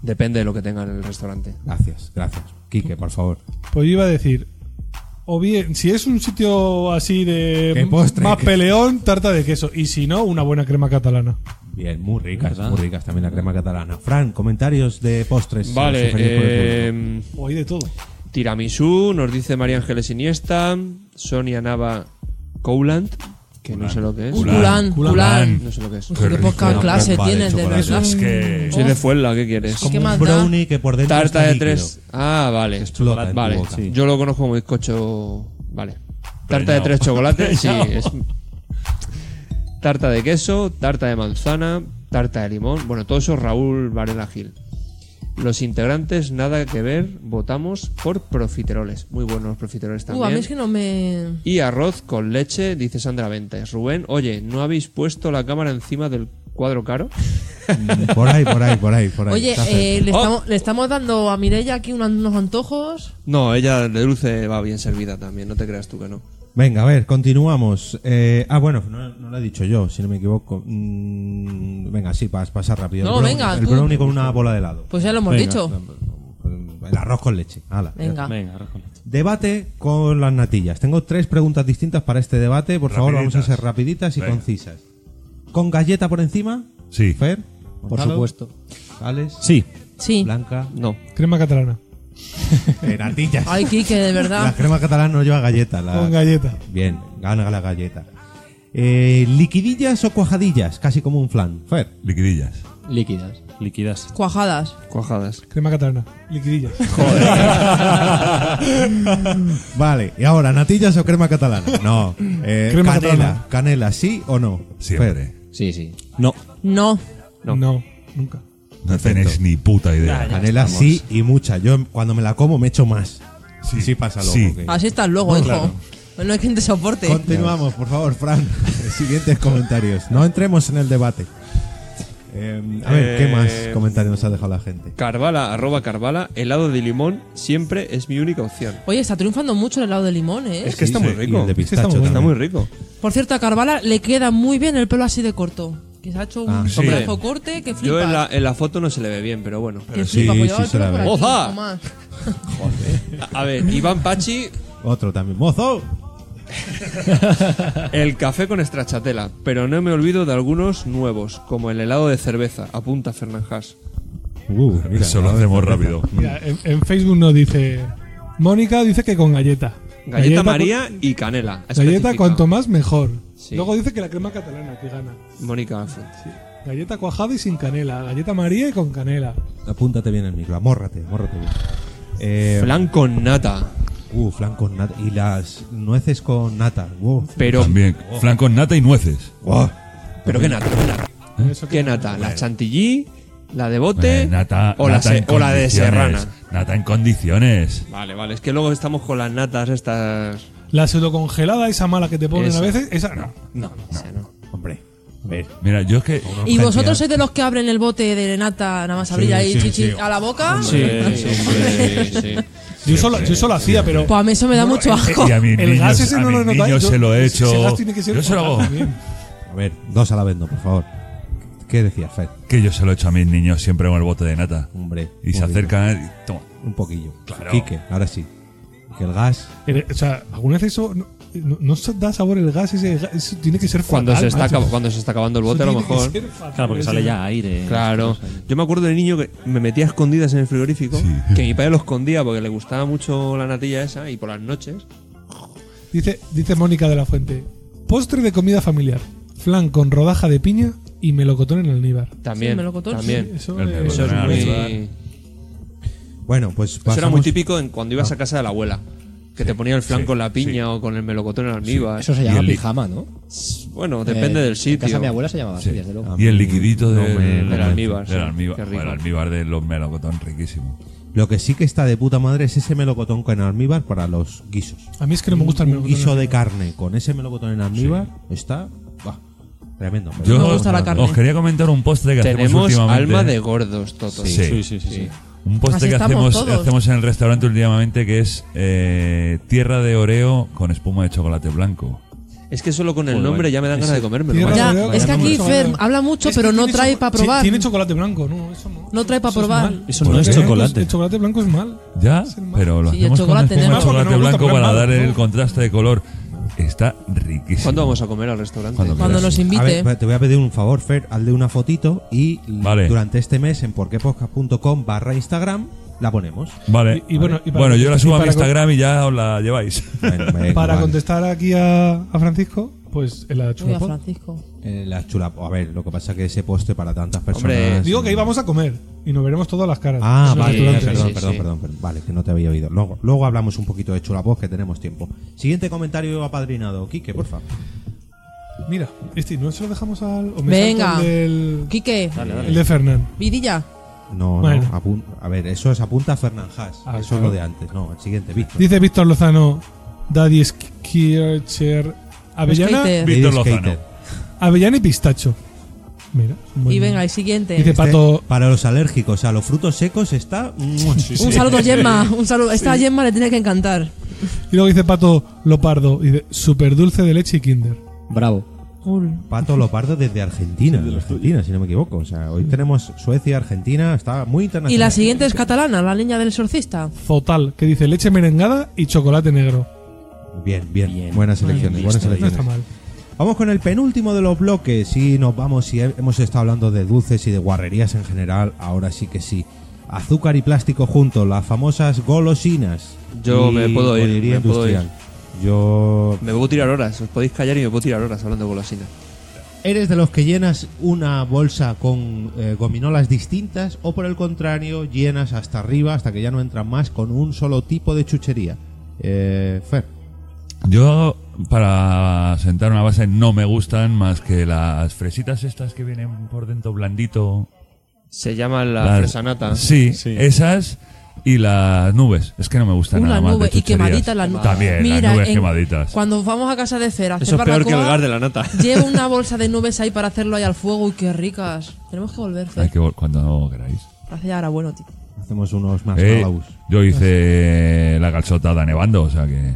Speaker 3: Depende de lo que tengan en el restaurante.
Speaker 2: Gracias, gracias. Quique, por favor.
Speaker 12: Pues yo iba a decir, o bien, si es un sitio así de
Speaker 2: Qué postre,
Speaker 12: más
Speaker 2: qué-
Speaker 12: peleón, tarta de queso. Y si no, una buena crema catalana.
Speaker 2: Bien, muy ricas, muy ricas también la crema catalana. Fran, comentarios de postres. Soy
Speaker 3: Vale,
Speaker 2: feliz por el tuyo.
Speaker 3: em,
Speaker 12: O hay de todo.
Speaker 3: Tiramisú, nos dice María Ángeles Iniesta, Sonia Nava Coulant, que no sé lo que es.
Speaker 4: Culán, Culán. Culán.
Speaker 3: No sé lo que es.
Speaker 4: Pues qué poca
Speaker 3: Una
Speaker 4: clase
Speaker 3: bomba
Speaker 4: tienes, de
Speaker 3: chocolate.
Speaker 4: verdad. Mm.
Speaker 11: Es que-
Speaker 3: Soy de Fuenla, ¿qué quieres?
Speaker 4: ¿Qué
Speaker 2: un
Speaker 4: más da?
Speaker 2: brownie que por dentro
Speaker 3: Tarta
Speaker 2: está
Speaker 3: de
Speaker 2: líquido.
Speaker 3: tres. Ah, vale.
Speaker 2: Explota en tu
Speaker 3: Vale,
Speaker 2: boca.
Speaker 3: sí. yo lo conozco como bizcocho. Vale. Tarta de
Speaker 11: Preñao.
Speaker 3: tres chocolates, sí.
Speaker 11: Preñao.
Speaker 3: es- Tarta de queso, tarta de manzana, tarta de limón. Bueno, todo eso Raúl Varela Gil. Los integrantes, nada que ver, votamos por profiteroles. Muy buenos los profiteroles
Speaker 4: Uh, a
Speaker 3: también.
Speaker 4: mí es que no me.
Speaker 3: Y arroz con leche, dice Sandra Ventes. Rubén, oye, ¿no habéis puesto la cámara encima del cuadro caro?
Speaker 2: Por ahí, por ahí, por ahí, por ahí.
Speaker 4: Oye,
Speaker 2: Está
Speaker 4: eh,
Speaker 2: cerca.
Speaker 4: le,
Speaker 3: Oh.
Speaker 4: estamos, le estamos dando a Mirella aquí unos, unos antojos.
Speaker 3: No, ella de dulce va bien servida también, no te creas tú que no.
Speaker 2: Venga, a ver, continuamos. Eh, ah, bueno, no, no lo he dicho yo, si no me equivoco. Mm, venga, sí, pas- pasa rápido.
Speaker 4: No,
Speaker 2: el brownie,
Speaker 4: venga,
Speaker 2: El
Speaker 4: tú.
Speaker 2: brownie con una bola de helado. mm,
Speaker 4: Pues ya lo hemos
Speaker 7: Venga.
Speaker 4: dicho.
Speaker 2: El arroz con leche. Hala.
Speaker 4: Venga.
Speaker 7: Venga, arroz con leche.
Speaker 2: Debate con las natillas. Tengo tres preguntas distintas para este debate. Por favor, vamos a
Speaker 11: Rapiditas.
Speaker 2: ser rapiditas y
Speaker 11: Venga.
Speaker 2: concisas. ¿Con galleta por encima?
Speaker 11: Sí.
Speaker 2: Fer.
Speaker 5: Por supuesto.
Speaker 2: ¿Alex?
Speaker 7: Sí,
Speaker 4: Sí.
Speaker 2: Blanca.
Speaker 3: No.
Speaker 12: Crema catalana.
Speaker 2: Eh, natillas.
Speaker 4: Ay, Kike, de
Speaker 2: La
Speaker 4: verdad.
Speaker 2: crema catalana no lleva galleta. la-
Speaker 12: Con galleta.
Speaker 2: Bien, gana la galleta. Eh, ¿Liquidillas o cuajadillas? Casi como un flan. Fer.
Speaker 11: Liquidillas.
Speaker 5: Líquidas.
Speaker 7: líquidas.
Speaker 4: Cuajadas.
Speaker 3: Cuajadas.
Speaker 12: Crema catalana. Liquidillas.
Speaker 2: Vale, y ahora, ¿natillas o crema catalana? No. Eh,
Speaker 12: Crema
Speaker 2: canela.
Speaker 12: catalana.
Speaker 2: Canela, ¿sí o no?
Speaker 11: Siempre.
Speaker 2: Fer.
Speaker 5: Sí, sí.
Speaker 7: No,
Speaker 4: No.
Speaker 12: No. nunca.
Speaker 11: No tenéis ni puta idea.
Speaker 2: Canela, sí y mucha. Yo cuando me la como me echo más. Sí, sí pasa luego.
Speaker 11: Sí.
Speaker 2: ok.
Speaker 4: Así estás luego, hijo. Pues No hay quien te soporte.
Speaker 2: Continuamos, por favor, Fran. Siguientes comentarios. No entremos en el debate. Eh, a ver, ¿qué
Speaker 3: Eh,
Speaker 2: más comentarios nos ha dejado la gente?
Speaker 3: Carvala, arroba Carvala, helado de limón siempre es mi única opción.
Speaker 4: Oye, está triunfando mucho el helado de limón, ¿eh?
Speaker 3: Es que está
Speaker 2: Sí,
Speaker 3: muy
Speaker 2: sí, y
Speaker 3: rico.
Speaker 2: el de
Speaker 3: Es que está
Speaker 2: pistacho
Speaker 3: muy- está
Speaker 2: también.
Speaker 3: muy rico.
Speaker 4: Por cierto, a Carvala le queda muy bien el pelo así de corto. Que se ha hecho un
Speaker 2: Ah,
Speaker 11: sí.
Speaker 4: pedazo corte que flipa.
Speaker 3: Yo en la, en la foto no se le ve bien, pero bueno.
Speaker 4: Que
Speaker 2: Sí,
Speaker 4: flipa, pues
Speaker 2: sí
Speaker 4: lleva el
Speaker 2: se la
Speaker 4: pelo por
Speaker 2: ve.
Speaker 4: aquí,
Speaker 3: ¡Oza!
Speaker 4: un poco más.
Speaker 3: A ver, Iván Pachi,
Speaker 2: Otro también. ¡Mozo!
Speaker 3: el café con estrachatela, pero no me olvido de algunos nuevos, como el helado de cerveza, apunta Fernanjas.
Speaker 2: Uh, mira,
Speaker 11: Eso lo
Speaker 2: a ver,
Speaker 11: hacemos
Speaker 2: cerveza.
Speaker 11: rápido.
Speaker 12: Mira, en, en Facebook nos dice. Mónica dice que con galleta.
Speaker 3: Galleta
Speaker 12: cu-
Speaker 3: María y canela. ha
Speaker 12: Galleta,
Speaker 3: especificado.
Speaker 12: cuanto más, mejor.
Speaker 3: Sí.
Speaker 12: Luego dice que la crema catalana que gana.
Speaker 3: Mónica Alfred.
Speaker 12: Galleta cuajada y sin canela. Galleta María y con canela.
Speaker 2: Apúntate bien el micro, amórrate, amórrate bien. Eh,
Speaker 3: Flan con nata,
Speaker 2: uh, flan con nata. Y las nueces con nata. Wow.
Speaker 3: pero...
Speaker 11: También. Flan con nata y nueces.
Speaker 2: Wow.
Speaker 3: ¿Pero qué nata? ¿Qué nata?
Speaker 12: Eso
Speaker 3: ¿Qué nata? ¿La chantilly? ¿La de bote?
Speaker 11: Eh, nata,
Speaker 3: o, la
Speaker 11: nata
Speaker 3: se-
Speaker 11: en
Speaker 3: o la de
Speaker 11: condiciones.
Speaker 3: serrana.
Speaker 11: Nata en condiciones.
Speaker 3: Vale, vale. Es que luego estamos con las natas estas...
Speaker 12: La pseudocongelada, esa mala que te ponen
Speaker 3: Esa.
Speaker 12: a veces, esa no.
Speaker 3: No, no, sé, no.
Speaker 2: Hombre. a ver.
Speaker 11: Mira, yo es que.
Speaker 4: Y
Speaker 2: Urgencia.
Speaker 4: vosotros sois de los que abren el bote de nata, nada más abrir
Speaker 2: Sí,
Speaker 4: ahí
Speaker 2: sí,
Speaker 4: chichi
Speaker 2: sí.
Speaker 4: a la boca.
Speaker 3: sí, sí, sí.
Speaker 12: Yo solo, yo solo hacía, pero.
Speaker 4: Pues a mí eso me da
Speaker 12: Bueno,
Speaker 4: mucho
Speaker 12: eh, eh,
Speaker 4: asco.
Speaker 11: Y a mis
Speaker 12: El
Speaker 11: niños,
Speaker 12: gas ese
Speaker 11: a
Speaker 12: no
Speaker 11: mis
Speaker 12: lo notáis.
Speaker 11: niños
Speaker 12: Yo-
Speaker 11: se lo he
Speaker 12: ese
Speaker 11: hecho.
Speaker 12: gas tiene que ser
Speaker 11: yo se lo hago.
Speaker 12: fatal también.
Speaker 2: A ver, dos a la vez no, por favor. ¿Qué decías, Fer?
Speaker 11: Que yo se lo he hecho a mis niños siempre con el bote de nata.
Speaker 2: Hombre.
Speaker 11: Y se
Speaker 2: un poquillo,
Speaker 11: acercan y toma.
Speaker 2: Un poquillo.
Speaker 11: Claro.
Speaker 2: Quique, ahora sí. Que el gas.
Speaker 12: Pero, Eh, O sea, alguna vez eso. No, no- no se da sabor el gas ese. Eso tiene que ser
Speaker 3: Cuando,
Speaker 12: fatal,
Speaker 3: se está,
Speaker 12: macho.
Speaker 3: acab- cuando se está acabando el
Speaker 12: Eso
Speaker 3: bote, a lo
Speaker 12: tiene que
Speaker 3: mejor.
Speaker 12: ser fatal,
Speaker 7: claro, porque
Speaker 12: ese.
Speaker 7: sale ya
Speaker 3: ¿eh?
Speaker 7: aire.
Speaker 3: Claro. Yo me acuerdo del niño que me metía escondidas en el frigorífico, que mi padre lo escondía porque le gustaba mucho la natilla esa y por las noches.
Speaker 12: Dice, dice Mónica de la Fuente: postre de comida familiar. Flan con rodaja de piña y melocotón en almíbar.
Speaker 3: También.
Speaker 4: Sí, melocotón,
Speaker 3: también.
Speaker 12: Sí, Eso,
Speaker 11: El
Speaker 12: es-
Speaker 11: melocotón.
Speaker 3: Eso, es
Speaker 11: Ah,
Speaker 3: muy-
Speaker 11: sí.
Speaker 3: eso
Speaker 2: Bueno, pues
Speaker 3: era muy
Speaker 2: pasamos-
Speaker 3: típico en cuando ibas a casa de la abuela. Que te ponía el flan
Speaker 5: Ah. sí,
Speaker 3: con la piña o con el melocotón en almíbar.
Speaker 5: Eso se llama pijama, ¿no?
Speaker 3: Bueno, depende
Speaker 5: Eh,
Speaker 3: del
Speaker 5: en
Speaker 3: sitio.
Speaker 5: casa de mi abuela se llamaba así, desde luego.
Speaker 11: Y el liquidito
Speaker 3: No,
Speaker 11: del,
Speaker 3: hombre, del almíbar,
Speaker 11: Del
Speaker 3: sí,
Speaker 11: almíbar,
Speaker 3: qué
Speaker 11: Joder,
Speaker 3: rico.
Speaker 11: el almíbar de los melocotón riquísimo.
Speaker 2: Lo que sí que está de puta madre es ese melocotón con almíbar para los guisos.
Speaker 12: A mí es que no me gusta el
Speaker 2: Un
Speaker 12: melocotón en
Speaker 2: guiso de carne con ese melocotón en almíbar está buah, tremendo.
Speaker 11: Yo os quería comentar un postre que hacemos
Speaker 3: Tenemos
Speaker 11: últimamente.
Speaker 3: alma de gordos, Toto.
Speaker 11: Sí.
Speaker 3: Sí, sí, sí, sí.
Speaker 11: Un postre
Speaker 3: Así
Speaker 11: que
Speaker 3: estamos
Speaker 11: hacemos,
Speaker 3: todos.
Speaker 11: hacemos en el restaurante últimamente que es eh, tierra de oreo con espuma de chocolate blanco.
Speaker 3: Es que solo con el
Speaker 5: Pues
Speaker 11: Joder,
Speaker 3: nombre ya me dan
Speaker 11: ese-
Speaker 3: ganas de comérmelo.
Speaker 11: Tierra
Speaker 3: Vaya-
Speaker 11: de
Speaker 12: Oreo,
Speaker 3: vaya
Speaker 12: es
Speaker 4: que
Speaker 3: nombre.
Speaker 4: aquí Fer habla mucho,
Speaker 12: Es que
Speaker 4: pero no
Speaker 12: tiene
Speaker 4: trae
Speaker 12: choco-
Speaker 4: para
Speaker 12: sí,
Speaker 4: probar.
Speaker 12: Tiene chocolate blanco, no, eso no.
Speaker 4: No trae para
Speaker 12: Eso es
Speaker 4: probar.
Speaker 12: mal.
Speaker 11: Eso no es chocolate.
Speaker 12: El chocolate blanco es mal.
Speaker 11: Ya, pero lo
Speaker 4: Sí, el
Speaker 11: hacemos con
Speaker 4: chocolate
Speaker 11: espuma de
Speaker 4: negro.
Speaker 11: chocolate
Speaker 4: Porque no me gusta
Speaker 11: blanco
Speaker 4: comer
Speaker 11: para
Speaker 4: nada,
Speaker 11: dar el
Speaker 4: ¿no?
Speaker 11: contraste de color. Está riquísimo.
Speaker 3: ¿Cuándo vamos a comer al restaurante?
Speaker 11: Cuando
Speaker 4: Cuando nos
Speaker 2: A ver,
Speaker 4: invite.
Speaker 2: te voy a pedir un favor, Fer, hazle una fotito y
Speaker 11: Vale.
Speaker 2: durante este mes en porquepodcast.com barra Instagram la ponemos.
Speaker 11: Vale.
Speaker 12: Y- y bueno, y para-
Speaker 11: yo la
Speaker 12: y
Speaker 11: subo a mi
Speaker 12: para con-
Speaker 11: Instagram y ya os la lleváis.
Speaker 12: Para
Speaker 2: vale.
Speaker 12: contestar aquí a, a Francisco, pues en la
Speaker 4: Uy, a
Speaker 12: chulapop.
Speaker 4: Francisco.
Speaker 2: Eh, la chula, a ver, lo que pasa es que ese postre para tantas personas.
Speaker 3: Hombre,
Speaker 12: Digo que íbamos a comer y nos veremos todas las caras.
Speaker 2: Ah,
Speaker 12: Eso es
Speaker 2: vale,
Speaker 12: durante-
Speaker 2: perdón,
Speaker 3: sí,
Speaker 2: perdón,
Speaker 3: sí.
Speaker 2: perdón, perdón. Vale, que no te había oído. Luego, luego hablamos un poquito de Chulapop, que tenemos tiempo. Siguiente comentario apadrinado. Quique, porfa.
Speaker 12: Mira, este, ¿no se lo dejamos al. o me
Speaker 4: Venga.
Speaker 12: salto el del-
Speaker 4: Quique.
Speaker 12: el de Fernán.
Speaker 4: Vidilla.
Speaker 2: No,
Speaker 12: Bueno.
Speaker 2: no, apun- a ver, eso es apunta a Fernán Haas.
Speaker 12: Ah,
Speaker 2: eso es
Speaker 12: claro.
Speaker 2: lo de antes. No, el siguiente, Víctor.
Speaker 12: Dice Víctor Lozano, Daddy Skircher, Avellana,
Speaker 4: Skater.
Speaker 11: Víctor
Speaker 2: Lady
Speaker 11: Lozano.
Speaker 2: Skater.
Speaker 12: Avellana y pistacho. Mira, un buen-
Speaker 4: Y venga, el siguiente.
Speaker 12: Dice
Speaker 2: Este,
Speaker 12: Pato.
Speaker 2: Para los alérgicos a los frutos secos está.
Speaker 4: Un saludo, Gemma. Un saludo. Esta Gemma le tiene que encantar.
Speaker 12: Y luego dice Pato Lopardo, dice super dulce de leche y Kinder.
Speaker 5: Bravo.
Speaker 2: Pato Lopardo desde Argentina. de Argentina, si no me equivoco. O sea, hoy tenemos Suecia, Argentina. Está muy internacional.
Speaker 4: Y la siguiente es catalana, la niña del exorcista.
Speaker 12: Zotal, que dice leche merengada y chocolate negro.
Speaker 2: Bien, bien, Buenas elecciones, buenas
Speaker 12: No
Speaker 2: elecciones.
Speaker 12: está mal.
Speaker 2: Vamos con el penúltimo de los bloques. Sí, nos vamos. y hemos estado hablando de dulces y de guarrerías en general, ahora sí que sí. Azúcar y plástico juntos, las famosas golosinas.
Speaker 3: Yo
Speaker 2: Y
Speaker 3: me puedo ir,
Speaker 2: bollería
Speaker 3: me puedo
Speaker 2: industrial. Yo.
Speaker 3: Me puedo tirar horas, os podéis callar y me puedo tirar horas hablando de golosinas.
Speaker 2: ¿Eres de los que llenas una bolsa con eh, gominolas distintas o por el contrario llenas hasta arriba hasta que ya no entran más con un solo tipo de chuchería? Eh, Fer.
Speaker 11: Yo, para sentar una base, no me gustan más que las fresitas estas que vienen por dentro blandito.
Speaker 3: Se llama la
Speaker 11: Las-
Speaker 3: fresanata.
Speaker 11: Sí,
Speaker 7: Sí.
Speaker 11: esas y las nubes. Es que no me gustan
Speaker 4: Una
Speaker 11: nada más. de
Speaker 4: nube y
Speaker 11: chucherías.
Speaker 4: quemaditas las nubes.
Speaker 11: También, las nubes
Speaker 4: en-
Speaker 11: quemaditas.
Speaker 4: Cuando vamos a casa de Fer a hacer
Speaker 3: Eso es peor que el
Speaker 4: barbacoa,
Speaker 3: gar de la nata.
Speaker 4: Llevo una bolsa de nubes ahí para hacerlo ahí al fuego. Uy, qué ricas. Tenemos que volver,
Speaker 11: Hay
Speaker 4: Fer.
Speaker 11: que vol- cuando queráis.
Speaker 4: Hace ahora bueno, tío.
Speaker 2: Hacemos unos más
Speaker 11: Eh, yo hice la calzotada nevando, o sea que.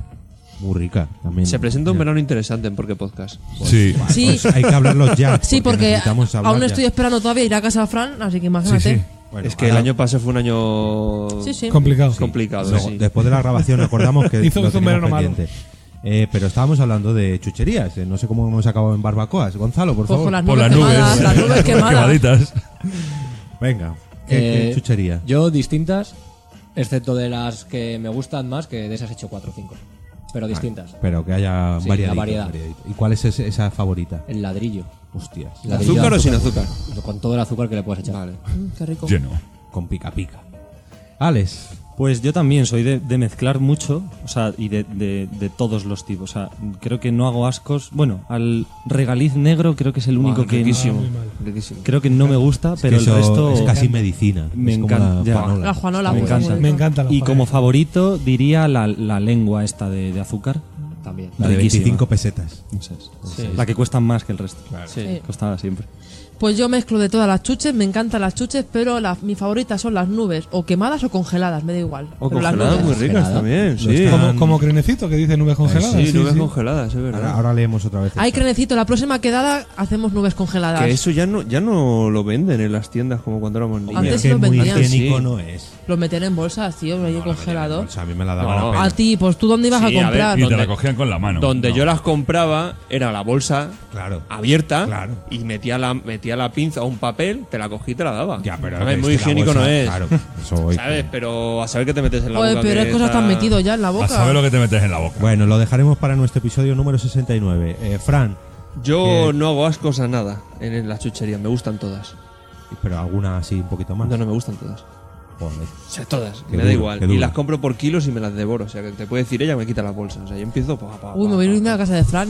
Speaker 2: Muy rica también.
Speaker 3: Se presenta un
Speaker 2: Ya.
Speaker 3: verano interesante en Porque Podcast.
Speaker 11: sí.
Speaker 4: Sí.
Speaker 2: Pues hay que hablarlos ya.
Speaker 4: Sí, porque
Speaker 2: necesitamos hablar
Speaker 4: aún
Speaker 2: ya.
Speaker 4: estoy esperando todavía ir a casa de Fran, así que
Speaker 11: Sí,
Speaker 4: imagínate.
Speaker 11: sí.
Speaker 2: Bueno,
Speaker 3: es que el
Speaker 2: ahora-
Speaker 3: año pasado fue un año
Speaker 4: Sí, sí.
Speaker 12: Complicado.
Speaker 3: complicado.
Speaker 2: Luego,
Speaker 3: sí.
Speaker 2: Después de la grabación recordamos que
Speaker 12: Hizo-
Speaker 2: lo
Speaker 12: hizo
Speaker 2: teníamos
Speaker 12: un verano malo.
Speaker 2: pendiente. Eh, pero estábamos hablando de chucherías. eh, No sé cómo hemos acabado en barbacoas. Gonzalo, por
Speaker 4: Pues
Speaker 2: favor.
Speaker 4: con las
Speaker 11: Por las
Speaker 4: nubes
Speaker 11: nubes.
Speaker 4: quemadas. Las nubes quemadas.
Speaker 11: quemaditas.
Speaker 2: Venga. ¿Qué,
Speaker 5: Eh,
Speaker 2: qué chuchería?
Speaker 5: Yo distintas, excepto de las que me gustan más, que de esas he hecho 4 o 5. Pero distintas.
Speaker 2: Pero que haya
Speaker 5: Sí,
Speaker 2: variedad,
Speaker 5: la variedad.
Speaker 2: ¿Y cuál es ese- esa favorita?
Speaker 5: El ladrillo.
Speaker 2: Hostias.
Speaker 5: Ladrillo
Speaker 3: azúcar
Speaker 5: de
Speaker 3: o sin azúcar?
Speaker 5: Con todo el azúcar que le puedes echar.
Speaker 3: Vale.
Speaker 4: Mm, qué rico.
Speaker 11: Lleno.
Speaker 2: Con pica pica. Alex.
Speaker 7: Pues yo también soy de, de mezclar mucho, o sea, y de, de- de todos los tipos. O sea, creo que no hago ascos. Bueno, al regaliz negro creo que es el único
Speaker 3: Ah,
Speaker 7: que
Speaker 3: riquísimo,
Speaker 12: muy mal.
Speaker 3: riquísimo.
Speaker 7: creo que no me gusta, pero
Speaker 2: que
Speaker 7: el
Speaker 2: eso
Speaker 7: resto
Speaker 2: es casi medicina.
Speaker 7: me
Speaker 2: es como
Speaker 7: encanta.
Speaker 2: la
Speaker 7: Ya.
Speaker 2: Juanola.
Speaker 4: La Juanola,
Speaker 7: me
Speaker 4: muy
Speaker 7: encanta.
Speaker 4: buena.
Speaker 12: Me encanta la
Speaker 7: Y
Speaker 12: hoja.
Speaker 7: como favorito diría la, la lengua esta de, de azúcar.
Speaker 5: También.
Speaker 2: La de
Speaker 7: Riquísima.
Speaker 2: 25 pesetas.
Speaker 7: Esa es. La que cuesta más que el resto.
Speaker 3: Sí.
Speaker 4: Sí.
Speaker 7: Costaba siempre.
Speaker 4: Pues yo mezclo de todas las chuches, me encantan las chuches, pero las, mis favoritas son las nubes, o quemadas o congeladas, me da igual.
Speaker 3: O
Speaker 4: Pero las
Speaker 3: congeladas muy
Speaker 4: nubes.
Speaker 3: ricas también, sí.
Speaker 12: Como, como Crenecito que dice nubes congeladas.
Speaker 3: Sí,
Speaker 12: sí,
Speaker 3: nubes
Speaker 12: sí.
Speaker 3: congeladas, es verdad.
Speaker 2: Ahora, ahora leemos otra vez.
Speaker 4: Hay
Speaker 2: esto.
Speaker 4: crenecito, la próxima quedada hacemos nubes congeladas.
Speaker 3: Que eso ya no, ya no lo venden en las tiendas como cuando éramos niños.
Speaker 4: Antes
Speaker 2: Es que
Speaker 4: lo
Speaker 2: muy
Speaker 4: vendían.
Speaker 2: higiénico
Speaker 3: Sí.
Speaker 2: no es.
Speaker 4: Los metían en bolsas, tío, ahí congelador.
Speaker 2: O sea, a mí me la daban
Speaker 3: No.
Speaker 2: a pena.
Speaker 4: A ti, pues tú dónde ibas
Speaker 3: Sí,
Speaker 4: a
Speaker 3: a
Speaker 4: comprar.
Speaker 11: Y te
Speaker 3: Donde-
Speaker 11: la cogían con la mano.
Speaker 3: Donde
Speaker 11: No.
Speaker 3: yo las compraba era la bolsa
Speaker 2: Claro.
Speaker 3: abierta
Speaker 2: Claro.
Speaker 3: y metía la, metía la pinza o un papel, te la cogí y te la daba.
Speaker 2: Ya, pero
Speaker 3: A ver,
Speaker 2: es
Speaker 3: muy
Speaker 2: que la
Speaker 3: higiénico
Speaker 2: bolsa-
Speaker 3: no es.
Speaker 2: Claro, eso voy.
Speaker 3: ¿Sabes? Pero a saber que te metes en la
Speaker 4: Joder,
Speaker 3: boca.
Speaker 4: peores
Speaker 3: que
Speaker 4: cosas te
Speaker 3: esa-
Speaker 4: han metido ya en la boca.
Speaker 11: A saber lo que te metes en la boca.
Speaker 2: Bueno, lo dejaremos para nuestro episodio número 69. Eh, Fran, eh,
Speaker 3: Yo
Speaker 2: Que-
Speaker 3: no hago ascos a nada en las chucherías, me gustan todas.
Speaker 2: pero alguna así un poquito más.
Speaker 3: No, no me gustan todas.
Speaker 2: Joder.
Speaker 3: O sea, todas.
Speaker 2: Qué
Speaker 3: me da
Speaker 2: duro,
Speaker 3: igual.
Speaker 2: qué
Speaker 3: Y
Speaker 2: duro.
Speaker 3: las compro por kilos y me las devoro. O sea, que te puede decir ella, me quita las bolsas. O sea, yo empiezo. pa, pa,
Speaker 4: Uy,
Speaker 3: pa.
Speaker 4: me voy a ir a la casa de Fran.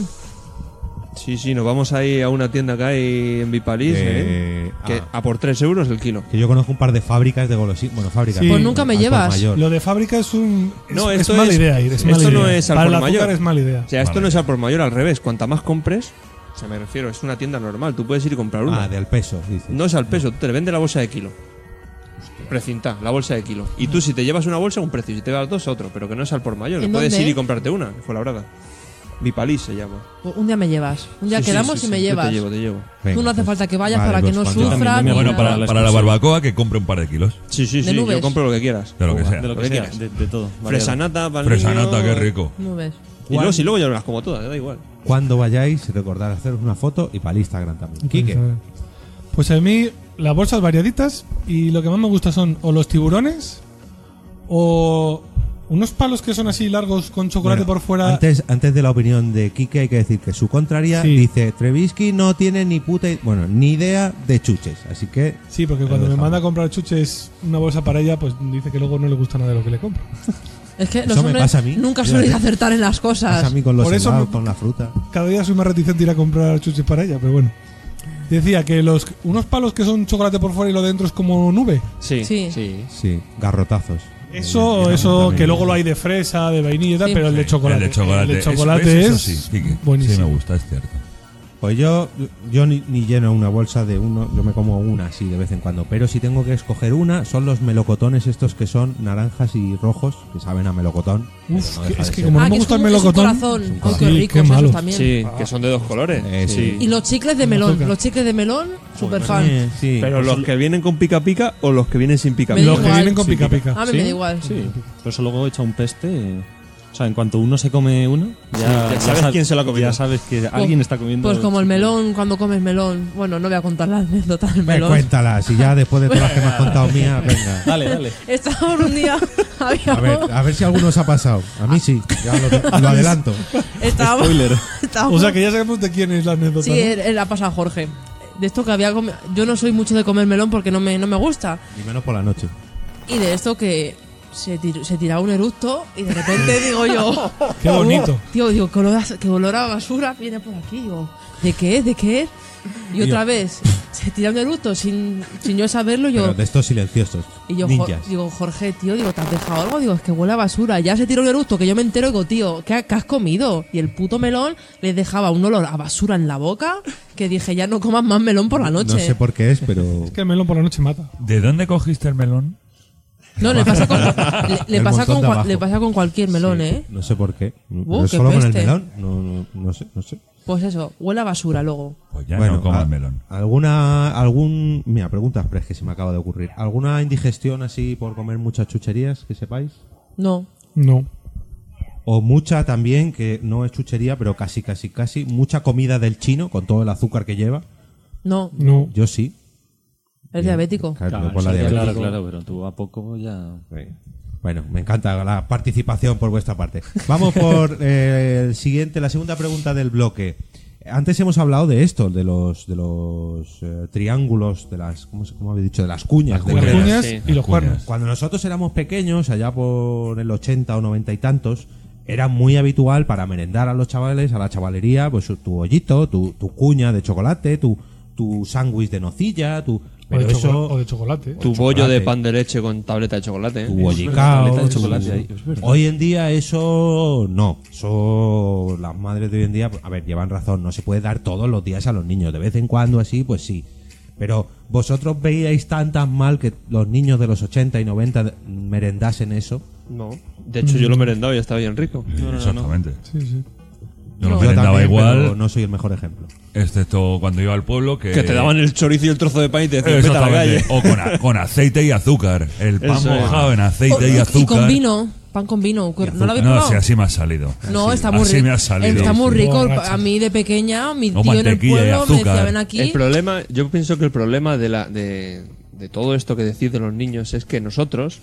Speaker 3: Sí, sí, nos vamos ahí a una tienda que hay en Vipalis.
Speaker 2: Eh,
Speaker 3: ¿eh? Que a por 3 euros el kilo.
Speaker 2: Que yo conozco un par de fábricas de golosinas. Bueno, fábricas.
Speaker 12: Sí.
Speaker 4: Pues
Speaker 2: no, al por mayor.
Speaker 12: Lo de fábrica es un. Es,
Speaker 3: No,
Speaker 12: es
Speaker 3: esto
Speaker 12: mala
Speaker 3: es-
Speaker 12: idea. ir, es
Speaker 3: esto
Speaker 12: mala
Speaker 3: no
Speaker 12: idea.
Speaker 3: es al
Speaker 12: Para
Speaker 3: por
Speaker 12: el azúcar
Speaker 3: mayor.
Speaker 12: es mala idea.
Speaker 3: O sea, esto no es al por mayor, al revés. Cuanta más compres, o sea, me refiero, es una tienda normal. Tú puedes ir y comprar una.
Speaker 2: Ah, del peso, dice.
Speaker 3: No es al peso, tú te vende la bolsa de kilo. Precinta, la bolsa de kilo. Y tú, si te llevas una bolsa, un precio. Si te vas dos, otro. Pero que no es al por mayor. que
Speaker 4: ¿En
Speaker 3: Puedes
Speaker 4: dónde?
Speaker 3: ir y comprarte una. Fue la brada. Bipalís se llama.
Speaker 4: Un día me llevas. Un día
Speaker 3: Sí, sí,
Speaker 4: quedamos
Speaker 3: sí,
Speaker 4: y me
Speaker 3: sí, yo
Speaker 4: llevas.
Speaker 3: Te llevo, te llevo.
Speaker 4: Tú no hace falta que vayas
Speaker 11: pues
Speaker 4: para que no sufras. ni
Speaker 11: Bueno,
Speaker 4: nada.
Speaker 11: para, para la barbacoa que compre un par de kilos.
Speaker 3: Sí, sí,
Speaker 4: De
Speaker 3: sí.
Speaker 4: nubes.
Speaker 3: Yo compro lo que quieras.
Speaker 11: De lo que sea.
Speaker 7: De lo que sea, de, de todo. Variado.
Speaker 3: Fresanata, para el
Speaker 11: Fresanata,
Speaker 3: niño.
Speaker 11: qué rico.
Speaker 4: Nubes.
Speaker 3: Y luego, si luego ya las como todas, da igual.
Speaker 2: Cuando vayáis, recordad haceros una foto y para el Instagram también. Quique.
Speaker 12: Pues a mí las bolsas variaditas y lo que más me gusta son o los tiburones o unos palos que son así largos con chocolate por fuera.
Speaker 2: Antes, antes de la opinión de Quique hay que decir que su contraria
Speaker 12: Sí.
Speaker 2: dice Trevisky no tiene ni puta i- bueno ni idea de chuches, así que
Speaker 12: Sí, porque
Speaker 2: Lo
Speaker 12: cuando me
Speaker 2: dejamos.
Speaker 12: manda a comprar chuches una bolsa para ella, pues dice que luego no le gusta nada de lo que le compro.
Speaker 4: Es que los
Speaker 2: eso me
Speaker 4: hombres
Speaker 2: pasa a mí.
Speaker 4: nunca
Speaker 2: Fíjate.
Speaker 4: suelen ir a acertar en las
Speaker 2: Pasa a
Speaker 4: cosas.
Speaker 2: mí con los
Speaker 12: Por eso
Speaker 2: helados,
Speaker 12: me-
Speaker 2: con la fruta.
Speaker 12: Cada día soy más reticente a ir a comprar chuches para ella, pero bueno. Decía que los unos palos que son chocolate por fuera y lo de dentro es como nube.
Speaker 3: Sí.
Speaker 4: Sí.
Speaker 2: Sí, garrotazos.
Speaker 12: Eso,
Speaker 2: Eh,
Speaker 12: eso
Speaker 2: también.
Speaker 12: que luego lo hay de fresa, de vainilla y tal,
Speaker 4: Sí.
Speaker 12: pero el de chocolate.
Speaker 11: El de chocolate.
Speaker 12: el de
Speaker 11: Es-
Speaker 12: chocolate
Speaker 11: ¿ves? Eso
Speaker 12: es
Speaker 11: sí, Quique.
Speaker 12: buenísimo.
Speaker 11: Sí, me gusta, este es cierto.
Speaker 2: Pues yo, yo ni, ni lleno una bolsa de uno, yo me como una así de vez en cuando. Pero si tengo que escoger una, son los melocotones estos que son naranjas y rojos, que saben a melocotón.
Speaker 12: Uf,
Speaker 2: pero no deja
Speaker 12: que- es
Speaker 2: de
Speaker 12: que
Speaker 2: ser.
Speaker 12: como no
Speaker 4: Ah,
Speaker 12: me
Speaker 4: que es
Speaker 12: gusta el
Speaker 4: como- es un
Speaker 12: melocotón.
Speaker 4: corazón.
Speaker 12: Sí,
Speaker 4: Oh, qué ricos esos
Speaker 12: malo.
Speaker 4: también.
Speaker 3: Sí, que son de dos colores.
Speaker 2: Eh, sí.
Speaker 4: Y los chicles de melón.
Speaker 12: toca.
Speaker 4: Los chicles de melón, super fan.
Speaker 2: Eh, sí.
Speaker 3: Pero los que vienen con pica pica o los que vienen sin pica
Speaker 4: Me
Speaker 3: pica.
Speaker 4: da
Speaker 12: Los que
Speaker 4: igual.
Speaker 12: vienen con
Speaker 4: Sí,
Speaker 12: pica pica.
Speaker 4: A mí me da igual.
Speaker 7: Sí, pero eso luego echa un peste. eh. O sea, en cuanto uno se come uno, ya,
Speaker 3: ya sabes
Speaker 7: sa-
Speaker 3: quién se lo ha comido.
Speaker 7: Ya sabes que alguien está comiendo.
Speaker 4: Pues como el melón, cuando comes melón. Bueno, no voy a contar la anécdota del
Speaker 2: Ve,
Speaker 4: melón.
Speaker 2: cuéntala, si ya después de todas las que me has contado mía, venga.
Speaker 7: Dale, dale.
Speaker 4: Estábamos un día,
Speaker 2: A ver,
Speaker 4: habíamos,
Speaker 2: a ver si alguno se ha pasado. A mí sí, ya lo, lo adelanto.
Speaker 4: estábamos,
Speaker 12: O
Speaker 4: estábamos-
Speaker 12: sea que ya sabemos de quién es la anécdota.
Speaker 4: sí,
Speaker 12: ¿no?
Speaker 4: él, él la pasa a Jorge. De esto que había, comi- yo no soy mucho de comer melón porque no me, no me gusta.
Speaker 2: Y menos por la noche.
Speaker 4: Y de esto que se, tir- se tiraba un eructo y de repente digo yo, "Oh,
Speaker 12: Qué bonito.
Speaker 4: tío, digo, que olor, a, que olor a basura viene por aquí. Digo, ¿de qué es? ¿De qué es? Y otra vez se tira un eructo sin, sin yo saberlo. Yo,
Speaker 2: Pero de estos silenciosos.
Speaker 4: Y yo,
Speaker 2: ninjas.
Speaker 4: Jo- digo, Jorge, tío, digo, ¿te has dejado algo? Digo, es que huele a basura. Ya se tiró un eructo que yo me entero y digo, tío, ¿qué, ha- qué has comido? Y el puto melón les dejaba un olor a basura en la boca que dije, ya no comas más melón por la noche.
Speaker 2: No sé por qué es, pero.
Speaker 12: Es que el melón por la noche mata.
Speaker 11: ¿De dónde cogiste el melón?
Speaker 4: No, le pasa con, le, le
Speaker 2: El
Speaker 4: pasa
Speaker 2: montón de
Speaker 4: con, cual-
Speaker 2: abajo.
Speaker 4: le pasa con cualquier melón, ¿eh?
Speaker 2: No sé por qué.
Speaker 4: Uh,
Speaker 2: Pero
Speaker 4: qué
Speaker 2: solo con el
Speaker 4: peste.
Speaker 2: melón? No, no, no sé, no sé.
Speaker 4: Pues eso, huele a basura luego.
Speaker 11: Pues ya no comas
Speaker 2: a-
Speaker 11: melón.
Speaker 2: ¿Alguna, algún, mira, preguntas es que se me acaba de ocurrir. ¿Alguna indigestión así por comer muchas chucherías que sepáis?
Speaker 4: No.
Speaker 12: No.
Speaker 2: O mucha también, que no es chuchería, pero casi, casi, casi. Mucha comida del chino con todo el azúcar que lleva.
Speaker 4: No,
Speaker 12: No.
Speaker 2: Yo sí.
Speaker 4: es diabético.
Speaker 2: Claro,
Speaker 7: Claro,
Speaker 2: por la
Speaker 7: eso ya-
Speaker 2: diabetes.
Speaker 7: claro, claro, pero tú a poco ya.
Speaker 2: Bueno, me encanta la participación por vuestra parte. Vamos por eh, el siguiente, la segunda pregunta del bloque. Antes hemos hablado de esto, de los de los eh, triángulos, de las ¿cómo, se- cómo habéis dicho? De las cuñas. de
Speaker 12: Las
Speaker 2: veras.
Speaker 12: cuñas
Speaker 3: sí.
Speaker 12: y los cuernos.
Speaker 2: Cuando nosotros éramos pequeños, allá por el 80 o 90 y tantos, era muy habitual para merendar a los chavales, a la chavalería, pues tu hoyito, tu, tu cuña de chocolate, tu, tu sándwich de nocilla, tu...
Speaker 12: O de,
Speaker 2: Pero eso...
Speaker 12: chocola- o de chocolate.
Speaker 3: Tu bollo de pan de leche con tableta de chocolate. ¿eh?
Speaker 2: Tu bollicao,
Speaker 7: tableta de
Speaker 2: tu-
Speaker 7: chocolate ahí, es verdad.
Speaker 2: Hoy en día eso no. Eso las madres de hoy en día, a ver, llevan razón, no se puede dar todos los días a los niños. De vez en cuando así, pues sí. Pero vosotros veíais tan tan mal que los niños de los 80 y 90 de- merendasen eso.
Speaker 3: No. Mm. De hecho, yo lo he merendado y estaba bien rico.
Speaker 11: Exactamente.
Speaker 12: Sí, sí.
Speaker 11: Yo lo
Speaker 2: Yo
Speaker 11: merendaba
Speaker 2: también, pero
Speaker 11: igual,
Speaker 2: no soy el mejor ejemplo.
Speaker 11: excepto cuando iba al pueblo que...
Speaker 3: Que te daban el chorizo y el trozo de pan y te decían, vete a la
Speaker 11: Exactamente.
Speaker 3: calle.
Speaker 11: O con, a- con aceite y azúcar. El pan
Speaker 3: Eso es.
Speaker 11: mojado en aceite y
Speaker 4: Y-
Speaker 11: azúcar.
Speaker 4: Y con vino, pan con vino. ¿No lo habéis
Speaker 11: No,
Speaker 4: probado?
Speaker 11: si así me ha salido.
Speaker 4: No,
Speaker 11: Así.
Speaker 4: está muy
Speaker 11: Así
Speaker 4: rico.
Speaker 11: me ha salido.
Speaker 4: Está muy rico.
Speaker 12: Borracha.
Speaker 4: A mí de pequeña, mi
Speaker 11: O
Speaker 4: tío en el
Speaker 11: mantequilla y
Speaker 4: pueblo me decía,
Speaker 11: azúcar. ¿eh?
Speaker 4: ven aquí.
Speaker 3: El problema, yo pienso que el problema de, la, de, de todo esto que decís de los niños es que nosotros,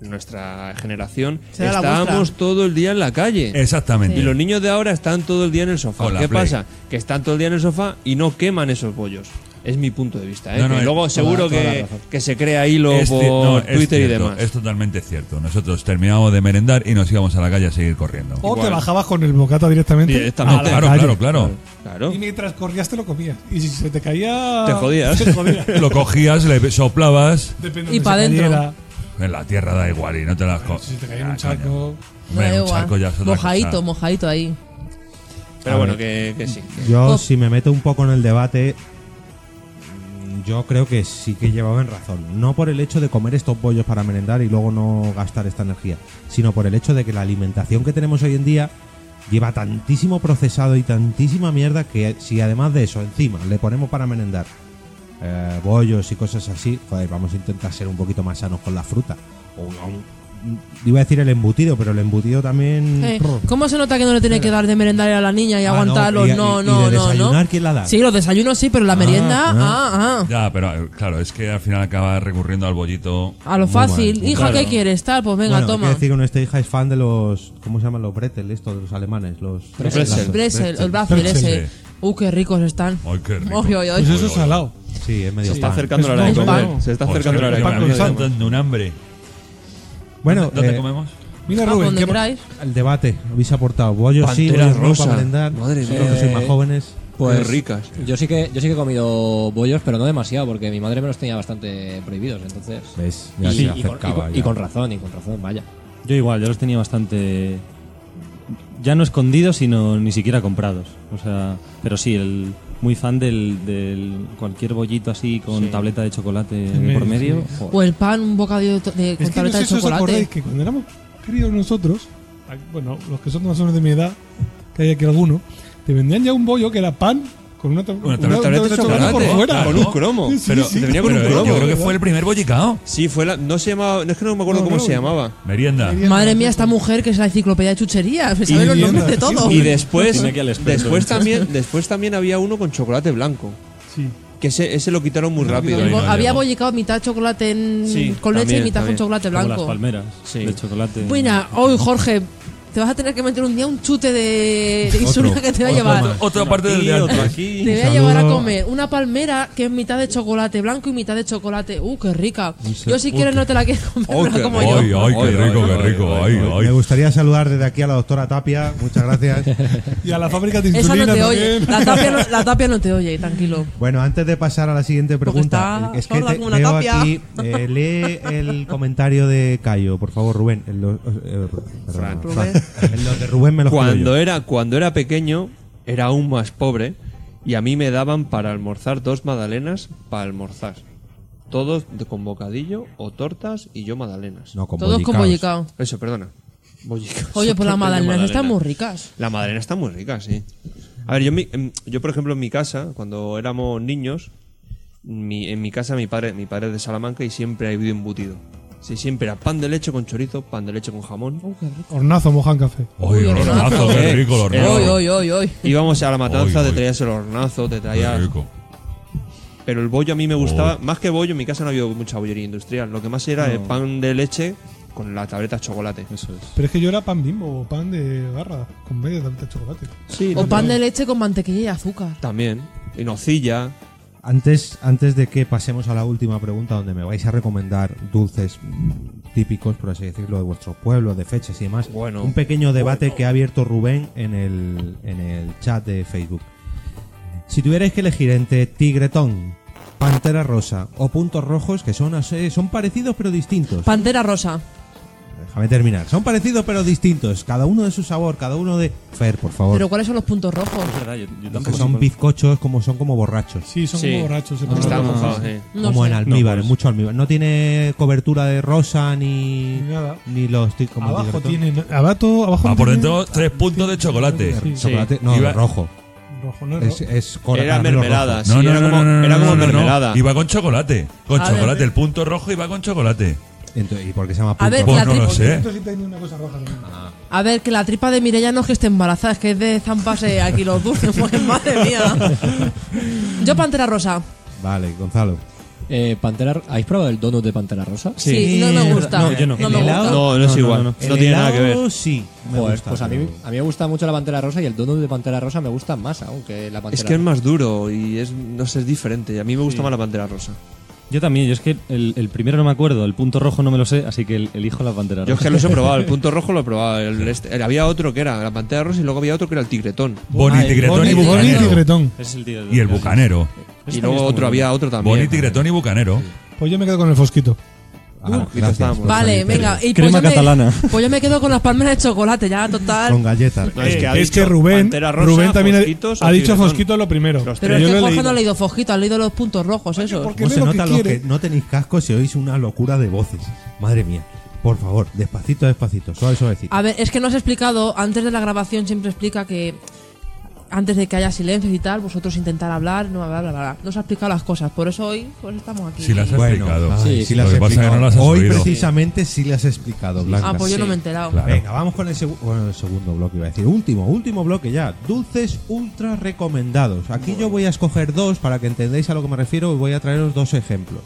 Speaker 3: nuestra generación,
Speaker 4: Será la
Speaker 3: estábamos
Speaker 4: vuestra.
Speaker 3: todo el día en la calle.
Speaker 11: Exactamente.
Speaker 3: Y los niños de ahora están todo el día en el sofá.
Speaker 11: Con la
Speaker 3: ¿Qué
Speaker 11: Play.
Speaker 3: pasa? Que están todo el día en el sofá y no queman esos bollos. Es mi punto de vista. ¿eh?
Speaker 11: No, no,
Speaker 3: Que
Speaker 11: es-
Speaker 3: luego
Speaker 11: toda-
Speaker 3: seguro
Speaker 11: toda la
Speaker 3: que,
Speaker 11: razón.
Speaker 3: que se crea hilo
Speaker 11: Es
Speaker 3: por
Speaker 11: ci- no, es
Speaker 3: Twitter y
Speaker 11: cierto,
Speaker 3: demás.
Speaker 11: Es totalmente cierto. Nosotros terminábamos de merendar y nos íbamos a la calle a seguir corriendo.
Speaker 12: O te bajabas con el bocata directamente.
Speaker 11: Directamente.
Speaker 12: a la
Speaker 11: Claro,
Speaker 12: calle.
Speaker 11: claro, claro.
Speaker 3: Claro.
Speaker 12: Y mientras corrías te lo comías. Y si se te caía.
Speaker 11: Te jodías.
Speaker 12: Te jodías.
Speaker 11: Lo cogías, le soplabas.
Speaker 12: Depende
Speaker 4: Y
Speaker 12: donde
Speaker 4: pa'
Speaker 12: se
Speaker 4: dentro.
Speaker 12: cayera.
Speaker 11: En la tierra da igual y no te las coges.
Speaker 12: Si te caía en un charco.
Speaker 11: Hombre,
Speaker 4: da
Speaker 11: un
Speaker 4: igual.
Speaker 11: charco ya es otra
Speaker 4: mojadito,
Speaker 11: cosa.
Speaker 4: mojadito ahí.
Speaker 3: Pero bueno, que, que sí.
Speaker 2: Yo,
Speaker 4: Pop.
Speaker 2: si me meto un poco en el debate, mm, yo creo que sí que llevaban razón. No por el hecho de comer estos bollos para merendar y luego no gastar esta energía, sino por el hecho de que la alimentación que tenemos hoy en día lleva tantísimo procesado y tantísima mierda que si además de eso, encima, le ponemos para merendar eh, bollos y cosas así, joder, vamos a intentar ser un poquito más sanos con la fruta. O un- iba a decir el embutido, pero el embutido también...
Speaker 4: Eh,
Speaker 2: prr.
Speaker 4: ¿Cómo se nota que no le tiene que dar de merendar a la niña y
Speaker 2: Ah, no,
Speaker 4: aguantarlo?
Speaker 2: y- y-
Speaker 4: No,
Speaker 2: y
Speaker 4: no,
Speaker 2: de
Speaker 4: no,
Speaker 2: desayunar,
Speaker 4: no.
Speaker 2: ¿quién la da?
Speaker 4: Sí, los desayunos sí, pero la merienda, ah, ah.
Speaker 11: ¿eh? Ya, pero eh, claro, es que al final acaba recurriendo al bollito.
Speaker 4: A lo
Speaker 11: Muy
Speaker 4: fácil.
Speaker 11: mal.
Speaker 4: Hija, ¿qué quieres? Tal, pues venga,
Speaker 2: Bueno,
Speaker 4: toma.
Speaker 2: Quiero decir que nuestra hija es fan de los. ¿Cómo se llaman los bretel estos de los alemanes? Los
Speaker 11: Pretzel.
Speaker 2: las-
Speaker 4: El Bresel, el Bresel
Speaker 2: Pretzel.
Speaker 4: ese. Uh, qué ricos están.
Speaker 11: Ay, qué rico.
Speaker 4: Oy, oy, oy.
Speaker 12: Pues eso es salado.
Speaker 2: Sí, es medio
Speaker 3: Se está
Speaker 2: pan.
Speaker 3: acercando la
Speaker 12: Es
Speaker 3: hora de
Speaker 12: pan.
Speaker 3: comer. Se está
Speaker 11: Joder,
Speaker 3: acercando la hora de
Speaker 11: Pues que me
Speaker 3: comer.
Speaker 11: está dando un hambre.
Speaker 2: Bueno,
Speaker 11: ¿Dónde
Speaker 2: eh,
Speaker 11: comemos?
Speaker 12: Mira,
Speaker 4: Ah,
Speaker 12: Rubén,
Speaker 4: donde
Speaker 12: ¿qué pa-
Speaker 4: queráis.
Speaker 2: el debate. Habéis aportado bollos, sí,
Speaker 3: Pantera
Speaker 2: bollos no,
Speaker 3: rosa.
Speaker 2: para merendar.
Speaker 3: Madre mía.
Speaker 2: Vosotros que sois más
Speaker 5: Eh,
Speaker 2: jóvenes.
Speaker 5: Pues
Speaker 3: Qué ricas.
Speaker 5: Yo sí que yo sí que he comido bollos, pero no demasiado, porque mi madre me los tenía bastante prohibidos, entonces.
Speaker 2: ¿Ves?
Speaker 5: Y,
Speaker 2: Ya se
Speaker 5: y con- y
Speaker 2: acercaba
Speaker 5: con,
Speaker 2: ya.
Speaker 5: y con razón, y con razón, vaya.
Speaker 7: Yo igual, yo los tenía bastante. Ya no escondidos, sino ni siquiera comprados. O sea, pero sí, el muy fan del, del cualquier bollito así con tableta de chocolate
Speaker 12: medio,
Speaker 7: por medio.
Speaker 12: sí.
Speaker 7: Joder.
Speaker 4: O el pan, un bocadillo de, to- de- con
Speaker 12: Es que no
Speaker 4: tableta
Speaker 12: sé
Speaker 4: de
Speaker 12: si os acordáis
Speaker 4: chocolate.
Speaker 12: que cuando éramos críos nosotros, a- bueno, los que son más o menos de mi edad, que hay aquí alguno, te vendían ya un bollo que era pan con una, tab-
Speaker 11: Una tableta de chocolate,
Speaker 12: por fuera.
Speaker 11: claro.
Speaker 3: Con un cromo.
Speaker 12: Sí, sí,
Speaker 3: pero
Speaker 12: sí.
Speaker 3: te venía con
Speaker 11: Pero,
Speaker 3: un
Speaker 11: eh,
Speaker 3: cromo.
Speaker 11: yo creo que fue el primer bollicao.
Speaker 3: Sí, fue la. No se llamaba. no, Es que no me acuerdo
Speaker 12: No,
Speaker 3: cómo
Speaker 12: no,
Speaker 3: se
Speaker 12: no.
Speaker 3: llamaba.
Speaker 11: Merienda.
Speaker 4: Madre mía, esta mujer que es la enciclopedia de chucherías. Me sabe los
Speaker 12: mierda,
Speaker 4: nombres de
Speaker 12: sí,
Speaker 4: todo.
Speaker 12: sí.
Speaker 3: Y después.
Speaker 7: Tiene aquí al experto. ¿eh?
Speaker 3: Después también, después también había uno con chocolate blanco.
Speaker 12: Sí.
Speaker 3: Que ese, ese lo quitaron muy rápido.
Speaker 4: El bo-
Speaker 11: no,
Speaker 4: había
Speaker 11: no.
Speaker 4: bollicado mitad chocolate en-
Speaker 3: Sí,
Speaker 4: con leche
Speaker 3: también,
Speaker 4: y mitad
Speaker 3: también.
Speaker 4: con chocolate
Speaker 7: Como las
Speaker 4: blanco.
Speaker 7: palmeras
Speaker 3: Sí.
Speaker 7: de chocolate.
Speaker 4: Buena, hoy Jorge, te vas a tener que meter un día un chute de, de insulina que te va a llevar.
Speaker 11: Otra parte del de
Speaker 3: otro
Speaker 11: antes.
Speaker 3: aquí.
Speaker 4: Te voy a
Speaker 2: Saludo.
Speaker 4: llevar a comer una palmera que es mitad de chocolate blanco y mitad de chocolate. Uh, qué rica. Yo si quieres no te la quiero comer,
Speaker 3: Oh,
Speaker 4: me la
Speaker 3: qué-
Speaker 4: como
Speaker 11: Ay,
Speaker 4: yo.
Speaker 11: ay, qué
Speaker 3: Ay,
Speaker 11: rico,
Speaker 3: ay,
Speaker 11: qué
Speaker 3: ay,
Speaker 11: rico.
Speaker 3: ay,
Speaker 11: Ay,
Speaker 2: Me
Speaker 11: ay.
Speaker 2: gustaría saludar desde aquí a la doctora Tapia. Muchas gracias.
Speaker 12: Y a la fábrica de
Speaker 4: Esa
Speaker 12: insulina
Speaker 4: no te oye.
Speaker 12: también.
Speaker 4: La tapia no, la tapia no te oye, tranquilo.
Speaker 2: Bueno, antes de pasar a la siguiente pregunta, eh,
Speaker 4: Porque está
Speaker 2: es que
Speaker 4: sorda
Speaker 2: te-
Speaker 4: como una
Speaker 2: veo
Speaker 4: tapia.
Speaker 2: aquí, eh, lee el comentario de Cayo, por favor, Rubén. En los, eh, perdona,
Speaker 4: Rubén.
Speaker 2: Fran. En los de Rubén me los quedo yo.
Speaker 3: Cuando era, cuando era pequeño, era aún más pobre y a mí me daban para almorzar dos magdalenas para almorzar. Todos de- con bocadillo o tortas y yo magdalenas.
Speaker 2: No, con
Speaker 4: Todos con
Speaker 2: bollicaos.
Speaker 4: bollicao.
Speaker 3: Eso, perdona. Bollicaos.
Speaker 4: Oye, pues las
Speaker 3: Tortas de
Speaker 4: magdalenas
Speaker 3: magdalena.
Speaker 4: están muy ricas.
Speaker 3: La madalena está muy rica, sí. A ver, yo, en mi- en- yo por ejemplo en mi casa, cuando éramos niños, mi- en mi casa mi padre, mi padre es de Salamanca y siempre ha habido embutido. Sí, siempre era pan de leche con chorizo, pan de leche con jamón.
Speaker 4: Oh,
Speaker 12: Hornazo mojan café.
Speaker 11: Ay, el hornazo, qué
Speaker 3: Eh,
Speaker 11: rico el
Speaker 3: eh,
Speaker 4: Hoy,
Speaker 11: hornazo.
Speaker 4: hoy, hoy, hoy.
Speaker 3: Íbamos a la matanza,
Speaker 11: Oy,
Speaker 3: te
Speaker 11: oy.
Speaker 3: traías el hornazo, te
Speaker 11: Qué
Speaker 3: traías...
Speaker 11: rico.
Speaker 3: Pero el bollo a mí me gustaba, más que bollo, en mi casa no había mucha bollería industrial. Lo que más era el pan de leche con la tableta de chocolate.
Speaker 7: Eso es.
Speaker 12: Pero es que yo era pan bimbo o pan de barra con media tableta de chocolate.
Speaker 3: Sí,
Speaker 4: O pan de leche con mantequilla y azúcar.
Speaker 3: También. Y nocilla.
Speaker 2: Antes, antes de que pasemos a la última pregunta, donde me vais a recomendar dulces mm, típicos, por así decirlo, de vuestro pueblo, de fechas y demás,
Speaker 3: Bueno,
Speaker 2: un pequeño debate que ha abierto Rubén en el, en el chat de Facebook. Si tuvierais que elegir entre tigretón, pantera rosa o puntos rojos, que son, así- son parecidos pero distintos.
Speaker 4: Pantera rosa.
Speaker 2: Déjame terminar. Son parecidos pero distintos. Cada uno de su sabor, cada uno de... Fer, por favor.
Speaker 4: Pero ¿cuáles son los puntos rojos?
Speaker 7: Es verdad, yo- yo
Speaker 2: Los
Speaker 7: tampoco
Speaker 2: que son
Speaker 7: sé cuál-
Speaker 2: bizcochos, como, son como borrachos.
Speaker 12: Sí, son
Speaker 3: Sí.
Speaker 12: como borrachos. se ponen
Speaker 3: Está
Speaker 12: locos.
Speaker 3: mojado, sí.
Speaker 4: No
Speaker 2: como
Speaker 4: sé.
Speaker 2: en almíbar,
Speaker 7: No, pues-
Speaker 2: mucho almíbar. No tiene cobertura de rosa ni,
Speaker 12: Ni nada.
Speaker 2: ni los ti- como el
Speaker 12: Abajo
Speaker 2: tigertón.
Speaker 12: tienen. Abajo, abajo
Speaker 11: Va Ah, por
Speaker 12: tienen-
Speaker 11: dentro tres puntos de chocolate.
Speaker 12: Sí.
Speaker 2: Chocolate, no,
Speaker 11: Iba-
Speaker 2: rojo.
Speaker 12: Rojo, no,
Speaker 2: Es,
Speaker 12: rojo.
Speaker 2: es cora-
Speaker 3: Era
Speaker 2: caramelo
Speaker 3: mermelada,
Speaker 2: rojo.
Speaker 3: sí. era como- era como mermelada.
Speaker 11: Iba con chocolate. Con
Speaker 4: A ver,
Speaker 11: chocolate.
Speaker 4: ve.
Speaker 11: El punto rojo iba con chocolate.
Speaker 2: Entonces, ¿Y por qué se llama
Speaker 4: A
Speaker 2: punto
Speaker 4: ver,
Speaker 2: rojo?
Speaker 11: Pues
Speaker 4: la
Speaker 11: no lo
Speaker 4: tripa,
Speaker 11: sé.
Speaker 12: Esto sí tiene una cosa roja también.
Speaker 4: a ver, que la tripa de Mireia no es que esté embarazada, es que es de zamparse aquí los dulces, porque madre mía. Yo pantera rosa.
Speaker 2: Vale, Gonzalo.
Speaker 5: Eh, Pantera, ¿Habéis probado el donut de Pantera Rosa?
Speaker 4: Sí. Sí, no me gusta. No, yo no. No
Speaker 5: ¿El
Speaker 4: me gusta.
Speaker 5: helado?
Speaker 4: No,
Speaker 3: no es igual. No tiene nada que ver.
Speaker 2: sí, me
Speaker 5: Joder,
Speaker 2: gusta,
Speaker 5: pues a mí, a mí me gusta mucho la Pantera Rosa y el donut de Pantera Rosa me gusta más aún que la Pantera
Speaker 3: Es que es más duro y es, no sé, es diferente. Y a mí me gusta más la pantera rosa.
Speaker 7: Yo también, yo es que el, el primero no me acuerdo, el punto rojo no me lo sé, así que el- elijo la pantera
Speaker 3: Yo es
Speaker 7: roja.
Speaker 3: que los he probado, el punto rojo lo he probado. el este- el- había otro que era la pantera rosa y luego había otro que era el tigretón.
Speaker 11: Boni,
Speaker 3: Ah, el
Speaker 11: tigretón
Speaker 3: Boni,
Speaker 11: y bucanero.
Speaker 3: Boni,
Speaker 12: Tigretón.
Speaker 7: Es el tigretón.
Speaker 11: Y el bucanero.
Speaker 3: Y luego otro, había otro también.
Speaker 11: Boni, tigretón y bucanero.
Speaker 12: Pues yo me quedo con el fosquito.
Speaker 11: Ah,
Speaker 3: gracias.
Speaker 11: estábamos.
Speaker 4: Vale, venga. Y pues yo me- pues yo me quedo con las palmeras de chocolate, ya, total.
Speaker 2: Con galletas.
Speaker 4: Eh,
Speaker 3: No, es que ha
Speaker 12: es
Speaker 3: dicho
Speaker 12: que Rubén,
Speaker 3: Pantera Rosa,
Speaker 12: Rubén también ha-
Speaker 3: Fosquitos o
Speaker 12: ha, dicho
Speaker 3: Tigretón.
Speaker 12: Fosquito lo primero.
Speaker 4: Pero es que Jorge no ha leído Fojito, ha leído los puntos rojos esos.
Speaker 12: ¿por qué?
Speaker 2: ¿Cómo
Speaker 12: Lee
Speaker 2: se
Speaker 12: lo que
Speaker 2: nota los
Speaker 12: quiere.
Speaker 2: que no tenéis casco si oís una locura de voces? Madre mía. Por favor, despacito, despacito, suave, suavecito.
Speaker 4: A ver, es que no has explicado, antes de la grabación siempre explica que antes de que haya silencios y tal, vosotros intentar hablar, no, bla, bla, bla, bla. No os ha explicado las cosas, por eso hoy pues estamos aquí.
Speaker 11: Si las has
Speaker 2: Bueno,
Speaker 11: explicado.
Speaker 2: ay, sí las
Speaker 11: lo
Speaker 2: he
Speaker 11: que pasa es que no
Speaker 2: explicado.
Speaker 11: las has
Speaker 2: Hoy
Speaker 11: oído.
Speaker 2: precisamente sí las he explicado, Blanca.
Speaker 4: Ah, pues yo no
Speaker 2: Sí.
Speaker 4: me he enterado.
Speaker 11: Claro.
Speaker 2: Venga, vamos con el, segu- bueno, el segundo bloque, iba a decir. Último, último bloque ya. Dulces ultra recomendados. Aquí yo voy a escoger dos para que entendáis a lo que me refiero y voy a traeros dos ejemplos.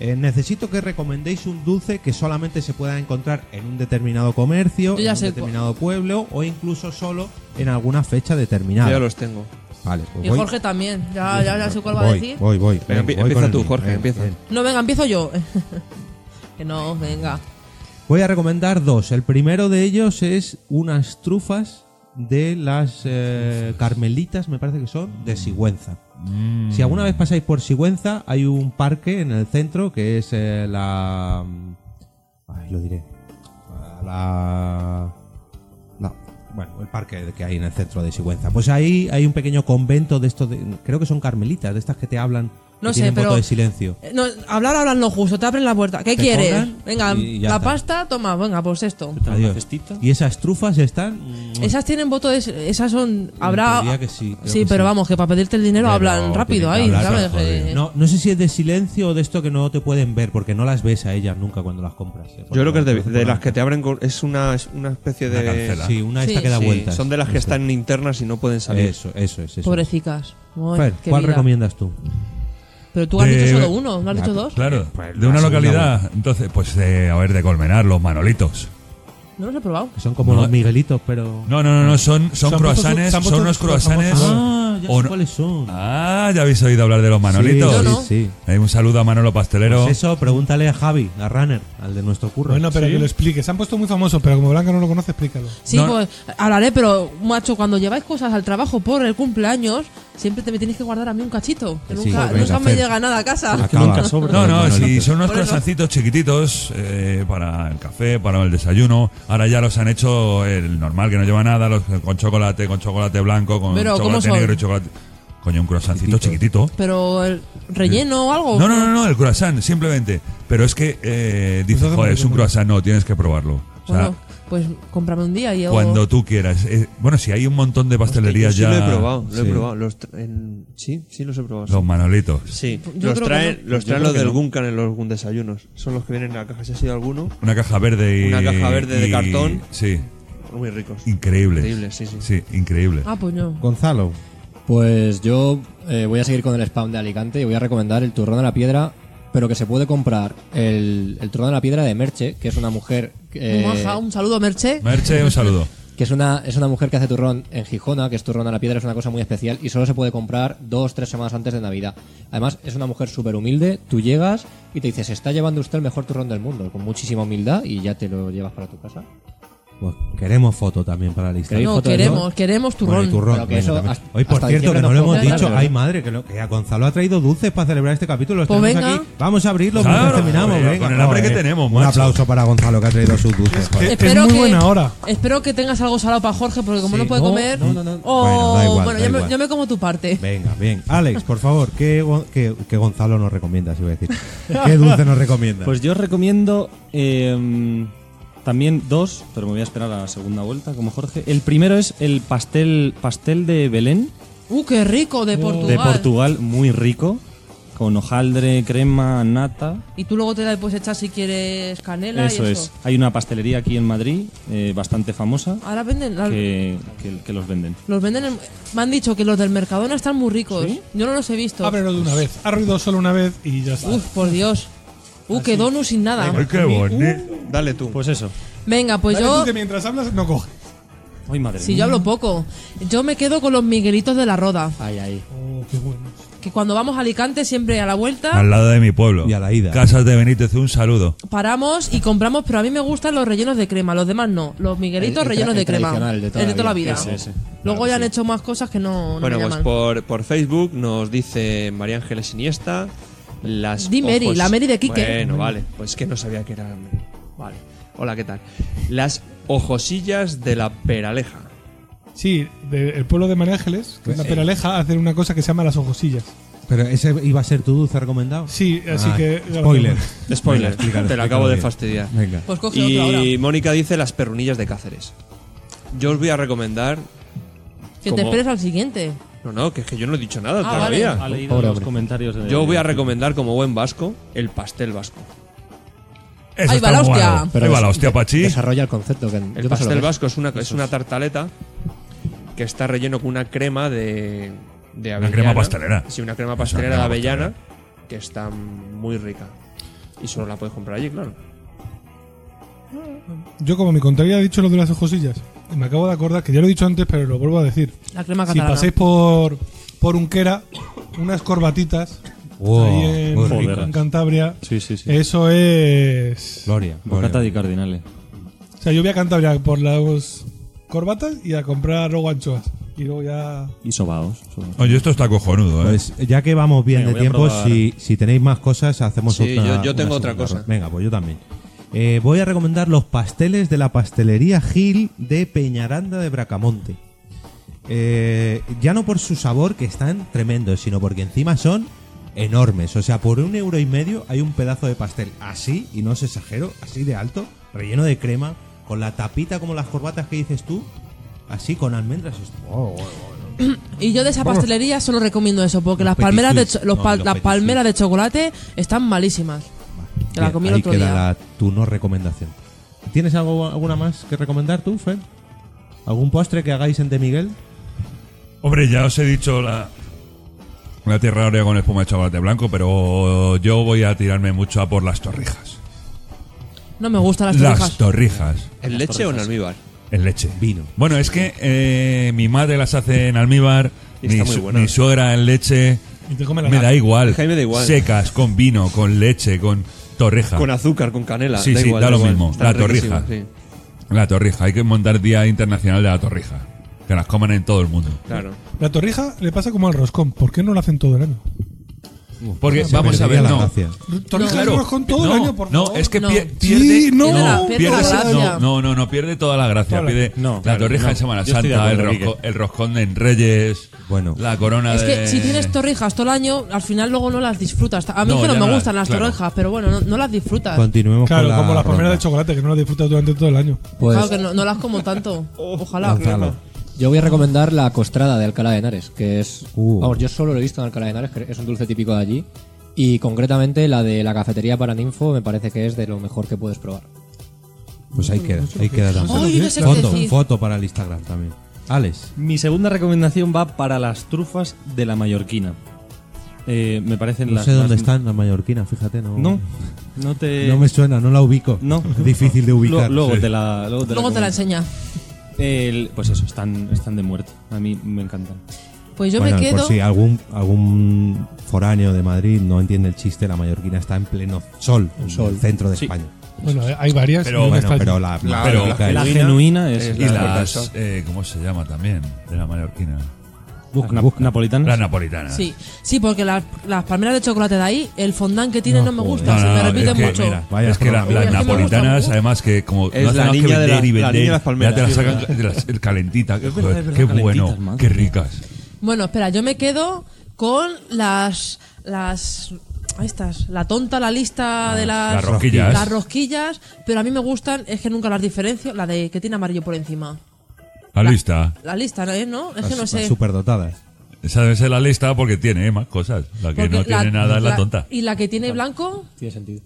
Speaker 2: Eh, necesito que recomendéis un dulce que solamente se pueda encontrar en un determinado comercio,
Speaker 4: Yo
Speaker 2: en
Speaker 4: ya
Speaker 2: un
Speaker 4: sé cu-
Speaker 2: determinado pueblo o incluso solo en alguna fecha determinada.
Speaker 3: Yo ya los tengo.
Speaker 2: Vale, pues
Speaker 4: Y
Speaker 2: voy.
Speaker 4: Jorge también, ya, ya, ya sé cuál va a
Speaker 2: voy,
Speaker 4: decir.
Speaker 2: Voy, voy.
Speaker 3: Venga, empie-
Speaker 2: voy
Speaker 3: empieza
Speaker 2: con el
Speaker 3: tú,
Speaker 2: mío.
Speaker 3: Jorge,
Speaker 2: Venga,
Speaker 3: empieza.
Speaker 2: venga.
Speaker 4: No, venga, empiezo yo. que no, venga.
Speaker 2: Voy a recomendar dos. El primero de ellos es unas trufas de las eh, carmelitas, me parece que son,
Speaker 7: Mm.
Speaker 2: de Sigüenza.
Speaker 11: Mm.
Speaker 2: Si alguna vez pasáis por Sigüenza, hay un parque en el centro que es eh, la. mm, Ay, lo diré. La. No, bueno, el parque que hay en el centro de Sigüenza. Pues ahí hay un pequeño convento de estos. de- creo que son carmelitas, de estas que te hablan.
Speaker 4: No
Speaker 2: que
Speaker 4: sé,
Speaker 2: tienen voto
Speaker 4: pero-
Speaker 2: de silencio.
Speaker 4: Eh, No, hablar, hablar lo justo, te abren la puerta. ¿Qué
Speaker 2: Te
Speaker 4: quieres?
Speaker 2: cobran
Speaker 4: venga,
Speaker 2: y ya
Speaker 4: la
Speaker 2: está.
Speaker 4: pasta, toma, venga, pues esto.
Speaker 7: Trae una
Speaker 2: Adiós.
Speaker 7: cestita. Mm.
Speaker 2: Y esas trufas están.
Speaker 4: Esas tienen voto de... Esas son... Habrá...
Speaker 2: teoría que sí, creo
Speaker 4: sí,
Speaker 2: que
Speaker 4: pero
Speaker 2: sí.
Speaker 4: vamos, que para pedirte el dinero
Speaker 2: Pero
Speaker 4: hablan rápido ahí,
Speaker 2: tienen que hablar,
Speaker 4: ¿sabes?
Speaker 2: joder.
Speaker 4: Eh,
Speaker 2: No, no sé si es de silencio o de esto que no te pueden ver, porque no las ves a ellas nunca cuando las compras. eh, porque
Speaker 3: Yo creo que es de,
Speaker 2: las-
Speaker 3: de las que te abren con- es una, es una especie
Speaker 11: Una
Speaker 3: de.
Speaker 11: cancela.
Speaker 2: Sí, una esta
Speaker 4: Sí.
Speaker 2: que da
Speaker 3: Sí,
Speaker 2: vueltas.
Speaker 3: son de las que
Speaker 2: Esta.
Speaker 3: están internas y no pueden salir.
Speaker 2: Eso, eso es. Eso es.
Speaker 4: Pobrecicas. Ay,
Speaker 2: Fer,
Speaker 4: qué
Speaker 2: ¿Cuál
Speaker 4: vida.
Speaker 2: recomiendas tú?
Speaker 4: Pero tú has
Speaker 11: De-
Speaker 4: dicho solo uno, ¿no has dicho dos?
Speaker 11: Claro,
Speaker 2: Pues
Speaker 11: de una
Speaker 2: la segunda
Speaker 11: localidad. Entonces, pues, eh, a ver, de Colmenar, los manolitos.
Speaker 4: No los he probado.
Speaker 2: Que son como
Speaker 11: No,
Speaker 2: los
Speaker 11: eh.
Speaker 2: Miguelitos, pero.
Speaker 11: No, no, no, no son,
Speaker 12: Se
Speaker 11: son
Speaker 12: han puesto
Speaker 11: croissants,
Speaker 12: su- se
Speaker 11: son
Speaker 12: han puesto
Speaker 11: unos
Speaker 12: su- los famosos-
Speaker 11: croissants.
Speaker 2: Ah, ya
Speaker 11: o
Speaker 2: sé
Speaker 11: no-
Speaker 2: cuáles son.
Speaker 11: Ah, ya habéis oído hablar de los manolitos.
Speaker 4: Yo
Speaker 2: Sí,
Speaker 4: no.
Speaker 2: sí, sí.
Speaker 11: Hay un saludo a Manolo Pastelero.
Speaker 2: Pues eso, pregúntale a Javi, a Runner, al de nuestro curro.
Speaker 12: Bueno, pero que lo explique. Se han puesto muy famosos, pero como Blanca no lo conoce, explícalo.
Speaker 4: Sí,
Speaker 11: No.
Speaker 4: pues hablaré, pero macho, cuando lleváis cosas al trabajo por el cumpleaños, siempre te me tenéis que guardar a mí un cachito. Que
Speaker 2: Sí,
Speaker 4: nunca
Speaker 2: pues venga,
Speaker 4: nunca me
Speaker 2: Fer.
Speaker 4: llega nada a casa.
Speaker 2: Acaba.
Speaker 7: nunca sobra.
Speaker 11: No, no,
Speaker 2: Los
Speaker 11: si
Speaker 2: manolitos.
Speaker 11: son unos
Speaker 4: Por eso.
Speaker 11: croissancitos chiquititos eh, para el café, para el desayuno. Ahora ya los han hecho el normal, que no lleva nada, los con chocolate, con chocolate blanco, con
Speaker 4: Pero, ¿cómo
Speaker 11: chocolate
Speaker 4: son?
Speaker 11: negro y chocolate. Coño, un croissantito chiquitito.
Speaker 4: Pero el relleno o algo.
Speaker 11: No, no, no, no, el croissant, simplemente. Pero es que eh, dices,
Speaker 12: hace
Speaker 11: joder, es un
Speaker 12: poquito, ¿no?
Speaker 11: croissant, no, tienes que probarlo. O sea,
Speaker 4: Bueno, pues cómprame un día y yo.
Speaker 11: cuando tú quieras. Eh, bueno, si hay un montón de pastelerías
Speaker 3: Yo
Speaker 11: ya.
Speaker 3: Sí, lo he probado, lo
Speaker 11: Sí.
Speaker 3: he probado. Los tra- en- sí, sí, los he probado. sí.
Speaker 11: Los manolitos.
Speaker 3: Sí,
Speaker 4: Yo
Speaker 3: los
Speaker 4: creo
Speaker 3: traen,
Speaker 4: que
Speaker 3: los, traen
Speaker 7: creo
Speaker 3: los
Speaker 7: que
Speaker 3: del
Speaker 7: no.
Speaker 3: Guncan en los Gun desayunos. Son los que vienen en la caja. Si ha sido alguno,
Speaker 11: Una caja verde y.
Speaker 3: Una caja verde de
Speaker 11: y-
Speaker 3: cartón.
Speaker 11: Sí,
Speaker 3: muy ricos.
Speaker 11: increíble.
Speaker 3: Increíble, sí, sí.
Speaker 11: increíble.
Speaker 4: Ah, pues no.
Speaker 2: Gonzalo.
Speaker 5: Pues yo eh, voy a seguir con el spam de Alicante y voy a recomendar el turrón de la piedra, pero que se puede comprar el, el turrón de la piedra de Merche, que es una mujer eh,
Speaker 4: Maja, un saludo, Merche.
Speaker 11: Merche, un saludo.
Speaker 5: que es una, es una mujer que hace turrón en Gijona, que es turrón a la piedra, es una cosa muy especial y solo se puede comprar dos, tres semanas antes de Navidad. Además, es una mujer súper humilde, tú llegas y te dices, se está llevando usted el mejor turrón del mundo, con muchísima humildad y ya te lo llevas para tu casa.
Speaker 2: Pues queremos foto también para la lista.
Speaker 5: ¿Queréis
Speaker 4: No,
Speaker 5: foto de
Speaker 4: queremos, queremos
Speaker 2: Bueno,
Speaker 4: turrón.
Speaker 2: y turrón,
Speaker 5: Pero que
Speaker 2: venga,
Speaker 5: eso
Speaker 2: también.
Speaker 5: hasta-
Speaker 2: Hoy, por
Speaker 5: hasta
Speaker 2: cierto, que
Speaker 5: diciembre
Speaker 2: no
Speaker 5: no
Speaker 2: lo hemos
Speaker 5: podemos
Speaker 2: dicho.
Speaker 5: darlo.
Speaker 2: Ay, madre, que, lo- que a Gonzalo ha traído dulces para celebrar este capítulo. Los
Speaker 4: Pues
Speaker 2: tenemos
Speaker 4: venga.
Speaker 2: aquí. Vamos a abrirlos
Speaker 11: Claro,
Speaker 2: mientras terminamos.
Speaker 11: joder,
Speaker 2: venga,
Speaker 11: con el hambre que tenemos,
Speaker 2: Un
Speaker 11: macho.
Speaker 2: aplauso para Gonzalo que ha traído sus dulces. joder.
Speaker 12: Es muy buena hora.
Speaker 4: Espero que tengas algo salado para Jorge, porque como
Speaker 2: Sí,
Speaker 4: no puede
Speaker 2: no,
Speaker 4: comer.
Speaker 2: no, no, no.
Speaker 4: Oh,
Speaker 2: Bueno, da igual,
Speaker 4: bueno,
Speaker 2: da
Speaker 4: yo, me,
Speaker 2: igual.
Speaker 4: yo me como tu parte.
Speaker 2: Venga, bien. Alex, por favor, ¿qué, Gon- qué- qué Gonzalo nos recomienda? Si iba a decir. ¿Qué dulce nos recomienda?
Speaker 7: Pues yo os recomiendo eh, también dos, pero me voy a esperar a la segunda vuelta, como Jorge. El primero es el pastel, pastel de Belén,
Speaker 4: Uh, qué rico de Portugal.
Speaker 7: de Portugal, muy rico. con hojaldre, crema, nata.
Speaker 4: Y tú luego te la puedes echar si quieres canela
Speaker 7: Eso,
Speaker 4: y eso.
Speaker 7: es. Hay una pastelería aquí en Madrid, eh, bastante famosa,
Speaker 4: Ahora venden. la-
Speaker 7: que, que- que los venden.
Speaker 4: Los venden. en- me han dicho que los del Mercadona están muy ricos. Yo no los he visto.
Speaker 12: Ah, Ábrelo de una vez. Ha ruido solo una vez y ya está.
Speaker 4: Uf, por Dios. Uh, que donus sin nada.
Speaker 12: Ah, Venga. Ay, qué
Speaker 4: Uh.
Speaker 12: bonito.
Speaker 3: Dale tú.
Speaker 7: Pues eso.
Speaker 4: Venga, pues
Speaker 12: Dale
Speaker 4: yo.
Speaker 12: tú que mientras hablas no coge.
Speaker 7: Ay, madre
Speaker 4: Si yo hablo poco. Yo me quedo con los Miguelitos de la Roda.
Speaker 5: Ay, ay.
Speaker 4: Que cuando vamos a Alicante, siempre a la vuelta,
Speaker 11: Al lado de mi pueblo. Y a la ida. Casas de Benítez, un saludo.
Speaker 4: paramos y compramos. Pero a mí me gustan los rellenos de crema, los demás no. Los Miguelitos
Speaker 5: El- el
Speaker 4: rellenos
Speaker 5: tra-
Speaker 4: de
Speaker 5: el
Speaker 4: crema.
Speaker 5: tradicional, el de toda la
Speaker 4: vida.
Speaker 5: vida.
Speaker 4: Luego
Speaker 5: Ese, ese.
Speaker 4: ya han hecho más cosas que no, no
Speaker 3: Bueno,
Speaker 4: me
Speaker 3: pues
Speaker 4: llaman.
Speaker 3: por, por Facebook nos dice María Ángeles Iniesta. Las
Speaker 4: Di Mary,
Speaker 3: ojos-
Speaker 4: la Mary de Quique.
Speaker 3: Bueno, vale, pues que no sabía que era Mary. Vale. Hola, ¿qué tal? Las ojosillas de la Peraleja.
Speaker 12: Sí, de- el pueblo de Manégeles, que es
Speaker 3: Sí.
Speaker 12: la Peraleja, hacen una cosa que se llama las ojosillas.
Speaker 2: Pero ese iba a ser tu dulce recomendado. Ah,
Speaker 12: Sí, así que-
Speaker 2: Spoiler.
Speaker 3: Spoiler,
Speaker 2: Venga, explícalo,
Speaker 3: te lo
Speaker 2: explícalo
Speaker 3: acabo de
Speaker 2: bien.
Speaker 3: fastidiar.
Speaker 2: Venga.
Speaker 4: Pues coge
Speaker 3: y
Speaker 4: otro ahora.
Speaker 3: Mónica dice las perrunillas de Cáceres. Yo os voy a recomendar.
Speaker 4: Que te
Speaker 3: como-
Speaker 4: esperes al siguiente.
Speaker 3: No, no, que es que yo no he dicho nada
Speaker 4: Ah,
Speaker 3: todavía.
Speaker 4: vale.
Speaker 7: Ha leído Pobre los hombre. comentarios de-
Speaker 3: Yo voy a recomendar, como buen vasco, el pastel vasco.
Speaker 11: Eso
Speaker 4: Ahí
Speaker 11: está
Speaker 4: va la
Speaker 11: muy
Speaker 4: hostia.
Speaker 11: bueno.
Speaker 5: Pero
Speaker 11: Ahí va
Speaker 5: es-
Speaker 11: la hostia,
Speaker 5: de-
Speaker 11: Pachi.
Speaker 5: Desarrolla el concepto. Que yo
Speaker 3: El
Speaker 5: no sé lo que
Speaker 3: pastel
Speaker 5: es.
Speaker 3: vasco es una, es una tartaleta que está relleno con una crema de, de avellana.
Speaker 11: crema pastelera.
Speaker 3: Sí, una crema
Speaker 11: Es una
Speaker 3: pastelera
Speaker 11: crema
Speaker 3: de avellana que está muy rica. Y solo la puedes comprar allí, claro.
Speaker 12: Yo, como mi contraria, he dicho lo de las ojosillas. Y me acabo de acordar que ya lo he dicho antes, pero lo vuelvo a decir.
Speaker 4: La crema
Speaker 12: si
Speaker 4: catalana.
Speaker 12: pasáis por, por Unquera, unas corbatitas.
Speaker 11: Wow,
Speaker 12: ahí en,
Speaker 11: joder.
Speaker 12: en
Speaker 7: Joderas.
Speaker 12: Cantabria.
Speaker 7: Sí, sí, sí.
Speaker 12: Eso es.
Speaker 2: Gloria.
Speaker 7: Bocata di Cardinale.
Speaker 12: O sea, yo voy a Cantabria por las corbatas y a comprar luego anchoas. Y luego ya.
Speaker 7: Y sobaos.
Speaker 11: Oye, esto está cojonudo, ¿eh?
Speaker 2: Pues ya que vamos bien
Speaker 7: Venga,
Speaker 2: de
Speaker 7: voy a
Speaker 2: tiempo,
Speaker 7: probar.
Speaker 2: si, si tenéis más cosas, hacemos
Speaker 3: Sí,
Speaker 2: otra.
Speaker 3: yo- yo tengo
Speaker 2: una
Speaker 3: otra
Speaker 2: segunda
Speaker 3: cosa.
Speaker 2: ronda. Venga, pues yo también. Eh, voy a recomendar los pasteles de la pastelería Gil de Peñaranda de Bracamonte. Eh, ya no por su sabor, que están tremendos, sino porque encima son enormes. O sea, por un euro y medio hay un pedazo de pastel así, y no os exagero, así de alto, relleno de crema, con la tapita como las corbatas que dices tú, así con almendras. Oh, oh, oh.
Speaker 4: Y yo de esa
Speaker 2: Vamos.
Speaker 4: pastelería solo recomiendo eso, porque
Speaker 2: Los
Speaker 4: las palmeras de,
Speaker 2: petit
Speaker 4: cho-
Speaker 2: suisse.
Speaker 4: los
Speaker 2: No,
Speaker 4: pal-
Speaker 2: los
Speaker 4: las
Speaker 2: petit
Speaker 4: palmeras de chocolate están malísimas. Que la
Speaker 2: Bien,
Speaker 4: comí el
Speaker 2: ahí
Speaker 4: otro
Speaker 2: queda
Speaker 4: día.
Speaker 2: la- tu no recomendación. ¿Tienes algo, alguna más que recomendar tú, Fer? ¿Algún postre que hagáis en De Miguel?
Speaker 11: Hombre, ya os he dicho la, la tierra área con espuma de chocolate blanco, pero yo voy a tirarme mucho a por las torrijas.
Speaker 4: No me gustan las
Speaker 11: Las torrijas.
Speaker 4: torrijas.
Speaker 3: ¿En leche o en almíbar?
Speaker 11: En leche.
Speaker 2: Vino.
Speaker 11: Bueno, es que eh, mi madre las hace en almíbar,
Speaker 3: Y está
Speaker 11: mi,
Speaker 3: muy
Speaker 11: su-
Speaker 3: buena.
Speaker 11: mi suegra en leche.
Speaker 12: Y te come la
Speaker 11: me
Speaker 12: gana.
Speaker 11: da igual.
Speaker 3: Jaime da igual.
Speaker 11: Secas, con vino, con leche, con torrija.
Speaker 3: Con azúcar, con canela.
Speaker 11: Sí,
Speaker 3: da
Speaker 11: sí,
Speaker 3: igual,
Speaker 11: da lo
Speaker 3: igual.
Speaker 11: mismo.
Speaker 3: Están
Speaker 11: La torrija.
Speaker 3: riquísimas, sí.
Speaker 11: La torrija. Hay que montar Día Internacional de la Torrija. Que las coman en todo el mundo.
Speaker 3: Claro.
Speaker 12: La torrija le pasa como al roscón. ¿Por qué no lo hacen todo el año?
Speaker 11: Porque,
Speaker 3: pues,
Speaker 2: Se
Speaker 11: vamos a
Speaker 2: perdería
Speaker 11: ver,
Speaker 2: la
Speaker 11: no.
Speaker 2: gracia.
Speaker 12: Torrija
Speaker 11: Claro.
Speaker 12: y roscón todo
Speaker 11: no,
Speaker 12: el año, por
Speaker 11: no,
Speaker 12: favor.
Speaker 11: es que
Speaker 4: No.
Speaker 11: pie-
Speaker 4: Sí,
Speaker 11: pierde.
Speaker 12: no.
Speaker 11: no,
Speaker 12: Pierde la-
Speaker 4: pierde
Speaker 11: pierde-
Speaker 4: la gracia.
Speaker 11: no, no, no, no, pierde toda la gracia.
Speaker 12: Toda la-
Speaker 11: Pierde
Speaker 7: no,
Speaker 11: la
Speaker 7: claro,
Speaker 11: torrija
Speaker 7: no.
Speaker 11: en Semana
Speaker 7: Yo estoy de
Speaker 11: Santa, el,
Speaker 7: acuerdo,
Speaker 11: rosco- el roscón en Reyes,
Speaker 2: Bueno.
Speaker 11: la corona
Speaker 4: Es que
Speaker 11: de-
Speaker 4: si tienes torrijas todo el año, al final luego no las disfrutas. A mí
Speaker 11: No,
Speaker 4: es que
Speaker 11: ya
Speaker 4: no
Speaker 11: no
Speaker 4: me
Speaker 11: las-
Speaker 4: gustan las
Speaker 11: claro.
Speaker 4: torrijas, pero bueno, no, no las disfrutas.
Speaker 2: Continuemos con
Speaker 12: Claro,
Speaker 2: la
Speaker 12: como las
Speaker 2: ronda.
Speaker 12: palmeras de chocolate que no las disfrutas durante todo el año.
Speaker 5: Pues
Speaker 4: claro que no, no las como tanto. Ojalá.
Speaker 2: Gonzalo.
Speaker 5: yo voy a recomendar la costrada de Alcalá de Henares, que es...
Speaker 2: Uh.
Speaker 5: Vamos, yo solo lo he visto en Alcalá de Henares, que es un dulce típico de allí. Y concretamente la de la cafetería para ninfo me parece que es de lo mejor que puedes probar.
Speaker 2: Pues ahí queda, ahí queda también.
Speaker 4: Ay, yo no sé qué
Speaker 2: foto,
Speaker 4: decir.
Speaker 2: foto para el Instagram también. Alex,
Speaker 7: Mi segunda recomendación va para las trufas de la Mallorquina. Eh, me parecen
Speaker 2: no
Speaker 7: las
Speaker 2: sé dónde
Speaker 7: más-
Speaker 2: están las mallorquinas, fíjate, no,
Speaker 7: No, no te.
Speaker 2: no me suena, no la ubico.
Speaker 7: No.
Speaker 2: Es difícil de ubicar.
Speaker 7: Lo- Luego,
Speaker 2: Sí.
Speaker 7: te la. Luego te
Speaker 4: Luego te la
Speaker 7: comento.
Speaker 4: enseña.
Speaker 7: El- pues eso, están, están de muerte. A mí me encantan.
Speaker 4: Pues yo
Speaker 2: Bueno,
Speaker 4: me quedo.
Speaker 2: por si algún, algún foráneo de Madrid no entiende el chiste, la mallorquina está en pleno sol, en el centro de España.
Speaker 12: Bueno, eh, hay varias.
Speaker 11: Pero
Speaker 12: ¿Dónde
Speaker 2: Bueno,
Speaker 12: está el-
Speaker 2: pero la, la-
Speaker 11: pero
Speaker 2: la-
Speaker 11: la-
Speaker 7: La genuina es,
Speaker 11: Y las. eh, ¿Cómo se llama también? De la mallorquina.
Speaker 2: busca,
Speaker 7: na-
Speaker 2: busca.
Speaker 7: napolitanas.
Speaker 11: La napolitana.
Speaker 4: Sí, sí, porque las, las palmeras de chocolate de ahí, el fondant que tienen no, me gusta,
Speaker 11: No,
Speaker 4: se
Speaker 11: no,
Speaker 4: me
Speaker 11: no,
Speaker 4: repite
Speaker 11: es que,
Speaker 4: mucho.
Speaker 11: mira,
Speaker 2: Vaya
Speaker 11: es que la-
Speaker 2: programa.
Speaker 11: las
Speaker 4: Es que me gusta
Speaker 11: napolitanas,
Speaker 4: mucho.
Speaker 11: además, que como
Speaker 3: Es
Speaker 11: hacen
Speaker 3: la
Speaker 11: más que
Speaker 3: niña de
Speaker 11: vender
Speaker 3: la-
Speaker 11: y
Speaker 3: la niña de
Speaker 11: vender,
Speaker 3: las palmeras,
Speaker 11: ya te las
Speaker 3: sí, es
Speaker 11: sacan de las- el calentita.
Speaker 7: Es verdad,
Speaker 11: Joder,
Speaker 7: es verdad,
Speaker 11: qué
Speaker 7: calentitas,
Speaker 11: bueno,
Speaker 7: madre.
Speaker 11: qué ricas.
Speaker 4: Bueno, espera, yo me quedo con las. las ahí estás, la tonta, la lista de las.
Speaker 11: Ah, las rosquillas.
Speaker 4: Las rosquillas, pero a mí me gustan, es que nunca las diferencio, la de que tiene amarillo por encima.
Speaker 11: Ah, lista.
Speaker 4: La lista, ¿eh? ¿no? Es que no
Speaker 2: las
Speaker 4: sé.
Speaker 2: superdotadas.
Speaker 11: Esa debe ser la lista porque tiene eh, más cosas. La que
Speaker 4: Porque
Speaker 11: no tiene nada es la tonta.
Speaker 4: ¿Y la que tiene blanco?
Speaker 5: Tiene sentido.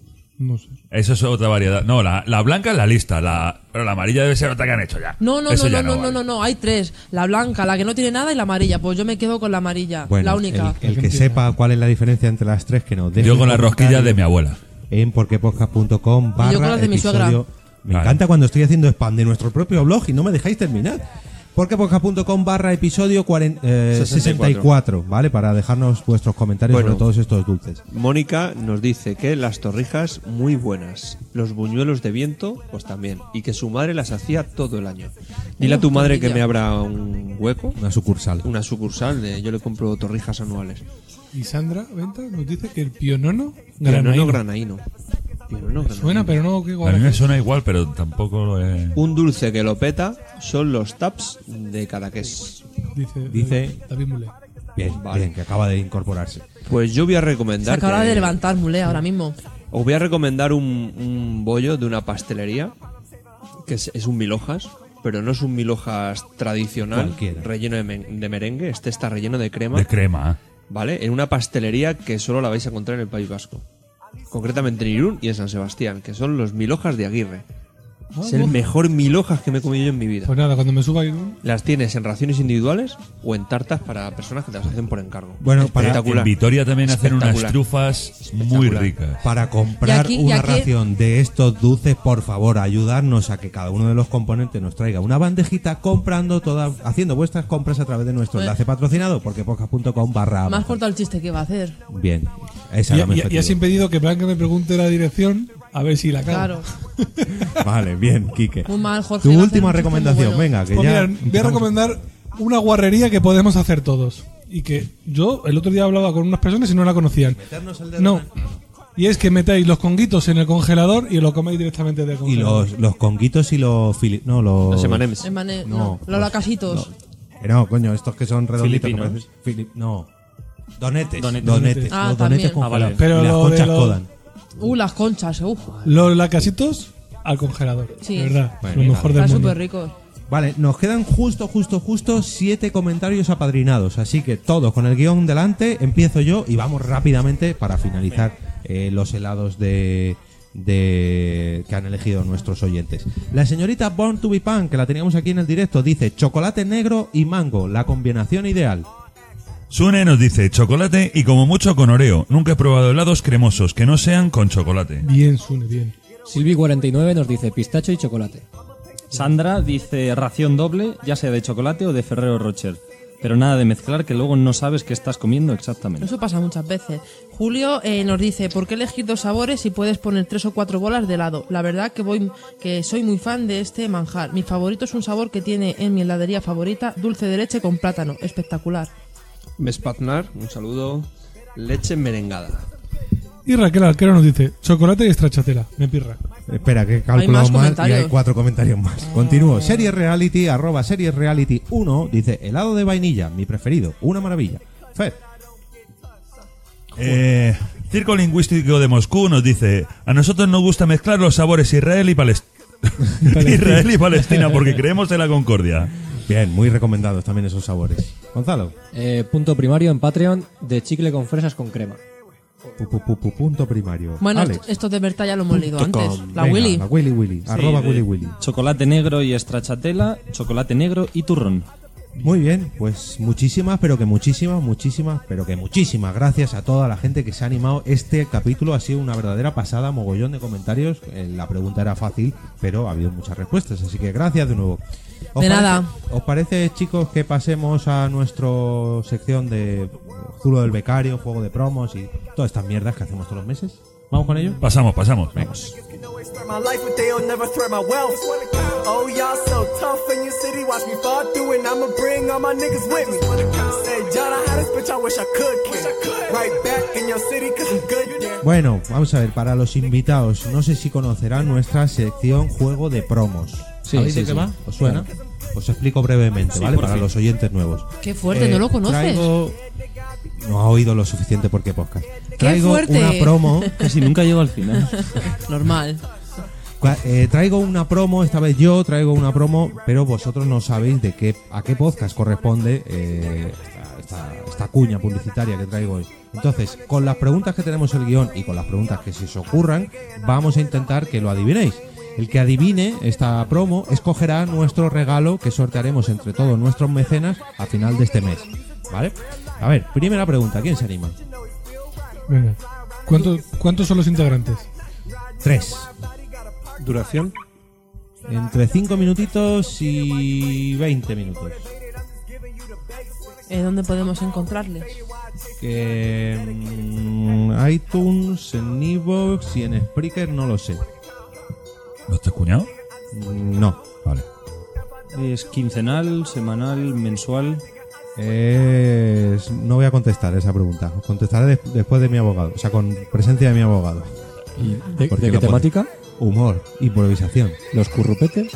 Speaker 11: Eso es otra variedad. No, la, la blanca es la lista. La, pero la amarilla debe ser otra que han hecho ya.
Speaker 4: No, no,
Speaker 11: Eso
Speaker 4: no,
Speaker 11: ya
Speaker 4: no, no,
Speaker 11: vale.
Speaker 4: no, no, no, hay tres. La blanca, la que no tiene nada y la amarilla. Pues yo me quedo con la amarilla,
Speaker 2: Bueno,
Speaker 4: la única.
Speaker 2: El, el que sepa cuál es la diferencia entre las tres, que nos deje
Speaker 11: Yo con
Speaker 2: un
Speaker 11: la rosquilla
Speaker 2: comentario
Speaker 11: de mi abuela.
Speaker 2: En porquepodcast.com barra
Speaker 4: Y yo con las de mi
Speaker 2: episodio.
Speaker 4: suegra.
Speaker 2: Me encanta cuando estoy haciendo spam de nuestro propio blog y no me dejáis terminar. Porquepodcast.com barra episodio 40, eh, 64.
Speaker 3: 64,
Speaker 2: ¿vale? Para dejarnos vuestros comentarios
Speaker 3: Bueno.
Speaker 2: sobre todos estos dulces.
Speaker 3: Mónica nos dice que las torrijas muy buenas, los buñuelos de viento pues también, y que su madre las hacía todo el año. Dile a tu
Speaker 2: Uh,
Speaker 3: madre que
Speaker 2: tortilla.
Speaker 3: me abra un hueco.
Speaker 2: Una sucursal.
Speaker 3: Una sucursal, de, yo le compro torrijas anuales.
Speaker 12: Y Sandra Venta nos dice que el pionono
Speaker 3: Granaino
Speaker 12: granaíno.
Speaker 3: granaíno. Pionono granaíno.
Speaker 12: Suena, pero no que
Speaker 11: A mí me suena igual, pero tampoco lo he...
Speaker 3: Un dulce que lo peta son los taps de Cadaqués.
Speaker 12: Dice,
Speaker 2: Dice-
Speaker 12: David Mulé.
Speaker 2: Bien, bien, que acaba de incorporarse.
Speaker 3: Pues yo voy a
Speaker 4: Se
Speaker 3: recomendar.
Speaker 4: acaba
Speaker 3: que-
Speaker 11: eh,
Speaker 4: de levantar, mule, ahora mismo.
Speaker 3: Os voy a recomendar un, un bollo de una pastelería que es, es un mil hojas, pero no es un mil hojas tradicional
Speaker 11: Cualquiera.
Speaker 3: relleno de, men- de merengue. Este está relleno de crema.
Speaker 11: De crema.
Speaker 3: ¿Vale? En una pastelería que solo la vais a encontrar en el País Vasco. Concretamente en Irún y en San Sebastián, que son los mil hojas de Aguirre. es el
Speaker 12: bueno.
Speaker 3: mejor mil hojas que me he comido yo en mi vida.
Speaker 12: Ah, Pues nada, cuando me suba Irún,
Speaker 3: Las tienes en raciones individuales o en tartas para personas que te las hacen por encargo.
Speaker 11: Bueno, para
Speaker 3: Espectacular.
Speaker 11: en Vitoria también hacen unas
Speaker 3: Espectacular.
Speaker 11: trufas muy
Speaker 3: Espectacular.
Speaker 11: ricas.
Speaker 2: Para comprar
Speaker 4: Y aquí- y
Speaker 2: una
Speaker 4: aquí-
Speaker 2: ración de estos dulces, por favor, ayudarnos a que cada uno de los componentes nos traiga una bandejita comprando todas, haciendo vuestras compras a través de nuestro
Speaker 4: Bueno.
Speaker 2: enlace patrocinado, porque podcast.com barra.
Speaker 4: Más cortado el chiste que va a hacer.
Speaker 2: Bien, esa
Speaker 12: y,
Speaker 2: era mi
Speaker 12: y- y has
Speaker 2: objetivo.
Speaker 12: impedido que Blanca me pregunte la dirección a ver si la cago.
Speaker 4: Claro.
Speaker 2: Vale, bien, Quique.
Speaker 4: Muy mal, Jorge.
Speaker 2: Tu
Speaker 4: va a
Speaker 2: última
Speaker 4: hacer un chiste muy
Speaker 2: recomendación,
Speaker 4: bueno.
Speaker 2: venga, que
Speaker 12: Pues
Speaker 2: ya.
Speaker 12: mira, voy a recomendar una guarrería que podemos hacer todos. Y que yo el otro día hablaba con unas personas y no la conocían. No. Y es que metáis los conguitos en el congelador y lo coméis directamente del
Speaker 2: Y
Speaker 12: congelador.
Speaker 2: los, los conguitos y los fili- No, los.
Speaker 3: Los M&Ms.
Speaker 4: Hermane-
Speaker 2: No,
Speaker 4: no, los
Speaker 2: los-
Speaker 4: lacasitos.
Speaker 2: Eh, no, coño, estos que son redonditos. que
Speaker 7: Filipinos.
Speaker 2: parecen- fili- no. Donetes. Donetes.
Speaker 7: Donetes.
Speaker 4: Ah,
Speaker 2: los donetes
Speaker 4: también.
Speaker 2: con
Speaker 7: Ah, vale.
Speaker 2: jalea.
Speaker 12: Pero
Speaker 2: Y las
Speaker 12: lo de
Speaker 2: conchas
Speaker 12: los-
Speaker 2: codan.
Speaker 4: Uh, las conchas, uh.
Speaker 12: Los lacasitos al congelador.
Speaker 4: Sí.
Speaker 12: De verdad.
Speaker 2: Bueno,
Speaker 12: lo mejor
Speaker 4: Están
Speaker 12: del mundo.
Speaker 4: súper ricos.
Speaker 2: Vale, nos quedan justo, justo, justo siete comentarios apadrinados. Así que todos con el guión delante, empiezo yo y vamos rápidamente para finalizar eh, los helados de, de que han elegido nuestros oyentes. La señorita Born to be Punk, que la teníamos aquí en el directo, dice chocolate negro y mango, la combinación ideal.
Speaker 11: Sune nos dice chocolate y como mucho con oreo. Nunca he probado helados cremosos que no sean con chocolate.
Speaker 12: Bien, Sune, bien.
Speaker 5: Silvi49 nos dice pistacho y chocolate.
Speaker 7: Sandra dice ración doble, ya sea de chocolate o de Ferrero Rocher. Pero nada de mezclar que luego no sabes qué estás comiendo exactamente.
Speaker 4: Eso pasa muchas veces. Julio eh, nos dice, ¿por qué elegir dos sabores si puedes poner tres o cuatro bolas de helado? La verdad que voy, que soy muy fan de este manjar. Mi favorito es un sabor que tiene en mi heladería favorita, dulce de leche con plátano. Espectacular.
Speaker 3: Vespatnar, un saludo. Leche merengada.
Speaker 12: Y Raquel Arquero nos dice: chocolate y estrachatela. Me pirra.
Speaker 2: Espera, que he
Speaker 12: Hay
Speaker 2: calculado mal y hay
Speaker 12: más comentarios. Ah.
Speaker 2: cuatro comentarios más. Continúo. Serie Reality, arroba Serie Reality 1, dice helado de vainilla, mi preferido, una maravilla. Fer,
Speaker 11: Eh, Circo Lingüístico de Moscú nos dice a nosotros nos gusta mezclar los sabores Israel y Palestina. Israel y Palestina porque creemos en la concordia.
Speaker 2: Bien, muy recomendados también esos sabores. Gonzalo.
Speaker 5: Eh, punto primario en Patreon de chicle con fresas con crema.
Speaker 2: Pu- pu- pu- pu- punto primario.
Speaker 4: Bueno,
Speaker 2: Alex.
Speaker 4: est- esto de verdad ya lo hemos leído
Speaker 2: Punto
Speaker 4: antes.
Speaker 2: com.
Speaker 4: La
Speaker 2: Venga,
Speaker 4: Willy.
Speaker 2: La Willy Willy.
Speaker 7: Sí,
Speaker 2: arroba
Speaker 7: de
Speaker 2: Willy Willy.
Speaker 7: Chocolate negro y estrachatela, chocolate negro y turrón.
Speaker 2: Muy bien, pues muchísimas, pero que muchísimas, muchísimas, pero que muchísimas gracias a toda la gente que se ha animado. Este capítulo ha sido una verdadera pasada, mogollón de comentarios. Eh, La pregunta era fácil, pero ha habido muchas respuestas, así que gracias de nuevo.
Speaker 4: De
Speaker 2: parece-
Speaker 4: nada.
Speaker 2: ¿Os parece, chicos, que pasemos a nuestra sección de Zulo del Becario, juego de promos y todas estas mierdas que hacemos todos los meses? ¿Vamos con ello?
Speaker 11: Pasamos, pasamos.
Speaker 15: threat my life, but they'll never threat my wealth. Oh, y'all so tough in your city, watch me fall through, and I'ma bring all my niggas with me. Say, y'all, I had this bitch, I wish I could. Kid. Right back in your city, cause I'm good there.
Speaker 2: Bueno, vamos a ver, para los invitados, no sé si conocerán nuestra sección juego de promos.
Speaker 5: Sí,
Speaker 2: ¿Sabéis
Speaker 5: sí,
Speaker 2: de qué
Speaker 5: sí.
Speaker 2: va? ¿Os suena?
Speaker 5: Claro.
Speaker 2: Os explico brevemente,
Speaker 5: Sí,
Speaker 2: ¿vale?
Speaker 5: por
Speaker 2: Para
Speaker 5: fin.
Speaker 2: los oyentes nuevos.
Speaker 4: Qué fuerte,
Speaker 2: Eh,
Speaker 4: no lo conoces.
Speaker 2: traigo- No ha oído lo suficiente porque podcast.
Speaker 4: ¡Qué
Speaker 2: Traigo
Speaker 4: fuerte!
Speaker 2: una promo.
Speaker 7: Casi nunca llego al final.
Speaker 4: Normal.
Speaker 2: Cua- eh, traigo una promo, esta vez yo traigo una promo, pero vosotros no sabéis de qué a qué podcast corresponde eh, esta, esta cuña publicitaria que traigo hoy. Entonces, con las preguntas que tenemos en el guión y con las preguntas que se os ocurran, vamos a intentar que lo adivinéis. El que adivine esta promo escogerá nuestro regalo que sortearemos entre todos nuestros mecenas a final de este mes. ¿Vale? A ver, primera pregunta, ¿quién se anima?
Speaker 12: Venga. ¿Cuánto- ¿Cuántos son los integrantes?
Speaker 2: Tres.
Speaker 3: ¿Duración?
Speaker 2: Entre 5 minutitos y 20 minutos.
Speaker 4: Eh, ¿Dónde podemos encontrarles?
Speaker 2: Que mm, iTunes, en Evox y en Spreaker no lo sé. Mm,
Speaker 11: ¿No estás cuñado?
Speaker 2: No.
Speaker 11: Vale.
Speaker 7: ¿Es quincenal, semanal, mensual?
Speaker 2: Es- no voy a contestar esa pregunta. Os Contestaré des- después de mi abogado, o sea, con presencia de mi abogado.
Speaker 5: ¿Y de-
Speaker 2: Porque
Speaker 5: de qué
Speaker 2: lo pone.
Speaker 5: temática?
Speaker 2: Humor, improvisación.
Speaker 5: ¿Los currupetes?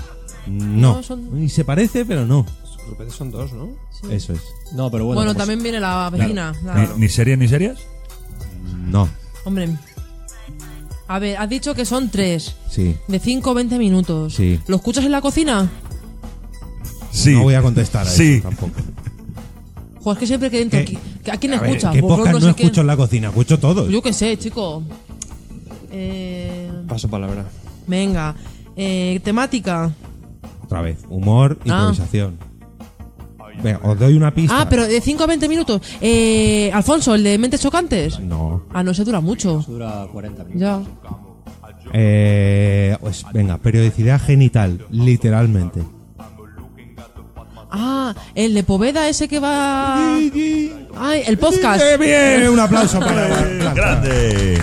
Speaker 2: No.
Speaker 4: No, son-
Speaker 2: Y se parece, pero no.
Speaker 3: Son dos, ¿no?
Speaker 2: Eso es.
Speaker 5: No, pero
Speaker 4: Bueno,
Speaker 3: pues
Speaker 4: también viene la vecina. la-
Speaker 11: ¿Ni, ni series ni series?
Speaker 2: No.
Speaker 4: Hombre. A ver, has dicho que son tres.
Speaker 2: Sí.
Speaker 4: De 5 o 20 minutos.
Speaker 2: Sí.
Speaker 4: ¿Lo escuchas en la cocina?
Speaker 11: Sí.
Speaker 2: No voy a contestar a
Speaker 11: Sí.
Speaker 2: eso tampoco.
Speaker 4: Joder, es que siempre que entro. aquí- ¿A quién
Speaker 2: A ver,
Speaker 4: escuchas?
Speaker 2: ¿Qué
Speaker 4: Borrón,
Speaker 2: podcast no,
Speaker 4: sé qué.
Speaker 2: escucho en la cocina? Escucho todos.
Speaker 4: Yo qué sé, chico. Eh,
Speaker 3: Paso palabra.
Speaker 4: venga. Eh, temática.
Speaker 2: Otra vez. Humor,
Speaker 4: Ah.
Speaker 2: improvisación. Venga, os doy una pista.
Speaker 4: Ah, pero de 5 a 20 minutos. Eh, Alfonso, el de Mentes Chocantes.
Speaker 2: No.
Speaker 4: Ah, no, se dura mucho.
Speaker 5: Dura 40 minutos.
Speaker 4: Ya.
Speaker 2: Eh, pues venga, periodicidad genital, literalmente.
Speaker 4: Ah, el de Poveda ese que va. Ay, el podcast.
Speaker 2: Eh, bien, un aplauso para Blanca.
Speaker 11: ¡Grande!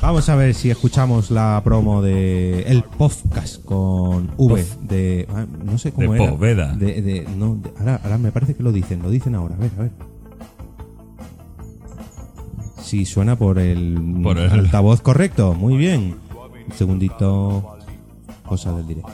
Speaker 2: Vamos a ver si escuchamos la promo de el podcast con V de ah, no sé cómo
Speaker 11: De
Speaker 2: era.
Speaker 11: Poveda.
Speaker 2: De, de- no, de- ahora, ahora me parece que lo dicen, lo dicen ahora, a ver, a ver. Si suena por el,
Speaker 11: Por el-
Speaker 2: altavoz correcto, muy bien. Un segundito. Cosa del directo.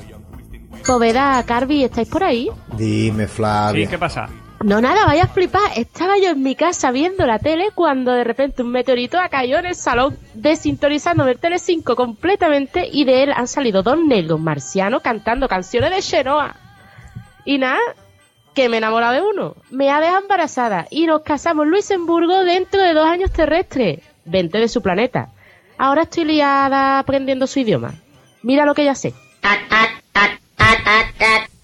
Speaker 16: Poveda, Carvi, Pues ¿estáis por ahí?
Speaker 17: Dime, Flavia.
Speaker 18: pasa?
Speaker 16: No, nada, vaya a flipar. Estaba yo en mi casa viendo la tele cuando de repente un meteorito ha caído en el salón, desintonizándome el Tele 5 completamente y de él han salido dos negros marcianos cantando canciones de Xenoa. Y nada, que me he enamorado de uno. Me ha dejado embarazada y nos casamos en Luxemburgo dentro de dos años terrestres. Vente de su planeta. Ahora estoy liada aprendiendo su idioma. Mira lo que ya sé.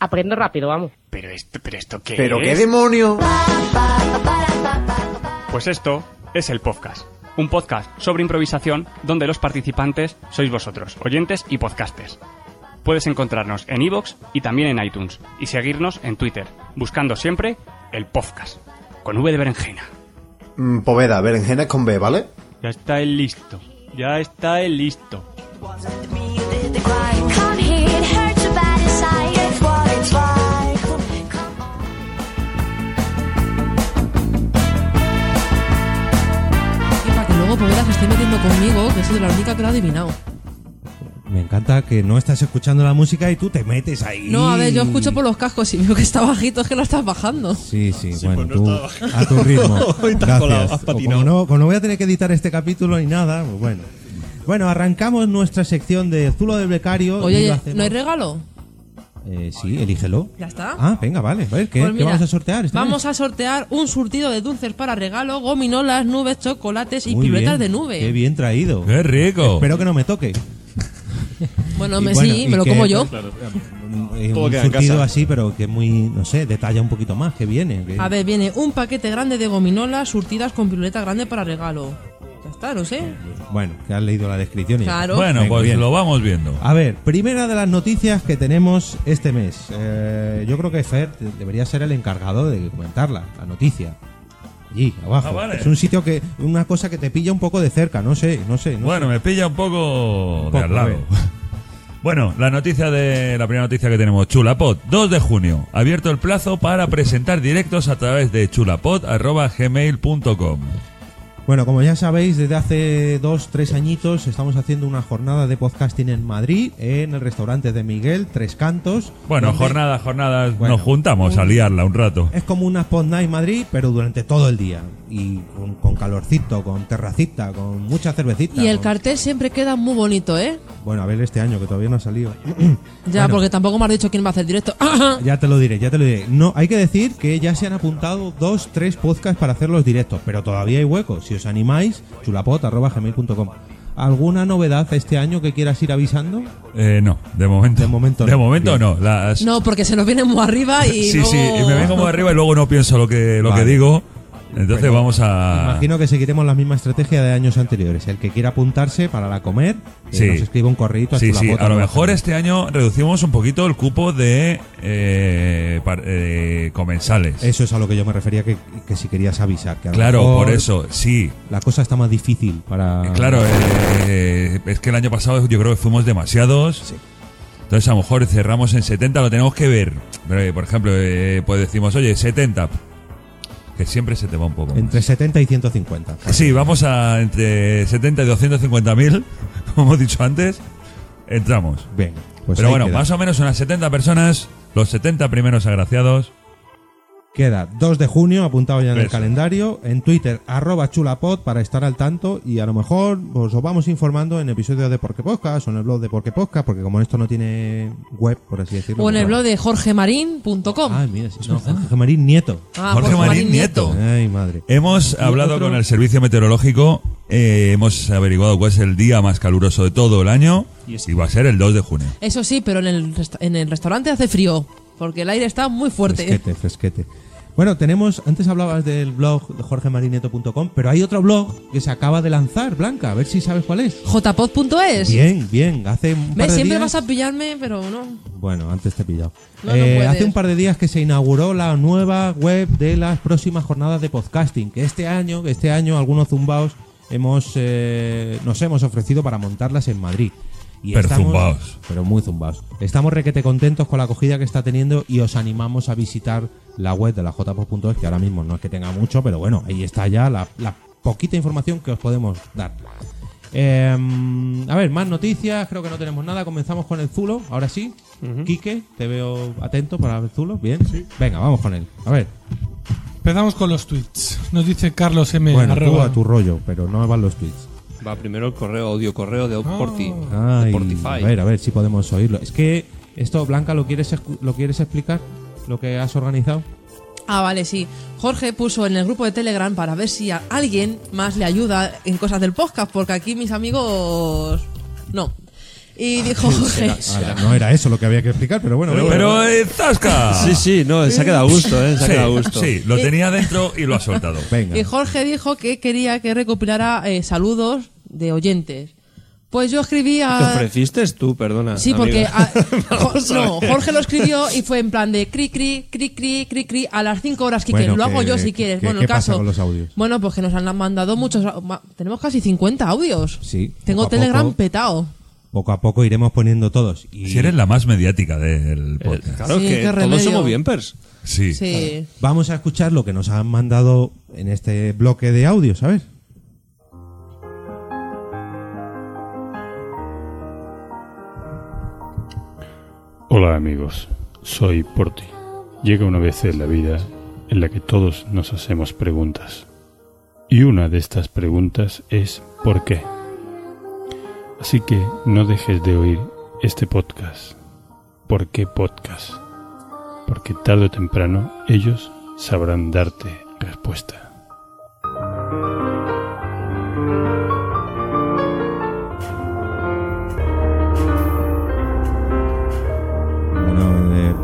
Speaker 16: Aprendo rápido, vamos.
Speaker 18: Pero esto, pero esto qué
Speaker 17: ¿Pero
Speaker 18: es?
Speaker 17: qué demonio?
Speaker 18: Pues esto es el podcast. Un podcast sobre improvisación donde los participantes sois vosotros, oyentes y podcasters. Puedes encontrarnos en iVoox y también en iTunes y seguirnos en Twitter, buscando siempre el podcast con V de berenjena.
Speaker 17: Mm, Poveda, berenjenas con B, ¿vale?
Speaker 18: Ya está el listo. Ya está el listo.
Speaker 4: Y para que luego Poveda se esté metiendo conmigo, que he sido la única que lo ha adivinado.
Speaker 2: Me encanta que no estás escuchando la música y tú te metes ahí.
Speaker 4: No, a ver, yo escucho por los cascos y veo que está bajito, es que lo estás bajando.
Speaker 2: Sí, sí,
Speaker 4: Sí,
Speaker 2: bueno,
Speaker 4: pues
Speaker 2: tú,
Speaker 4: no estaba.
Speaker 2: a tu ritmo.
Speaker 4: Hoy te
Speaker 2: Gracias.
Speaker 4: has colado, has
Speaker 2: O
Speaker 4: patinado.
Speaker 2: Como no, como no voy a tener que editar este capítulo ni nada, pues bueno. Bueno, arrancamos nuestra sección de Zulo del Becario. y lo
Speaker 4: Oye,
Speaker 2: hacemos-
Speaker 4: ¿no hay regalo?
Speaker 2: Eh, sí, elígelo.
Speaker 4: Ya está.
Speaker 2: Ah, venga, vale. A ver, ¿qué,
Speaker 4: Pues
Speaker 2: qué
Speaker 4: mira,
Speaker 2: vamos a sortear? este
Speaker 4: Vamos
Speaker 2: mes?
Speaker 4: a sortear un surtido de dulces para regalo, gominolas, nubes, chocolates y
Speaker 2: Muy
Speaker 4: piruetas
Speaker 2: bien,
Speaker 4: de nube.
Speaker 2: Qué bien traído.
Speaker 11: ¡Qué rico!
Speaker 2: Espero que no me toque.
Speaker 4: Bueno,
Speaker 2: Y
Speaker 4: me,
Speaker 2: bueno,
Speaker 4: sí,
Speaker 2: y
Speaker 4: me lo
Speaker 2: que-
Speaker 4: como yo.
Speaker 2: Eh,
Speaker 3: Todo
Speaker 2: un
Speaker 3: queda en
Speaker 2: surtido
Speaker 3: casa.
Speaker 2: así, pero que muy, no sé, detalla un poquito más, que viene. que-
Speaker 4: A ver, viene un paquete grande de gominolas surtidas con piruleta grande para regalo. Ya está, no sé.
Speaker 2: Bueno, que has leído la descripción. Y
Speaker 4: Claro.
Speaker 11: Bueno,
Speaker 2: Venga,
Speaker 11: pues
Speaker 2: bien.
Speaker 11: lo vamos viendo.
Speaker 2: A ver, primera de las noticias que tenemos este mes. Eh, yo creo que Fer de- debería ser el encargado de comentarla, la noticia. Allí, abajo.
Speaker 11: Ah, vale.
Speaker 2: Es un sitio que, una cosa que te pilla un poco de cerca, no sé, no sé. no
Speaker 11: Bueno, me pilla un poco,
Speaker 2: poco,
Speaker 11: de al
Speaker 2: a
Speaker 11: lado.
Speaker 2: ver.
Speaker 11: Bueno, la noticia de la primera noticia que tenemos, Chulapod, 2 de junio, abierto el plazo para presentar directos a través de chulapod@gmail.com.
Speaker 2: Bueno, como ya sabéis, desde hace dos, tres añitos estamos haciendo una jornada de podcasting en Madrid, en el restaurante de Miguel, Tres Cantos.
Speaker 11: Bueno,
Speaker 2: donde
Speaker 11: jornadas, jornadas,
Speaker 2: Bueno,
Speaker 11: nos juntamos a liarla un rato.
Speaker 2: Es como una Spot Night Madrid, pero durante todo el día. Y con, con calorcito, con terracita, con mucha cervecita.
Speaker 4: Y el
Speaker 2: con-
Speaker 4: cartel siempre queda muy bonito, ¿eh?
Speaker 2: Bueno, a ver este año, que todavía no ha salido.
Speaker 4: Ya,
Speaker 2: Bueno.
Speaker 4: porque tampoco me has dicho quién va a hacer el directo.
Speaker 2: Ya te lo diré, ya te lo diré. No, hay que decir que ya se han apuntado dos, tres podcasts para hacer los directos, pero todavía hay hueco. Si os animáis, chulapot.gmail.com. ¿Alguna novedad este año que quieras ir avisando?
Speaker 11: Eh, no, de momento. De momento no. De momento no. Las-
Speaker 4: no, porque se nos viene muy arriba y.
Speaker 11: sí,
Speaker 4: luego-
Speaker 11: sí, y me vengo muy arriba y luego no pienso lo que, lo
Speaker 2: Vale.
Speaker 11: que digo. Entonces
Speaker 2: Bueno,
Speaker 11: vamos a...
Speaker 2: Imagino que seguiremos la misma estrategia de años anteriores. El que quiera apuntarse para la comer, eh,
Speaker 11: Sí.
Speaker 2: nos escriba un correíto a
Speaker 11: Sí, sí,
Speaker 2: chulapot@gmail.com.
Speaker 11: a lo mejor este año reducimos un poquito el cupo de eh, par- eh, comensales.
Speaker 2: Eso es a lo que yo me refería, que, que si querías avisar. Que a lo
Speaker 11: Claro,
Speaker 2: mejor
Speaker 11: por eso, sí.
Speaker 2: La cosa está más difícil para...
Speaker 11: Claro, eh, es que el año pasado yo creo que fuimos demasiados. Entonces a lo mejor cerramos en 70, lo tenemos que ver. Pero, eh, por ejemplo, eh, pues decimos, oye, 70. Que siempre se te va un poco.
Speaker 2: Entre 70 y 150.
Speaker 11: Sí, vamos a entre 70 y 250 mil, como hemos dicho antes. Entramos.
Speaker 2: Bien. pues
Speaker 11: Pero
Speaker 2: ahí
Speaker 11: bueno,
Speaker 2: queda.
Speaker 11: más o menos unas 70 personas, los 70 primeros agraciados.
Speaker 2: Queda 2 de junio, apuntado ya en el
Speaker 11: Eso.
Speaker 2: calendario. En Twitter, arroba chulapod para estar al tanto. Y a lo mejor os lo vamos informando en episodios de Porque Podcast o en el blog de Porque Podcast, porque como esto no tiene web, por así decirlo.
Speaker 4: O en el
Speaker 2: pues-
Speaker 4: blog de jorgemarín.com.
Speaker 2: Ah, mira, sí, no, Jorge Marín Nieto.
Speaker 4: Ah, Jorge Jorge Marín Marín Nieto.
Speaker 2: Ay, madre.
Speaker 11: Hemos
Speaker 2: Y
Speaker 11: hablado
Speaker 2: otro-
Speaker 11: con el servicio meteorológico, eh, hemos averiguado cuál es el día más caluroso de todo el año y va a ser el 2 de junio.
Speaker 4: Eso sí, pero en el, resta- en el restaurante hace frío. Porque el aire está
Speaker 2: Pues
Speaker 4: muy fuerte.
Speaker 2: Fresquete, fresquete. Bueno, tenemos, antes hablabas del blog de jorgemarineto.com, pero hay otro blog que se acaba de lanzar, Blanca, a ver si sabes cuál es.
Speaker 4: jpod.es.
Speaker 2: Bien, bien, hace un par
Speaker 4: ¿Ves?
Speaker 2: de
Speaker 4: Siempre
Speaker 2: días-
Speaker 4: vas a pillarme, pero no.
Speaker 2: Bueno, antes te he pillado.
Speaker 4: No, no
Speaker 2: Eh,
Speaker 4: puedes.
Speaker 2: hace un par de días que se inauguró la nueva web de las próximas jornadas de podcasting. Que este año, que este año algunos zumbaos hemos, eh, nos hemos ofrecido para montarlas en Madrid. Y
Speaker 11: Pero
Speaker 2: estamos-
Speaker 11: zumbaos.
Speaker 2: Pero muy zumbaos. Estamos requete contentos con la acogida que está teniendo y os animamos a visitar la web de la jpod.es, que ahora mismo no es que tenga mucho, pero bueno, ahí está ya la, la poquita información que os podemos dar. Em, a ver, más noticias, creo que no tenemos nada. Comenzamos con el Zulo, ahora sí. Quique, te veo atento para el Zulo, bien. Venga, vamos con él. A ver,
Speaker 12: Empezamos con los tweets. Nos dice Carlos M.
Speaker 2: bueno, tú
Speaker 12: arroba-
Speaker 2: a tu rollo, pero no van los tweets.
Speaker 3: Va primero el correo, audio correo de Outporti.
Speaker 2: Ay, a
Speaker 3: Portify.
Speaker 2: ver, a ver si podemos oírlo. Es que esto, Blanca, ¿lo quieres, escu- ¿lo quieres explicar? ¿Lo que has organizado?
Speaker 4: Ah, vale, sí. Jorge puso en el grupo de Telegram para ver si a alguien más le ayuda en cosas del podcast, porque aquí mis amigos. No.
Speaker 2: Ah,
Speaker 4: Y dijo Jorge.
Speaker 2: Ahora, no era eso lo que había que explicar, pero bueno.
Speaker 11: Pero,
Speaker 2: venga.
Speaker 11: pero, eh, ¡zasca!
Speaker 3: Sí, sí, no, se ha quedado a gusto, ¿eh? Se ha
Speaker 11: Sí,
Speaker 3: quedado a gusto.
Speaker 11: Sí, lo tenía dentro y lo ha soltado.
Speaker 4: Y Jorge dijo que quería que recopilara eh, saludos de oyentes. Pues yo escribí
Speaker 3: Te
Speaker 4: a.
Speaker 3: ofreciste tú, perdona.
Speaker 4: Sí,
Speaker 3: amigo.
Speaker 4: porque a- Jo-
Speaker 3: a
Speaker 4: no,
Speaker 3: ver.
Speaker 4: Jorge lo escribió y fue en plan de cri cri cri cri cri cri a las 5 horas Quique,
Speaker 2: Bueno,
Speaker 4: lo hago
Speaker 2: que-
Speaker 4: yo si
Speaker 2: que-
Speaker 4: quieres.
Speaker 2: que-
Speaker 4: bueno,
Speaker 2: ¿qué
Speaker 4: el
Speaker 2: pasa
Speaker 4: caso.
Speaker 2: con los audios?
Speaker 4: Bueno, pues que nos han mandado muchos, ma- tenemos casi 50 audios.
Speaker 2: Sí,
Speaker 4: Tengo
Speaker 2: poco a
Speaker 4: Telegram
Speaker 2: poco.
Speaker 4: petado.
Speaker 2: Poco a poco iremos poniendo todos. Y
Speaker 11: Si eres la más mediática del podcast.
Speaker 3: Claro,
Speaker 4: Sí,
Speaker 3: que
Speaker 4: qué
Speaker 3: todos
Speaker 4: remedio.
Speaker 3: somos bienpers.
Speaker 11: Sí.
Speaker 4: Sí.
Speaker 2: Vamos a escuchar lo que nos han mandado en este bloque de audio, ¿sabes?
Speaker 19: Hola amigos, soy Porti. Llega una vez en la vida en la que todos nos hacemos preguntas. Y una de estas preguntas es ¿por qué? Así que no dejes de oír este podcast. ¿Por qué podcast? Porque tarde o temprano ellos sabrán darte respuesta.
Speaker 2: Bueno, eh,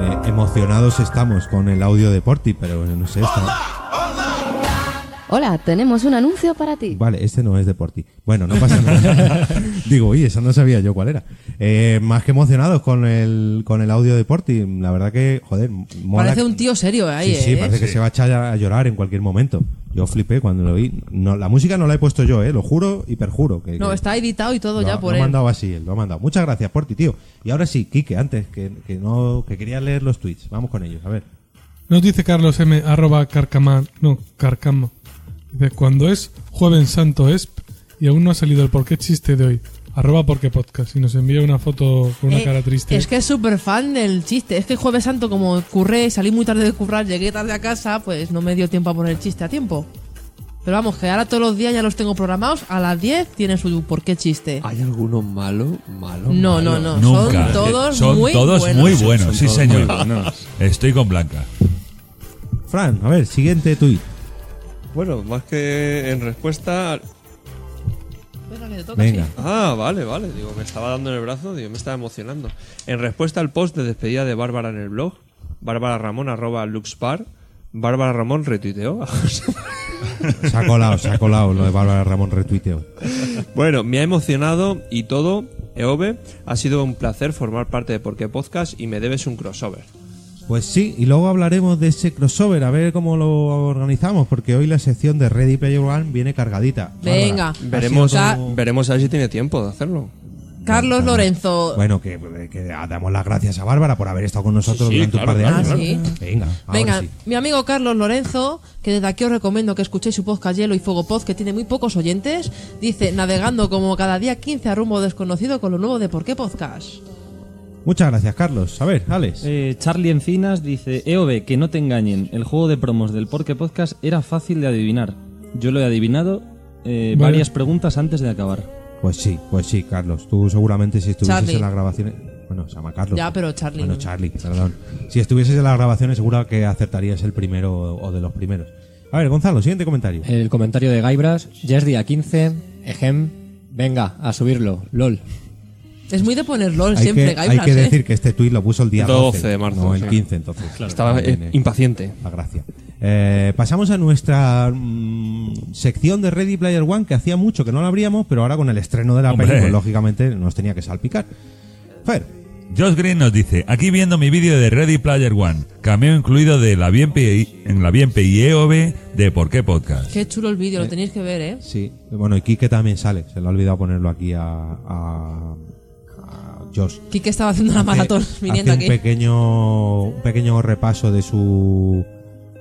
Speaker 2: eh, emocionados estamos con el audio de Porti, pero no sé. está-
Speaker 20: Hola, tenemos un anuncio para ti.
Speaker 2: Vale, este no es de Porti. Bueno, no pasa nada. Digo, oye, esa no sabía yo cuál era. Eh, más que emocionados con el, con el audio de Porti. La verdad que, joder, mola.
Speaker 4: Parece un tío serio eh, ahí,
Speaker 2: Sí, sí,
Speaker 4: ¿eh?
Speaker 2: parece que se va a echar a llorar en cualquier momento. Yo flipé cuando lo vi. No, la música no la he puesto yo, ¿eh? Lo juro y perjuro. Que,
Speaker 4: No,
Speaker 2: que-
Speaker 4: está editado y todo
Speaker 2: lo,
Speaker 4: ya
Speaker 2: ha-
Speaker 4: por
Speaker 2: lo ha
Speaker 4: él.
Speaker 2: mandado así, él lo ha mandado. Muchas gracias por ti, tío. Y ahora sí, Quique, antes, que, que no, que quería leer los tweets. Vamos con ellos, a ver.
Speaker 12: Nos dice Carlos M. arroba carcama, no, carcamo. Dice, cuando es Jueves Santo ESP y aún no ha salido el por qué chiste de hoy. Arroba porque podcast. Y nos envía una foto con una
Speaker 4: Eh,
Speaker 12: cara triste.
Speaker 4: Es que es súper fan del chiste. Es que Jueves Santo, como curré, salí muy tarde de currar, llegué tarde a casa, pues no me dio tiempo a poner el chiste a tiempo. Pero vamos, que ahora todos los días ya los tengo programados. A las 10 tiene su por qué chiste.
Speaker 2: Ah,
Speaker 3: ¿Hay alguno malo? Malo.
Speaker 4: No, no, no. Nunca. Son todos
Speaker 11: Son
Speaker 4: muy
Speaker 11: todos
Speaker 4: buenos.
Speaker 11: muy buenos, sí,
Speaker 3: todos
Speaker 11: señor.
Speaker 3: muy buenos.
Speaker 11: Estoy con Blanca.
Speaker 2: Fran, a ver, siguiente tuit.
Speaker 3: Bueno, más que en respuesta.
Speaker 2: Venga.
Speaker 3: Ah, vale, vale. Digo, me estaba dando en el brazo, digo, me estaba emocionando. En respuesta al post de despedida de Bárbara en el blog, Bárbara Ramón arroba luxpar, Bárbara Ramón retuiteó.
Speaker 2: Se ha colado, se ha colado lo de Bárbara Ramón retuiteo.
Speaker 3: Bueno, me ha emocionado y todo, EOB. Ha sido un placer formar parte de Porqué Podcast y me debes un crossover.
Speaker 2: Pues sí, y luego hablaremos de ese crossover, a ver cómo lo organizamos, porque hoy la sección de Ready Player One viene cargadita. Bárbara,
Speaker 4: Venga.
Speaker 2: ha sido
Speaker 3: Veremos,
Speaker 2: como-
Speaker 3: veremos a ver si tiene tiempo de hacerlo.
Speaker 4: Carlos Lorenzo.
Speaker 2: Bueno, que, que damos las gracias a Bárbara por haber estado con nosotros
Speaker 3: Sí, sí,
Speaker 2: durante
Speaker 3: claro,
Speaker 2: un par de
Speaker 3: claro,
Speaker 2: años.
Speaker 4: claro.
Speaker 2: Venga, ahora
Speaker 4: Venga,
Speaker 2: sí.
Speaker 4: mi amigo Carlos Lorenzo, que desde aquí os recomiendo que escuchéis su podcast Hielo y Fuego Pod, que tiene muy pocos oyentes, dice, navegando como cada día 15 a rumbo desconocido con lo nuevo de Por qué Podcast.
Speaker 2: Muchas gracias, Carlos. A ver, Alex.
Speaker 7: Eh, Charlie Encinas dice: EOB, que no te engañen. El juego de promos del Porque Podcast era fácil de adivinar. Yo lo he adivinado eh,
Speaker 2: Vale.
Speaker 7: varias preguntas antes de acabar.
Speaker 2: Pues sí, pues sí, Carlos. Tú seguramente si estuvieses
Speaker 7: Charlie.
Speaker 2: en las grabaciones... Bueno, se llama Carlos.
Speaker 4: Ya, pero Charlie.
Speaker 2: Bueno, Charlie, perdón. Si estuvieses en las grabaciones seguro que acertarías el primero o de los primeros. A ver, Gonzalo, siguiente comentario.
Speaker 5: El comentario de Gaibras, ya es día 15, ejem, venga, a subirlo, lol.
Speaker 4: Es muy de poner LOL
Speaker 2: Hay
Speaker 4: siempre,
Speaker 2: que, hay
Speaker 4: Gaibras,
Speaker 2: que
Speaker 4: ¿eh?
Speaker 2: decir que este tuit lo puso el día 12,
Speaker 3: 12 de marzo,
Speaker 2: No, el
Speaker 3: sí.
Speaker 2: 15, entonces.
Speaker 3: Claro. Estaba, eh,
Speaker 2: Tiene
Speaker 3: impaciente.
Speaker 2: La gracia. Eh, pasamos a nuestra mm, sección de Ready Player One, que hacía mucho que no la abríamos, pero ahora con el estreno de la
Speaker 11: Hombre.
Speaker 2: película, lógicamente nos tenía que salpicar. Fer.
Speaker 11: Josh Green nos dice, aquí viendo mi vídeo de Ready Player One, cameo incluido de la BMPI, en la BMPI EOB E de Por qué Podcast.
Speaker 4: Qué chulo el vídeo, lo tenéis que ver, ¿eh?
Speaker 2: Sí, bueno, y Quique también sale. Se le ha olvidado ponerlo aquí a, a, a Josh.
Speaker 4: Quique estaba haciendo una maratón viniendo
Speaker 2: Hace
Speaker 4: aquí.
Speaker 2: un pequeño, un pequeño repaso de su,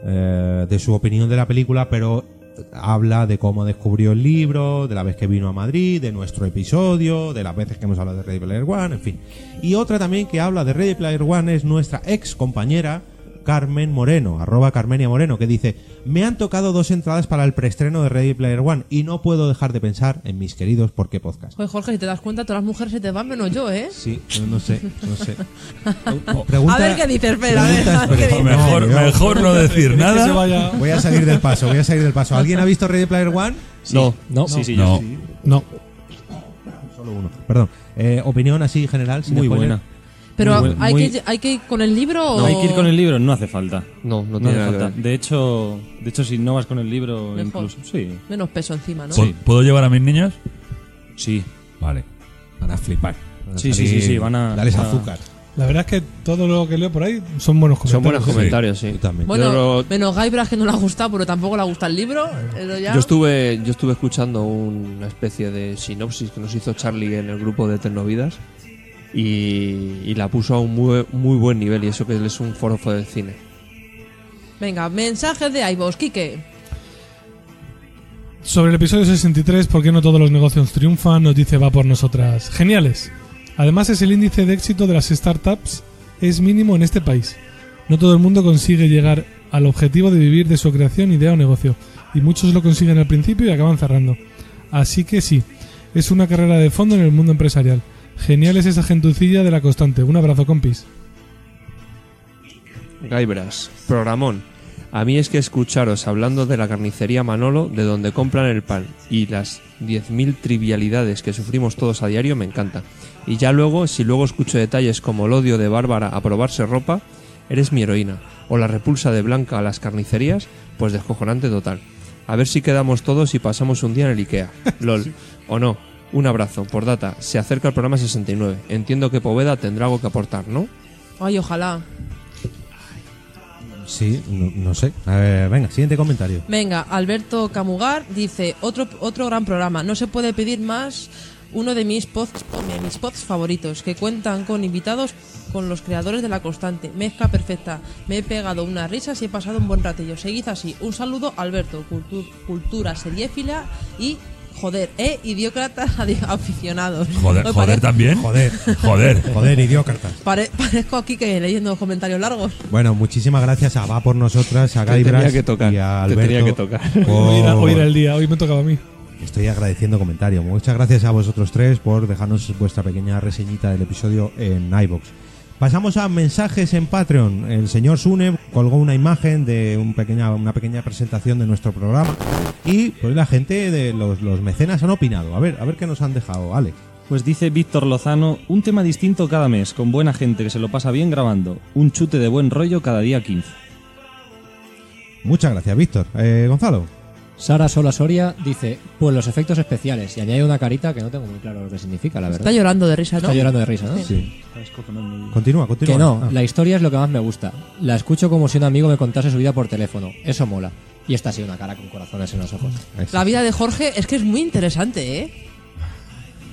Speaker 2: eh, de su opinión de la película, pero habla de cómo descubrió el libro, de la vez que vino a Madrid, de nuestro episodio, de las veces que hemos hablado de Ready Player One, en fin. Y otra también que habla de Ready Player One es nuestra ex compañera Carmen Moreno, arroba Carmenia Moreno, que dice, me han tocado dos entradas para el preestreno de Ready Player One y no puedo dejar de pensar en mis queridos por qué podcast.
Speaker 4: Joder, Jorge, si te das cuenta, todas las mujeres se te van menos yo, ¿eh?
Speaker 2: Sí, no, no sé, no sé.
Speaker 4: a ver qué dice, espera, a ver,
Speaker 2: pregunta
Speaker 4: a ver qué
Speaker 2: expresa.
Speaker 4: dice.
Speaker 11: Mejor- mejor no decir
Speaker 2: Que
Speaker 11: nada.
Speaker 2: se vaya. Voy a salir del paso, voy a salir del paso. ¿Alguien ha visto Ready Player One?
Speaker 7: No, no,
Speaker 2: sí, sí,
Speaker 11: no.
Speaker 2: No. Solo uno. Perdón. Eh, opinión así general. sin
Speaker 7: Muy
Speaker 2: spoiler.
Speaker 7: buena.
Speaker 4: Pero
Speaker 7: Muy buen-
Speaker 4: hay,
Speaker 7: muy-
Speaker 4: que, hay que ir con el libro o...
Speaker 7: No, hay que ir con el libro, no hace falta. No, no,
Speaker 3: tiene
Speaker 7: hace
Speaker 3: nada que
Speaker 7: falta. De hecho, de hecho, si no vas con el libro,
Speaker 4: Mejor.
Speaker 7: incluso. Sí.
Speaker 4: Menos peso encima, ¿no?
Speaker 11: ¿Pu- ¿Puedo llevar a mis niños?
Speaker 7: Sí.
Speaker 11: Vale.
Speaker 2: Van a flipar. Van a
Speaker 7: Sí, sí,
Speaker 2: salir-
Speaker 7: sí, sí, van a-
Speaker 2: Dales
Speaker 7: van a-
Speaker 2: azúcar.
Speaker 12: La verdad es que todo lo que leo por ahí son buenos
Speaker 3: Son
Speaker 12: comentarios.
Speaker 3: buenos comentarios, sí.
Speaker 4: Bueno,
Speaker 3: yo, lo-
Speaker 4: menos Gaibras que no le ha gustado, pero tampoco le ha gustado el libro. pero ya-
Speaker 3: yo estuve, yo estuve escuchando una especie de sinopsis que nos hizo Charlie en el grupo de Tecnovidas y, y la puso a un muy, muy buen nivel y eso que él es un forofo del cine.
Speaker 4: Venga, mensajes de Aibos, Quique.
Speaker 12: Sobre el episodio 63, ¿por qué no todos los negocios triunfan? Nos dice va por nosotras. Geniales. Además es el índice de éxito de las startups es mínimo en este país. No todo el mundo consigue llegar al objetivo de vivir de su creación, idea o negocio. Y muchos lo consiguen al principio y acaban cerrando. Así que sí, es una carrera de fondo en el mundo empresarial. Genial es esa gentucilla de la constante. Un abrazo, compis.
Speaker 3: Gaibras, programón. A mí es que escucharos hablando de la carnicería Manolo, de donde compran el pan, y las 10.000 trivialidades que sufrimos todos a diario me encanta. Y ya luego, si luego escucho detalles como el odio de Bárbara a probarse ropa, eres mi heroína, o la repulsa de Blanca a las carnicerías, pues descojonante total. A ver si quedamos todos y pasamos un día en el Ikea. LOL. O no. Un abrazo, por data. Se acerca el programa 69. Entiendo que Poveda tendrá algo que aportar, ¿no?
Speaker 4: Ay, ojalá.
Speaker 2: Sí, no, no sé. A ver, venga, siguiente comentario.
Speaker 4: Venga, Alberto Camugar dice, otro, otro gran programa, no se puede pedir más uno de mis pods, de mis pods favoritos, que cuentan con invitados con los creadores de La Constante, mezcla perfecta, me he pegado unas risas y he pasado un buen ratillo, seguid así, un saludo Alberto, cultu- cultura seriéfila y Joder, ¿eh? Idiócratas adi- aficionados.
Speaker 11: Joder,
Speaker 4: Hoy
Speaker 11: joder
Speaker 4: parez-
Speaker 11: también.
Speaker 2: Joder,
Speaker 11: joder.
Speaker 2: Joder, idiócratas.
Speaker 4: pare- parezco aquí que leyendo los comentarios largos.
Speaker 2: Bueno, muchísimas gracias a Va por nosotras, a
Speaker 3: Te tenía
Speaker 2: Gaibras
Speaker 3: que tocar,
Speaker 2: y a
Speaker 3: te
Speaker 2: Alberto.
Speaker 3: tenía que tocar.
Speaker 12: Hoy era- hoy era
Speaker 2: por-
Speaker 12: el día, hoy me tocaba a mí.
Speaker 2: Estoy agradeciendo comentarios. Muchas gracias a vosotros tres por dejarnos vuestra pequeña reseñita del episodio en iBox. Pasamos a mensajes en Patreon. El señor Sune colgó una imagen de un pequeña, una pequeña presentación de nuestro programa y pues la gente de los, los mecenas han opinado. A ver, a ver qué nos han dejado, Alex.
Speaker 7: Pues dice Víctor Lozano, un tema distinto cada mes, con buena gente que se lo pasa bien grabando. Un chute de buen rollo cada día 15.
Speaker 2: Muchas gracias, Víctor. Eh, Gonzalo.
Speaker 5: Sara Sola Soria dice, pues los efectos especiales. Y añade una carita que no tengo muy claro lo que significa, la verdad.
Speaker 4: Está llorando de risa, ¿no?
Speaker 5: Está llorando de risa, ¿no?
Speaker 2: Sí. Ah.
Speaker 5: Continúa, continúa. Que no, la historia es lo que más me gusta. La escucho como si un amigo me contase su vida por teléfono. Eso mola. Y esta ha sido una cara con corazones en los ojos.
Speaker 4: La vida de Jorge es que es muy interesante, ¿eh?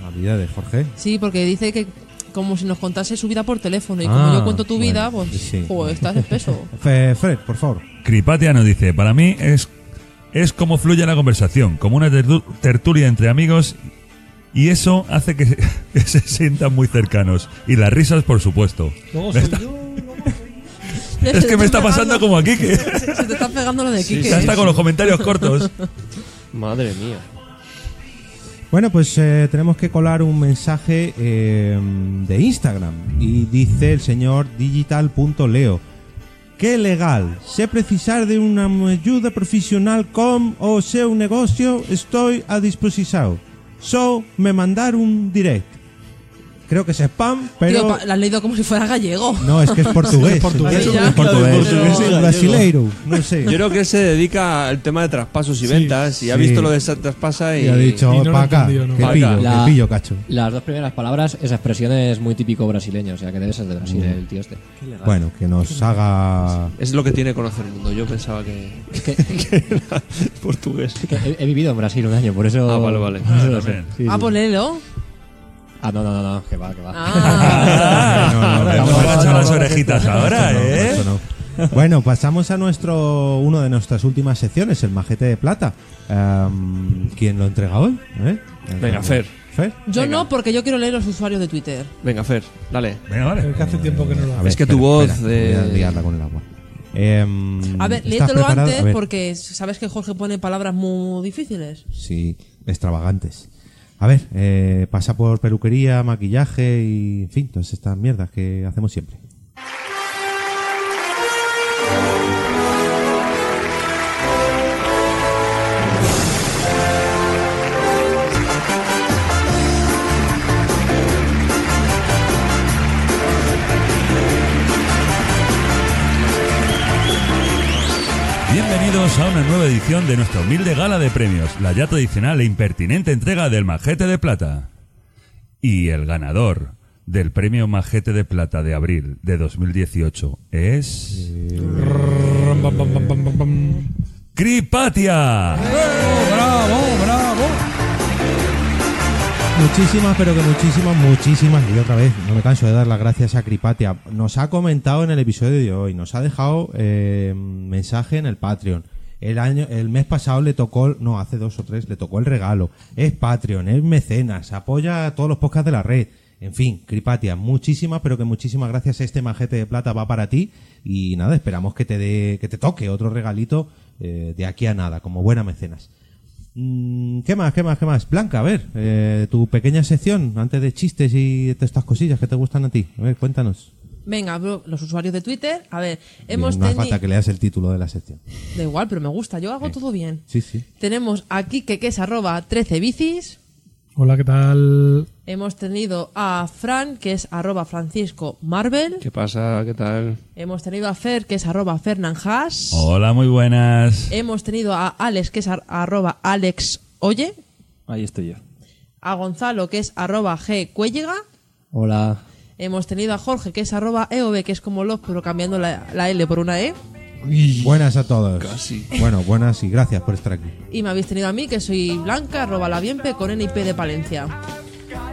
Speaker 2: La vida de Jorge.
Speaker 4: Sí, porque dice que como si nos contase su vida por teléfono y
Speaker 11: Ah,
Speaker 4: como yo cuento tu
Speaker 11: bueno,
Speaker 4: vida, pues
Speaker 11: sí.
Speaker 4: joder, estás espeso.
Speaker 2: Fe- Fred, por favor.
Speaker 11: Cripatia nos dice, para mí es, es como fluye la conversación, como una tertu- tertulia entre amigos y eso hace que, se- que se sientan muy cercanos. Y las risas, por supuesto.
Speaker 12: Luego
Speaker 11: Me
Speaker 12: soy
Speaker 11: está-
Speaker 12: yo.
Speaker 11: es que me está pasando como aquí que...
Speaker 4: Se, se te está pegando lo de Kike.
Speaker 11: Ya está con los comentarios cortos.
Speaker 3: Madre mía.
Speaker 2: Bueno, pues eh, tenemos que colar un mensaje eh, de Instagram y dice el señor digital.leo. Qué legal, sé precisar de una ayuda profesional com o sea un negocio, estoy a disposición. So, me mandar un direct. Creo que es spam, pero...
Speaker 4: Tío, pa- la has leído como si fuera gallego.
Speaker 2: No, es que es portugués.
Speaker 4: Ahí
Speaker 2: Es
Speaker 4: ya.
Speaker 11: ¿eh?
Speaker 2: portugués.
Speaker 4: Pero-
Speaker 2: Es brasileiro. No sé.
Speaker 3: Yo creo que él se dedica al tema de traspasos y ventas y ha
Speaker 2: sí.
Speaker 3: visto lo de esa traspasa y,
Speaker 2: Y ha dicho,
Speaker 3: y
Speaker 2: "Oh, pa' acá, que
Speaker 3: Pa' acá.
Speaker 2: pillo, que
Speaker 5: La-
Speaker 2: pillo, cacho.
Speaker 5: Las dos primeras palabras, esa expresión es muy típico brasileño, o sea que debe ser de Brasil el tío este.
Speaker 2: Bueno, que nos haga...
Speaker 3: Es lo que tiene conocer el mundo. Yo pensaba que, que era portugués.
Speaker 5: Que he, he vivido en Brasil un año, por eso.
Speaker 3: Ah, vale, vale.
Speaker 5: por eso lo sé.
Speaker 3: También.
Speaker 5: Sí,
Speaker 2: pues
Speaker 4: Ah,
Speaker 5: sí.
Speaker 4: ponelo.
Speaker 5: Ah, no, no, no, no, que va, que va.
Speaker 4: Ah.
Speaker 11: No, no, no,
Speaker 5: Estamos-
Speaker 11: me han hecho las
Speaker 5: no, no,
Speaker 11: orejitas
Speaker 5: no, no,
Speaker 11: ahora,
Speaker 5: no, no,
Speaker 11: ¿eh?
Speaker 5: no, no.
Speaker 2: Bueno, pasamos a nuestro uno de nuestras últimas secciones, el majete de plata. Em, ¿Quién lo entrega hoy? ¿Eh?
Speaker 3: Venga, Fer.
Speaker 2: Fer.
Speaker 4: Yo
Speaker 3: Venga.
Speaker 4: no, porque yo quiero leer los usuarios de Twitter.
Speaker 3: Venga, Fer, dale.
Speaker 11: Venga, vale.
Speaker 12: Que hace tiempo que no lo
Speaker 2: A
Speaker 12: hago.
Speaker 2: ver,
Speaker 3: Es que
Speaker 2: espera,
Speaker 3: tu voz,
Speaker 2: espera,
Speaker 3: eh,
Speaker 2: voy a liarla con el agua. Em,
Speaker 4: A ver,
Speaker 2: ¿estás
Speaker 4: léetelo
Speaker 2: preparado?
Speaker 4: antes
Speaker 2: A ver,
Speaker 4: porque sabes que Jorge pone palabras muy difíciles.
Speaker 2: Sí, extravagantes. A ver, eh, pasa por peluquería, maquillaje y, en fin, todas estas mierdas que hacemos siempre.
Speaker 11: Bienvenidos a una nueva edición de nuestra humilde gala de premios, la ya tradicional e impertinente entrega del Majete de Plata. Y el ganador del premio Majete de Plata de abril de 2018 es...
Speaker 12: Ram, pam, pam, pam, pam, pam, pam.
Speaker 11: ¡Cripatia!
Speaker 12: ¡Bravo, bravo!
Speaker 2: Muchísimas, pero que muchísimas, muchísimas. Y otra vez, no me canso de dar las gracias a Cripatia. Nos ha comentado en el episodio de hoy, nos ha dejado eh, mensaje en el Patreon. El año, el mes pasado le tocó, no, hace dos o tres, le tocó el regalo. Es Patreon, es mecenas, apoya a todos los podcasts de la red. En fin, Cripatia, muchísimas, pero que muchísimas gracias. Este majete de plata va para ti. Y nada, esperamos que te dé, que te toque otro regalito eh, de aquí a nada, como buena mecenas. Mm, ¿Qué más? ¿Qué más? ¿Qué más? Blanca, a ver, eh, tu pequeña sección antes de chistes y de estas cosillas que te gustan a ti. A ver, cuéntanos.
Speaker 4: Venga, bro, los usuarios de Twitter, a ver,
Speaker 2: Bien,
Speaker 4: hemos
Speaker 2: no hace
Speaker 4: tenido...
Speaker 2: falta que leas el título de la sección.
Speaker 4: Da igual, pero me gusta, yo hago todo bien.
Speaker 2: Sí, sí.
Speaker 4: Tenemos a Kike, que es arroba 13 bicis.
Speaker 12: Hola, ¿qué tal?
Speaker 4: Hemos tenido a Fran, que es arroba Francisco Marvel.
Speaker 3: ¿Qué pasa? ¿Qué tal?
Speaker 4: Hemos tenido a Fer, que es arroba Fernan Haas.
Speaker 11: Hola, muy buenas.
Speaker 4: Hemos tenido a Alex, que es ar- arroba Alex Oye.
Speaker 7: Ahí estoy yo.
Speaker 4: A Gonzalo, que es arroba G Cuellega.
Speaker 5: Hola.
Speaker 4: Hemos tenido a Jorge, que es arroba EOB, que es como los, pero cambiando la, la L por una E.
Speaker 2: Buenas a todos. Bueno, buenas y gracias por estar aquí.
Speaker 4: Y me habéis tenido a mí, que soy Blanca, arroba la Bienpe, con NIP de Palencia.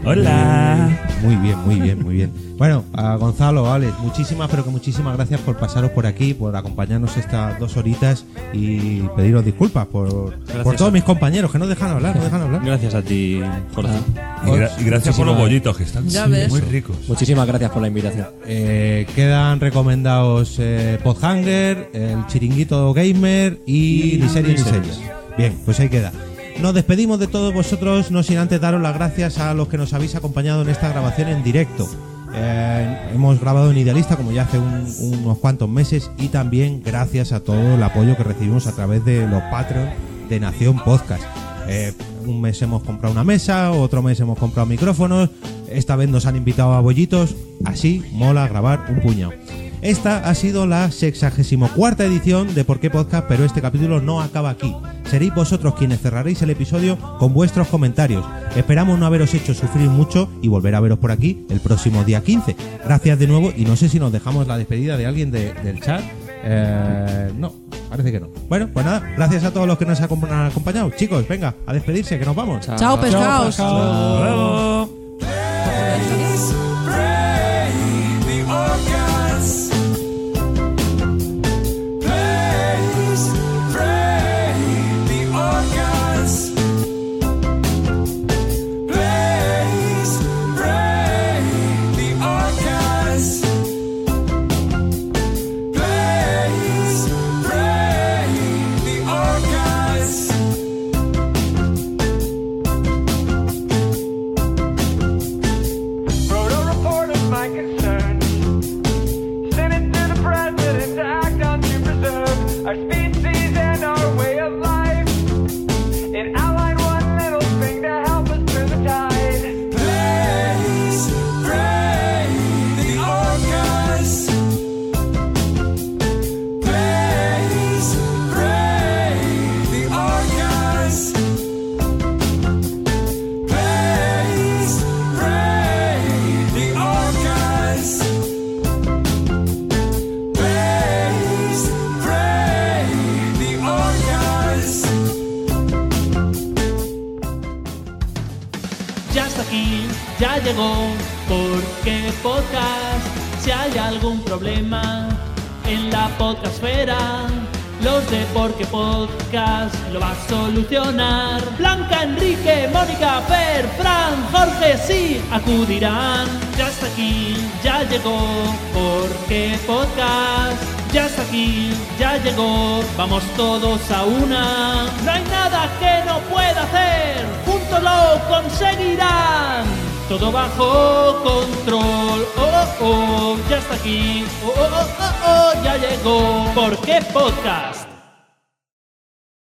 Speaker 11: Hola.
Speaker 2: Eh, Muy bien, muy bien, muy bien. Bueno, a Gonzalo, Alex, muchísimas, pero que muchísimas gracias por pasaros por aquí, por acompañarnos estas dos horitas y pediros disculpas por, por
Speaker 7: a-
Speaker 2: todos mis compañeros que no dejan hablar, no dejan hablar.
Speaker 7: Gracias a ti, Jorge.
Speaker 11: Ah. Y gra- y gracias por los bollitos que están
Speaker 2: Ya ves.
Speaker 11: muy ricos.
Speaker 5: Muchísimas gracias por la invitación.
Speaker 2: Eh, quedan recomendados eh, Podhanger, el chiringuito gamer y Liseria Liseria. Bien, pues ahí queda. Nos despedimos de todos vosotros, no sin antes daros las gracias a los que nos habéis acompañado en esta grabación en directo. Eh, hemos grabado en Idealista como ya hace un- unos cuantos meses y también gracias a todo el apoyo que recibimos a través de los Patreon de Nación Podcast. Eh, un mes hemos comprado una mesa, otro mes hemos comprado micrófonos, esta vez nos han invitado a bollitos, así mola grabar un puñado. Esta ha sido la 64 edición de Por qué Podcast, pero este capítulo no acaba aquí. Seréis vosotros quienes cerraréis el episodio con vuestros comentarios. Esperamos no haberos hecho sufrir mucho y volver a veros por aquí el próximo día 15. Gracias de nuevo y no sé si nos dejamos la despedida de alguien de- del chat. Eh, no, parece que no. Bueno, pues nada, gracias a todos los que nos acom- han acompañado. Chicos, venga, a despedirse, que nos vamos.
Speaker 4: Chao, pescaos.
Speaker 2: Hasta luego.
Speaker 10: the organs. Please pray the organs. Please pray the organs. Please pray the organs. Wrote a report of my concerns. Sent it to the president to act on to preserve our species and our way of life. It outlined one little thing to help us through the tide. Please pray the orcas. Please pray the orcas. Praise, praise the orcas. Praise, praise the orcas.
Speaker 1: Ya está aquí, ya llegó, porque podcast. Si hay algún problema en la podcastfera, los de Porque Podcast lo va a solucionar. Blanca, Enrique, Mónica, Per, Fran, Jorge, sí, acudirán. Ya está aquí, ya llegó, porque podcast. Ya está aquí, ya llegó, vamos todos a una. No hay nada que no pueda hacer, juntos lo conseguirán. Todo bajo control, oh, oh, oh, ya está aquí, oh, oh, oh, oh, oh, ya llegó. ¿Por qué podcast?